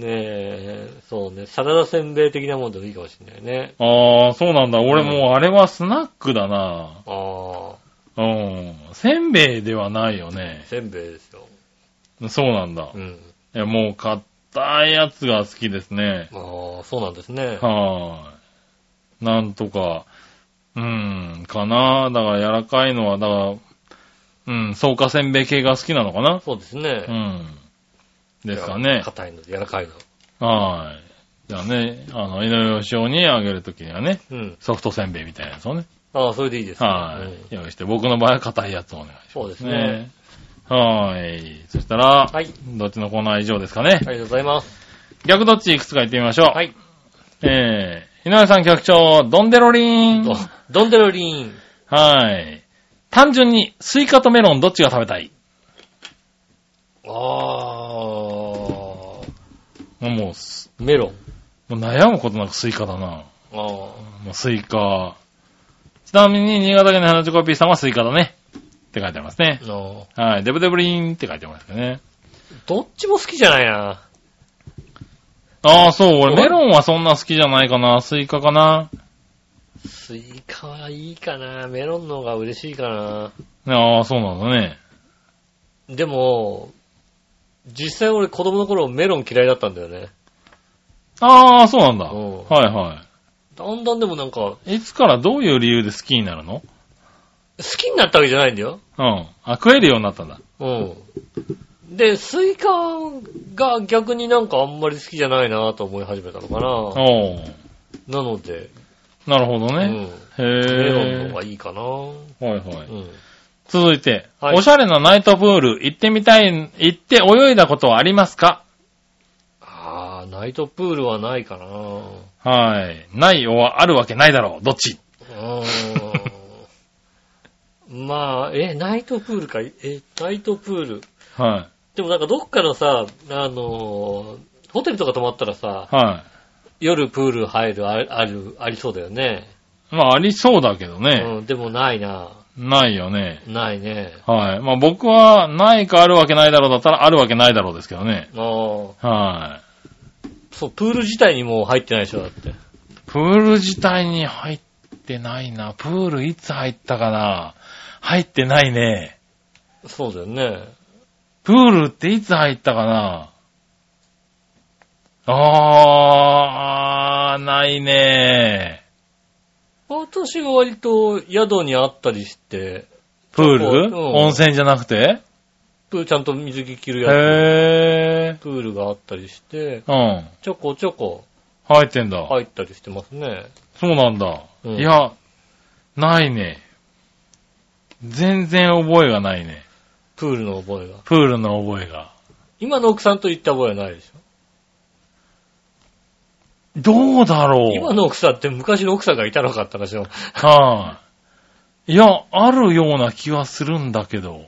Speaker 2: ねえ、そうね。サラダせんべい的なもんでもいいかもしれないね。
Speaker 3: ああ、そうなんだ。俺もうあれはスナックだな
Speaker 2: ああ、
Speaker 3: うん。せんべいではないよね。
Speaker 2: せんべいですよ。
Speaker 3: そうなんだ
Speaker 2: う。ん。
Speaker 3: いや、もう硬いやつが好きですね。
Speaker 2: ああ、そうなんですね。
Speaker 3: はーい。なんとか、うん、かなだから柔らかいのは、だから、うん、草加せんべい系が好きなのかな
Speaker 2: そうですね。
Speaker 3: うん。ですかね。
Speaker 2: 硬いの、柔らかいの。
Speaker 3: はーい。じゃあね、あの、井上義雄にあげるときにはね、
Speaker 2: うん。
Speaker 3: ソフトせんべいみたいなやつをね、
Speaker 2: ああ、それでいいですね。
Speaker 3: は
Speaker 2: うん
Speaker 3: ーい。用意して、僕の場合は硬いやつをお願いし
Speaker 2: そうです
Speaker 3: ます
Speaker 2: ね。
Speaker 3: ね。はーい。そしたら、
Speaker 2: はい。あり
Speaker 3: どっちのコーナー以上ですか
Speaker 2: が
Speaker 3: ね。
Speaker 2: とうございます。
Speaker 3: 逆どっちいくつか行ってみましょう。
Speaker 2: はい。
Speaker 3: えー、井上さん局長、ドンデロリー
Speaker 2: ど
Speaker 3: ン。
Speaker 2: ドンデロリン。
Speaker 3: はい。単純に、スイカとメロンどっちが食べたい
Speaker 2: ああ、
Speaker 3: もうす、
Speaker 2: メロン。
Speaker 3: もう悩むことなくスイカだな。
Speaker 2: ああ。
Speaker 3: もうスイカ。ちなみに、新潟県の花チョコピーさんはスイカだね。って書いてありますね。
Speaker 2: の
Speaker 3: はい。デブデブリーンって書いてますけどね。
Speaker 2: どっちも好きじゃないな。
Speaker 3: ああ、そう。俺、メロンはそんな好きじゃないかな。スイカかな。
Speaker 2: スイカはいいかな。メロンの方が嬉しいかな。
Speaker 3: ああ、そうなんだね。
Speaker 2: でも、実際俺子供の頃メロン嫌いだったんだよね。
Speaker 3: ああ、そうなんだ。
Speaker 2: うん
Speaker 3: はいは
Speaker 2: だんだんでもなんか、好
Speaker 3: い。いつからどういう理由で好きになるの
Speaker 2: きになったわけじゃないんだよ。
Speaker 3: うん。あ、食えるようになったんだ。
Speaker 2: うん。で、スイカが逆になんかあんまり好きじゃないなと思い始めたのか
Speaker 3: お
Speaker 2: な。
Speaker 3: おー
Speaker 2: なので、
Speaker 3: なるほど
Speaker 2: う
Speaker 3: ね。
Speaker 2: ん。
Speaker 3: へえ。
Speaker 2: メロンの方がいいかな。。
Speaker 3: はいはいう
Speaker 2: ん。
Speaker 3: 続いて、
Speaker 2: はい
Speaker 3: おしゃれなナイトプール、行ってみたい、行って泳いだことはありますか
Speaker 2: あー、ナイトプールはないかな。う
Speaker 3: はい。ないおはあるわけないだろう。どっち
Speaker 2: ーん。 まあ、え、ナイトプールか。え、ナイトプール。
Speaker 3: は
Speaker 2: でもなんかどっかのさ、あのーホテルとか泊まったらさ、
Speaker 3: い。は
Speaker 2: 夜プール入る、あある、ありそうだよね。
Speaker 3: い。まあ、ありそうだけどね。
Speaker 2: うん、でもないな。
Speaker 3: ないよね。
Speaker 2: ないね。
Speaker 3: はい。まあ僕は、ないかあるわけないだろうだったら、あるわけないだろうですけどね。
Speaker 2: あー
Speaker 3: は
Speaker 2: そう、プール自体にもう入ってないでしょ、だって。
Speaker 3: い。プール自体に入ってないな。プールいつ入ったかな入ってないね。
Speaker 2: そうだよね。
Speaker 3: プールっていつ入ったかなあー、ないね
Speaker 2: 私は割と宿にあったりして、
Speaker 3: プール、
Speaker 2: うん
Speaker 3: 温泉じゃなくて
Speaker 2: プールちゃんと水着着るや
Speaker 3: へ
Speaker 2: つ、プールがあったりして、
Speaker 3: ー。うん。
Speaker 2: ちょこちょこ
Speaker 3: 入ってんだ。
Speaker 2: 入ったりしてますね。
Speaker 3: そうなんだ。
Speaker 2: うん
Speaker 3: いや、ないね。全然覚えがないね。
Speaker 2: プールの覚えが。
Speaker 3: プールの覚えが。
Speaker 2: 今の奥さんと行った覚えはないでしょ。
Speaker 3: どうだろう
Speaker 2: 今の奥さんって昔の奥さんがいたのかって話を。
Speaker 3: はい、いや、あるような気はするんだけど。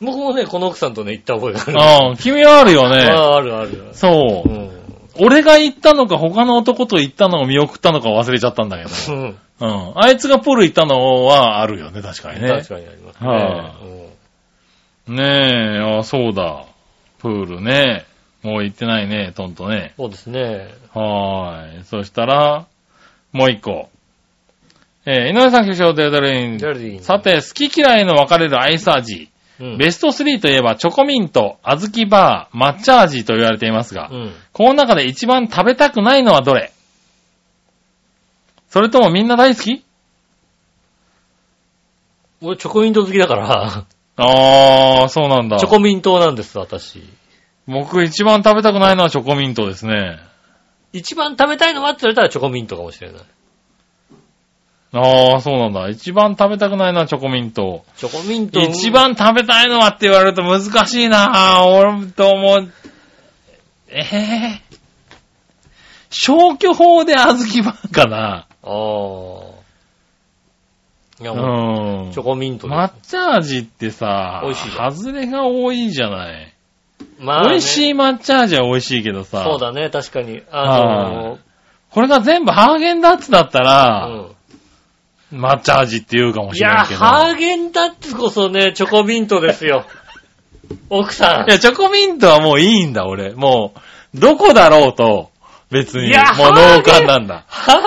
Speaker 2: 僕もね、この奥さんとね、行った覚えがある。
Speaker 3: ああ、君はあるよね。
Speaker 2: ああ、あるある。
Speaker 3: そうう。
Speaker 2: ん。
Speaker 3: 俺が行ったのか他の男と行ったのを見送ったのか忘れちゃったんだけど。
Speaker 2: うん。
Speaker 3: うん。あいつがプール行ったのはあるよね、確かにね
Speaker 2: 確。かにあります
Speaker 3: は
Speaker 2: ね。
Speaker 3: ねえ、あそうだ。プールね。もう行ってないね、トントね。
Speaker 2: うんそうですね。
Speaker 3: はーい。そしたら、もう一個。えー井上さん局長、デルデルイン。
Speaker 2: デルデルイン
Speaker 3: さて、好き嫌いの分かれるアイス味。
Speaker 2: うん。
Speaker 3: ベスト3といえば、チョコミント、小豆バー、抹茶味と言われていますが、
Speaker 2: うん。
Speaker 3: この中で一番食べたくないのはどれそれともみんな大好き
Speaker 2: 俺、チョコミント好きだから、
Speaker 3: あー、そうなんだ。
Speaker 2: チョコミントなんです、私。
Speaker 3: 僕一番食べたくないのはチョコミントですね。
Speaker 2: 一番食べたいのはって言われたらチョコミントかもしれない。
Speaker 3: あー、そうなんだ。一番食べたくないのはチョコミント。
Speaker 2: チョコミント。
Speaker 3: 一番食べたいのはって言われると難しいなぁ。俺と思う。ええ消去法で小豆バーかな。
Speaker 2: ああ。いや、
Speaker 3: う
Speaker 2: も
Speaker 3: ん
Speaker 2: う、チョ。コミントです。
Speaker 3: 抹茶味ってさ、
Speaker 2: 美味しいじゃ
Speaker 3: 外れが多いじゃない。
Speaker 2: まあね
Speaker 3: 美味しい抹茶味は美味しいけどさ、
Speaker 2: そうだね、確かに。あの
Speaker 3: これが全部ハーゲンダッツだったら、
Speaker 2: ー、
Speaker 3: 抹茶味って言うかも
Speaker 2: うん。い
Speaker 3: しれな
Speaker 2: や、
Speaker 3: いけど。
Speaker 2: ハーゲンダッツこそね、チョコミントです よ。奥さ
Speaker 3: いや、チョコミントはもういいんだ、俺。もう、どこだろうと、別に、
Speaker 2: いや
Speaker 3: もう
Speaker 2: ハ
Speaker 3: 農
Speaker 2: ーゲン
Speaker 3: 家なんだ
Speaker 2: ん。。ハーゲ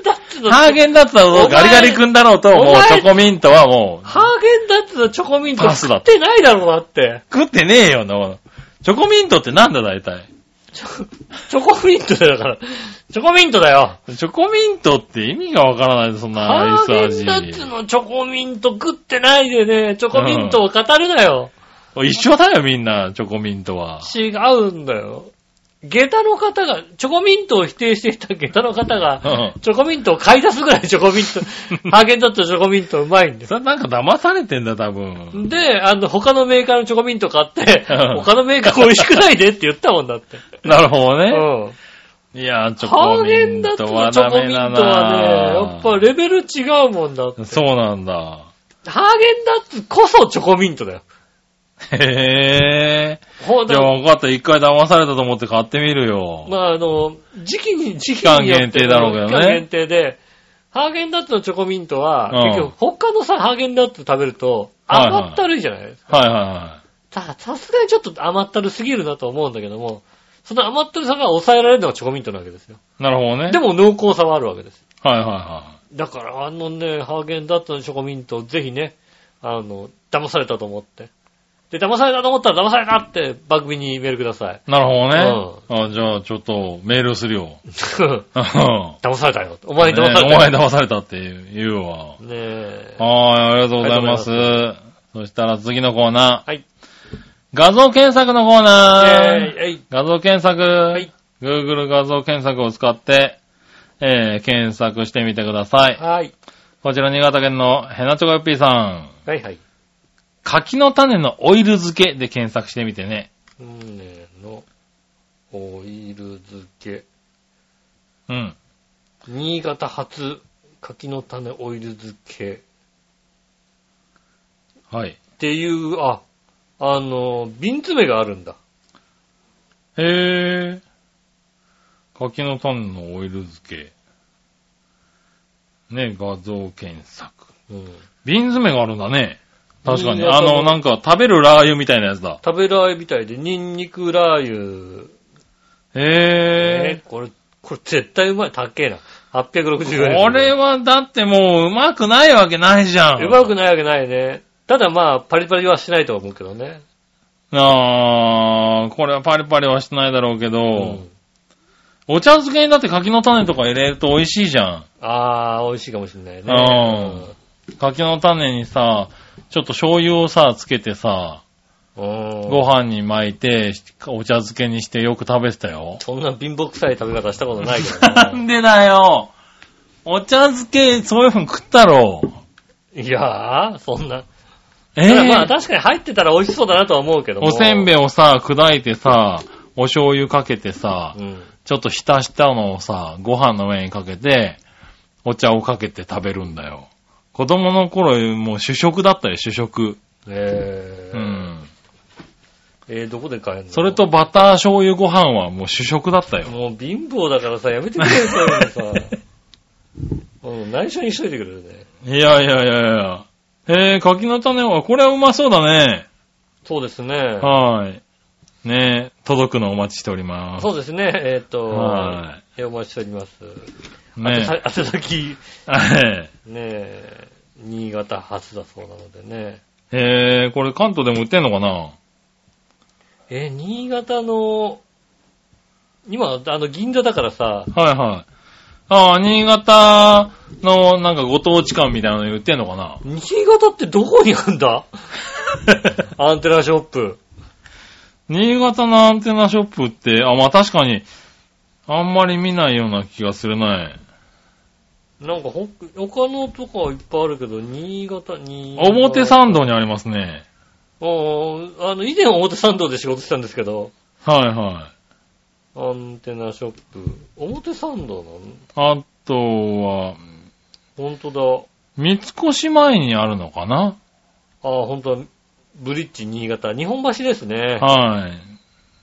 Speaker 2: ンダッツの、
Speaker 3: ハーゲンダッツだ
Speaker 2: お前
Speaker 3: とガリガリ君だろうと、
Speaker 2: お前
Speaker 3: もうチョコミントはもう、
Speaker 2: ハーゲンダッツのチョコミント
Speaker 3: パス
Speaker 2: 食
Speaker 3: だ
Speaker 2: ってないだろうなって。
Speaker 3: 食ってねえよな。チョコミントってなんだ大体。
Speaker 2: チョチョコミントだよだから。チョコミントだよ。
Speaker 3: チョコミントって意味がわからないぞそんなア
Speaker 2: ハー
Speaker 3: イ
Speaker 2: ゲ
Speaker 3: ス
Speaker 2: ンダッ
Speaker 3: 味
Speaker 2: ツ。のチョコミント食ってないでね、チョコミントを語るなよ。
Speaker 3: 一緒だよみんな、チョコミン トは。
Speaker 2: 違うんだよ。下駄の方が、チョコミントを否定していた下駄の方が
Speaker 3: う、
Speaker 2: チョコミントを買い出すぐらいチョコミン ト、ハーゲンダッツのチョコミントうまいんです。
Speaker 3: それなんか騙されてんだ、多分。
Speaker 2: で、あの、他のメーカーのチョコミント買って、
Speaker 3: うん
Speaker 2: 他のメーカー美味しくないでって言ったもんだって。
Speaker 3: なるほど
Speaker 2: うん。
Speaker 3: ね。いや、チョ
Speaker 2: ハ
Speaker 3: コ
Speaker 2: ーゲ
Speaker 3: ミ
Speaker 2: ン
Speaker 3: ン
Speaker 2: ダッツ
Speaker 3: ト
Speaker 2: の
Speaker 3: は
Speaker 2: チョ
Speaker 3: ダ
Speaker 2: コ
Speaker 3: メ
Speaker 2: ミン
Speaker 3: だ
Speaker 2: トはね、
Speaker 3: な
Speaker 2: やっぱレベル違うもんだって。
Speaker 3: そうなんだ。
Speaker 2: ハーゲンダッツこそチョコミントだよ。
Speaker 3: へえ。
Speaker 2: ほう
Speaker 3: じ
Speaker 2: だ
Speaker 3: ゃあ分かった。一回騙されたと思って買ってみるよ。
Speaker 2: まあ、あの、時期に、時期によって
Speaker 3: 期間限定だろうけどね
Speaker 2: 期間限定で、ハーゲンダッツのチョコミントは、
Speaker 3: うん
Speaker 2: 結局、他のさ、ハーゲンダッツ食べると、
Speaker 3: はいはい
Speaker 2: 甘ったるいじゃないですか。
Speaker 3: はいはいはい。
Speaker 2: ささすがにちょっと甘ったるすぎるなと思うんだけども、その甘ったるさが抑えられるのがチョコミントなわけですよ。
Speaker 3: なるほどね。
Speaker 2: でも濃厚さはあるわけです。
Speaker 3: はいはいは
Speaker 2: だから、あのね、ハーゲンダッツのチョコミント、ぜひね、あの、騙されたと思って。で、騙されたと思ったら騙されたって番組にメールください。
Speaker 3: なるほどね。あじゃあ、ちょっと、メールする よ。うん
Speaker 2: 騙されたよ。お前に
Speaker 3: ね
Speaker 2: 騙さ
Speaker 3: お
Speaker 2: れた
Speaker 3: 前
Speaker 2: よ。ね
Speaker 3: 騙されたって言うわ。
Speaker 2: え。
Speaker 3: はい、ありがとうございます
Speaker 2: あ。
Speaker 3: そしたら次のコーナー。
Speaker 2: はい
Speaker 3: 画像検索のコーナー。
Speaker 2: えーえい
Speaker 3: 画像検索。
Speaker 2: い
Speaker 3: Google 画像検索を使って、えー、検索してみてください。
Speaker 2: はい。
Speaker 3: こちら新潟県のヘナチョコヨッピーさん。
Speaker 2: はいはい。
Speaker 3: 柿の種のオイル漬けで検索してみてね。
Speaker 2: うんねの、オイル漬け。
Speaker 3: うん。
Speaker 2: 新潟発、柿の種オイル漬け。っ
Speaker 3: はい。
Speaker 2: ていう、あ、あの、瓶詰めがあるんだ。
Speaker 3: へぇー。柿の種のオイル漬け。ね、画像検索。
Speaker 2: うん。
Speaker 3: 瓶詰めがあるんだね。確かに。
Speaker 2: うん
Speaker 3: あの、なんか食べるラー油みたいなやつだ。
Speaker 2: 食べられみたいで、ニンニクラー油。
Speaker 3: へ
Speaker 2: えーこれ、これ絶対うまい。高えな。860円。
Speaker 3: ぇー。これはだってもううまくないわけないじゃん。
Speaker 2: うまく
Speaker 3: い。
Speaker 2: ないわけないね。ただまあ、パリパリはしないとは思うけどね。
Speaker 3: あー、これはパリパリはしてないだろうけど、
Speaker 2: うん。
Speaker 3: お茶漬けにだって柿の種とか入れると美味しいじゃん。
Speaker 2: あー、美味しいかもしれないね。
Speaker 3: 柿の種にさ、ちょっと醤油をさ、つけて
Speaker 2: うん。
Speaker 3: さ、
Speaker 2: うん
Speaker 3: ご飯に巻いて、お茶漬けにしてよく食べてたよ。
Speaker 2: そんな貧乏くさい食べ方したことないけ
Speaker 3: な
Speaker 2: ど
Speaker 3: ん
Speaker 2: ね。
Speaker 3: でだよお茶漬け、そういう風に食ったろう。
Speaker 2: いやー、そんな。
Speaker 3: え
Speaker 2: ただまあ
Speaker 3: ー、
Speaker 2: 確かに入ってたら美味しそうだなとは思うけども。
Speaker 3: おせんべいをさ、砕いてさ、お醤油かけてさ
Speaker 2: う、ん。
Speaker 3: ちょっと浸したのをさ、ご飯の上にかけて、お茶をかけて食べるんだよ。子供の頃、もう主食だったよ、主食。
Speaker 2: えー
Speaker 3: うん。
Speaker 2: えーどこで買えるの
Speaker 3: それと、バター醤油ご飯はもう主食だったよ。
Speaker 2: もう貧乏だからさ、やめてくれよ、そういうのさ。うん、内緒にしといてくれるね。
Speaker 3: いやいやいやいや。えー、柿の種は、これはうまそうだね。
Speaker 2: そうですね。
Speaker 3: はーい。ねえ、届くのお待ちしております。
Speaker 2: そうですね、えっ、と、
Speaker 3: は
Speaker 2: えお待ちしております。
Speaker 3: ねえ。
Speaker 2: あて先、
Speaker 3: はい
Speaker 2: ねえ、新潟発だそうなのでね。
Speaker 3: えー、これ関東でも売ってんのかな
Speaker 2: え、新潟の、今、あの、銀座だからさ、
Speaker 3: はいはい。ああ、新潟のなんかご当地感みたいなの売ってんのかな
Speaker 2: 新潟ってどこにあん だアンテナショップ。
Speaker 3: 新潟のアンテナショップって、あ、まあ確かに、あんまり見ないような気がするね。
Speaker 2: なんかほ、他のとかはいっぱいあるけど、新潟、新潟。
Speaker 3: 表参道にありますね。
Speaker 2: うんあの、以前は表参道で仕事してたんですけど、
Speaker 3: はいはい。
Speaker 2: アンテナショップ。表参道なの
Speaker 3: あとは、
Speaker 2: 本当
Speaker 3: 三越前にあるのかな
Speaker 2: だ。ああ、本当だ。ブリッジ新潟。日本橋ですね。
Speaker 3: は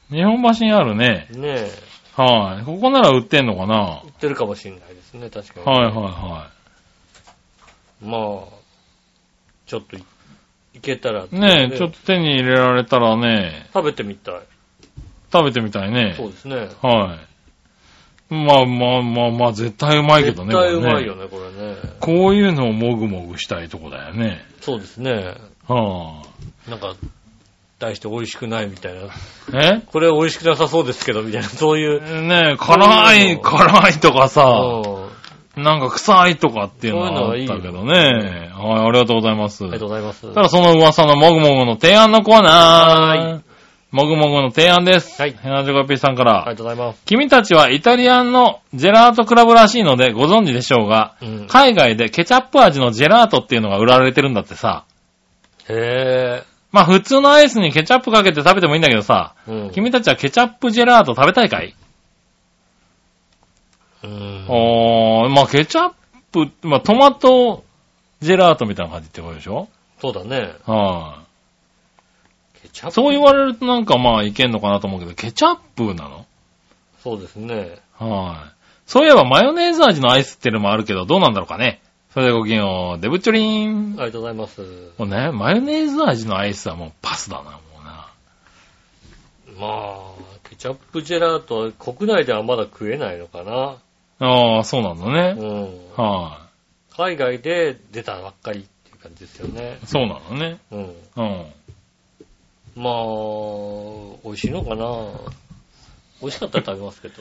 Speaker 3: い。日本橋にあるね。
Speaker 2: ねえ。
Speaker 3: はい。ここなら売ってんのかな
Speaker 2: 売ってるかもしれないですね、確かに。
Speaker 3: はいはいは
Speaker 2: まあ、ちょっとい、いけたら。
Speaker 3: い。ねえ、ちょっと手に入れられたらね、
Speaker 2: 食べてみたい。
Speaker 3: 食べてみたいね。
Speaker 2: そうですね。
Speaker 3: はい。まあまあまあまあ、絶対うまいけどね。
Speaker 2: 絶対うまいよ
Speaker 3: こ
Speaker 2: ね、これね。
Speaker 3: れね。こういうのをもぐもぐしたいとこだよね。
Speaker 2: そうですね。
Speaker 3: はあ、
Speaker 2: なんか、大して美味しくないみたいな。
Speaker 3: え
Speaker 2: これ美味しくなさそうですけど、みたいな、そういう。
Speaker 3: ねえ、辛
Speaker 2: こういうの
Speaker 3: い、辛いとかさ、
Speaker 2: うん
Speaker 3: なんか臭いとかっていうのはあったけどね。はい、ありがとうございます。
Speaker 2: ありがとうございます。
Speaker 3: ただその噂のもぐもぐの提案のコーナー。もぐもぐの提案です。
Speaker 2: はい
Speaker 3: ヘナジョコピーさんから。
Speaker 2: ありがとうございます。
Speaker 3: 君たちはイタリアンのジェラートクラブらしいのでご存知でしょうが、
Speaker 2: うん
Speaker 3: 海外でケチャップ味のジェラートっていうのが売られてるんだってさ。
Speaker 2: へ
Speaker 3: まあ普通のアイスにケチャップかけて食べてもいいんだけどさ、
Speaker 2: ぇー。うん
Speaker 3: 君たちはケチャップジェラート食べたいかい、
Speaker 2: うん
Speaker 3: おー、まあケチャップ、まあトマトジェラートみたいな感じってことでしょ
Speaker 2: そうだね。
Speaker 3: は
Speaker 2: ケチャッ
Speaker 3: い。
Speaker 2: プ
Speaker 3: そう言われるとなんかまあいけんのかなと思うけど、ケチャップなの
Speaker 2: そうですね。
Speaker 3: はい。そういえばマヨネーズ味のアイスっていうのもあるけど、どうなんだろうかね。それではごきげんよう。デブチョリーン
Speaker 2: あり。がとうございます。
Speaker 3: もうね、マヨネーズ味のアイスはもうパスだな、もうな。
Speaker 2: まあ、ケチャップジェラートは国内ではまだ食えないのかな。
Speaker 3: ああ、そうなんだね。
Speaker 2: うん。
Speaker 3: は
Speaker 2: 海外で出たばっかりっていう感じですよね。
Speaker 3: そうなのね。
Speaker 2: うん。
Speaker 3: うん。
Speaker 2: まあ、美味しいのかな美味しかったら食べますけど。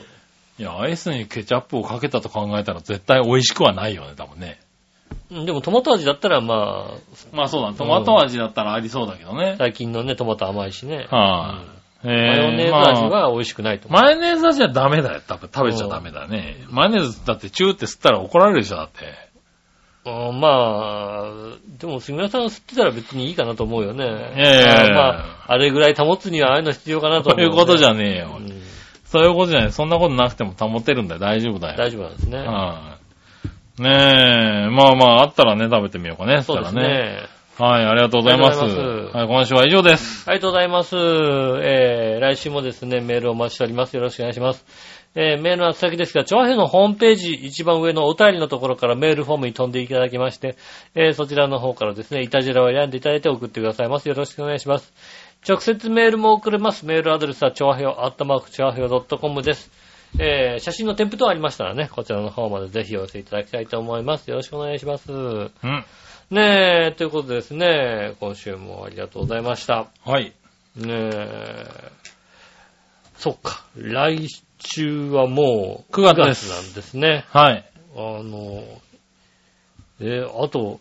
Speaker 3: いや、アイスにケチャップをかけたと考えたら絶対美味しくはないよね、多分ね。
Speaker 2: うんでもトマト味だったらまあ、
Speaker 3: まあそうだね。トマト味だったらありそうだけどね。
Speaker 2: 最近のね、トマト甘いしね。
Speaker 3: はいうえ
Speaker 2: んマヨネーズ味は美味しくないと思う。
Speaker 3: マヨネーズ味はダメだよ。多分食べちゃダメだね。マヨネーズだってチューって吸ったら怒られるでしょ、だって。
Speaker 2: うんまあ、でも杉村さんが吸ってたら別にいいかなと思うよね。
Speaker 3: ええ
Speaker 2: まあ、あれぐらい保つにはああいうの必要かなと
Speaker 3: そう
Speaker 2: 思う、
Speaker 3: いうことじ
Speaker 2: ゃ
Speaker 3: ゃねえよ。そういうことじゃない。そんなことなくても保てるんだよ。大丈夫だよ。
Speaker 2: 大丈夫なんですね。
Speaker 3: はい。ねえ、まあまあ、あったらね、食べてみようかね。
Speaker 2: そうです
Speaker 3: したらね。
Speaker 2: ね。
Speaker 3: はい、ありがとうございます。
Speaker 2: ありがとうございます
Speaker 3: はい、今週は以上です。
Speaker 2: ありがとうございます。えー、来週もですね、メールをお待ちしております。よろしくお願いします。えー、メールの宛先ですが、調和編のホームページ、一番上のお便りのところからメールフォームに飛んでいただきまして、えー、そちらの方からですね、いたじらを選んでいただいて送ってくださいます。よろしくお願いします。直接メールも送れます。メールアドレスは、調和表、アットマーク、調和表 .com です。えー、写真の添付等ありましたらね、こちらの方までぜひお寄せいただきたいと思います。よろしくお願いします。
Speaker 3: うん。
Speaker 2: ねえ、ということでですね、今週もありがとうございました。
Speaker 3: はい。
Speaker 2: ねえ。そっか。来週はもう9
Speaker 3: 9月
Speaker 2: 月
Speaker 3: です
Speaker 2: なんですね。
Speaker 3: はい。
Speaker 2: あの、えーあと、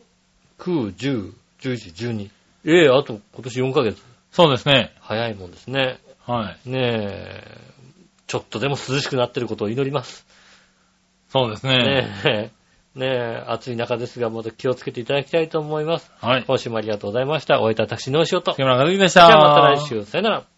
Speaker 2: 9、10、11、12。えーあと今年4ヶ月。
Speaker 3: そうですね。
Speaker 2: 早いもんですね。
Speaker 3: はい。
Speaker 2: ねえ。ちょっとでも涼しくなってることを祈ります。
Speaker 3: そうですね。
Speaker 2: ねえ。ねえ、暑い中ですが、また気をつけていただきたいと思います。
Speaker 3: はい。
Speaker 2: 今週もありがとうございました。お会いいたい私のお仕事。
Speaker 3: 木村和樹でし
Speaker 2: じ
Speaker 3: た。
Speaker 2: ゃあまた来週。さよなら。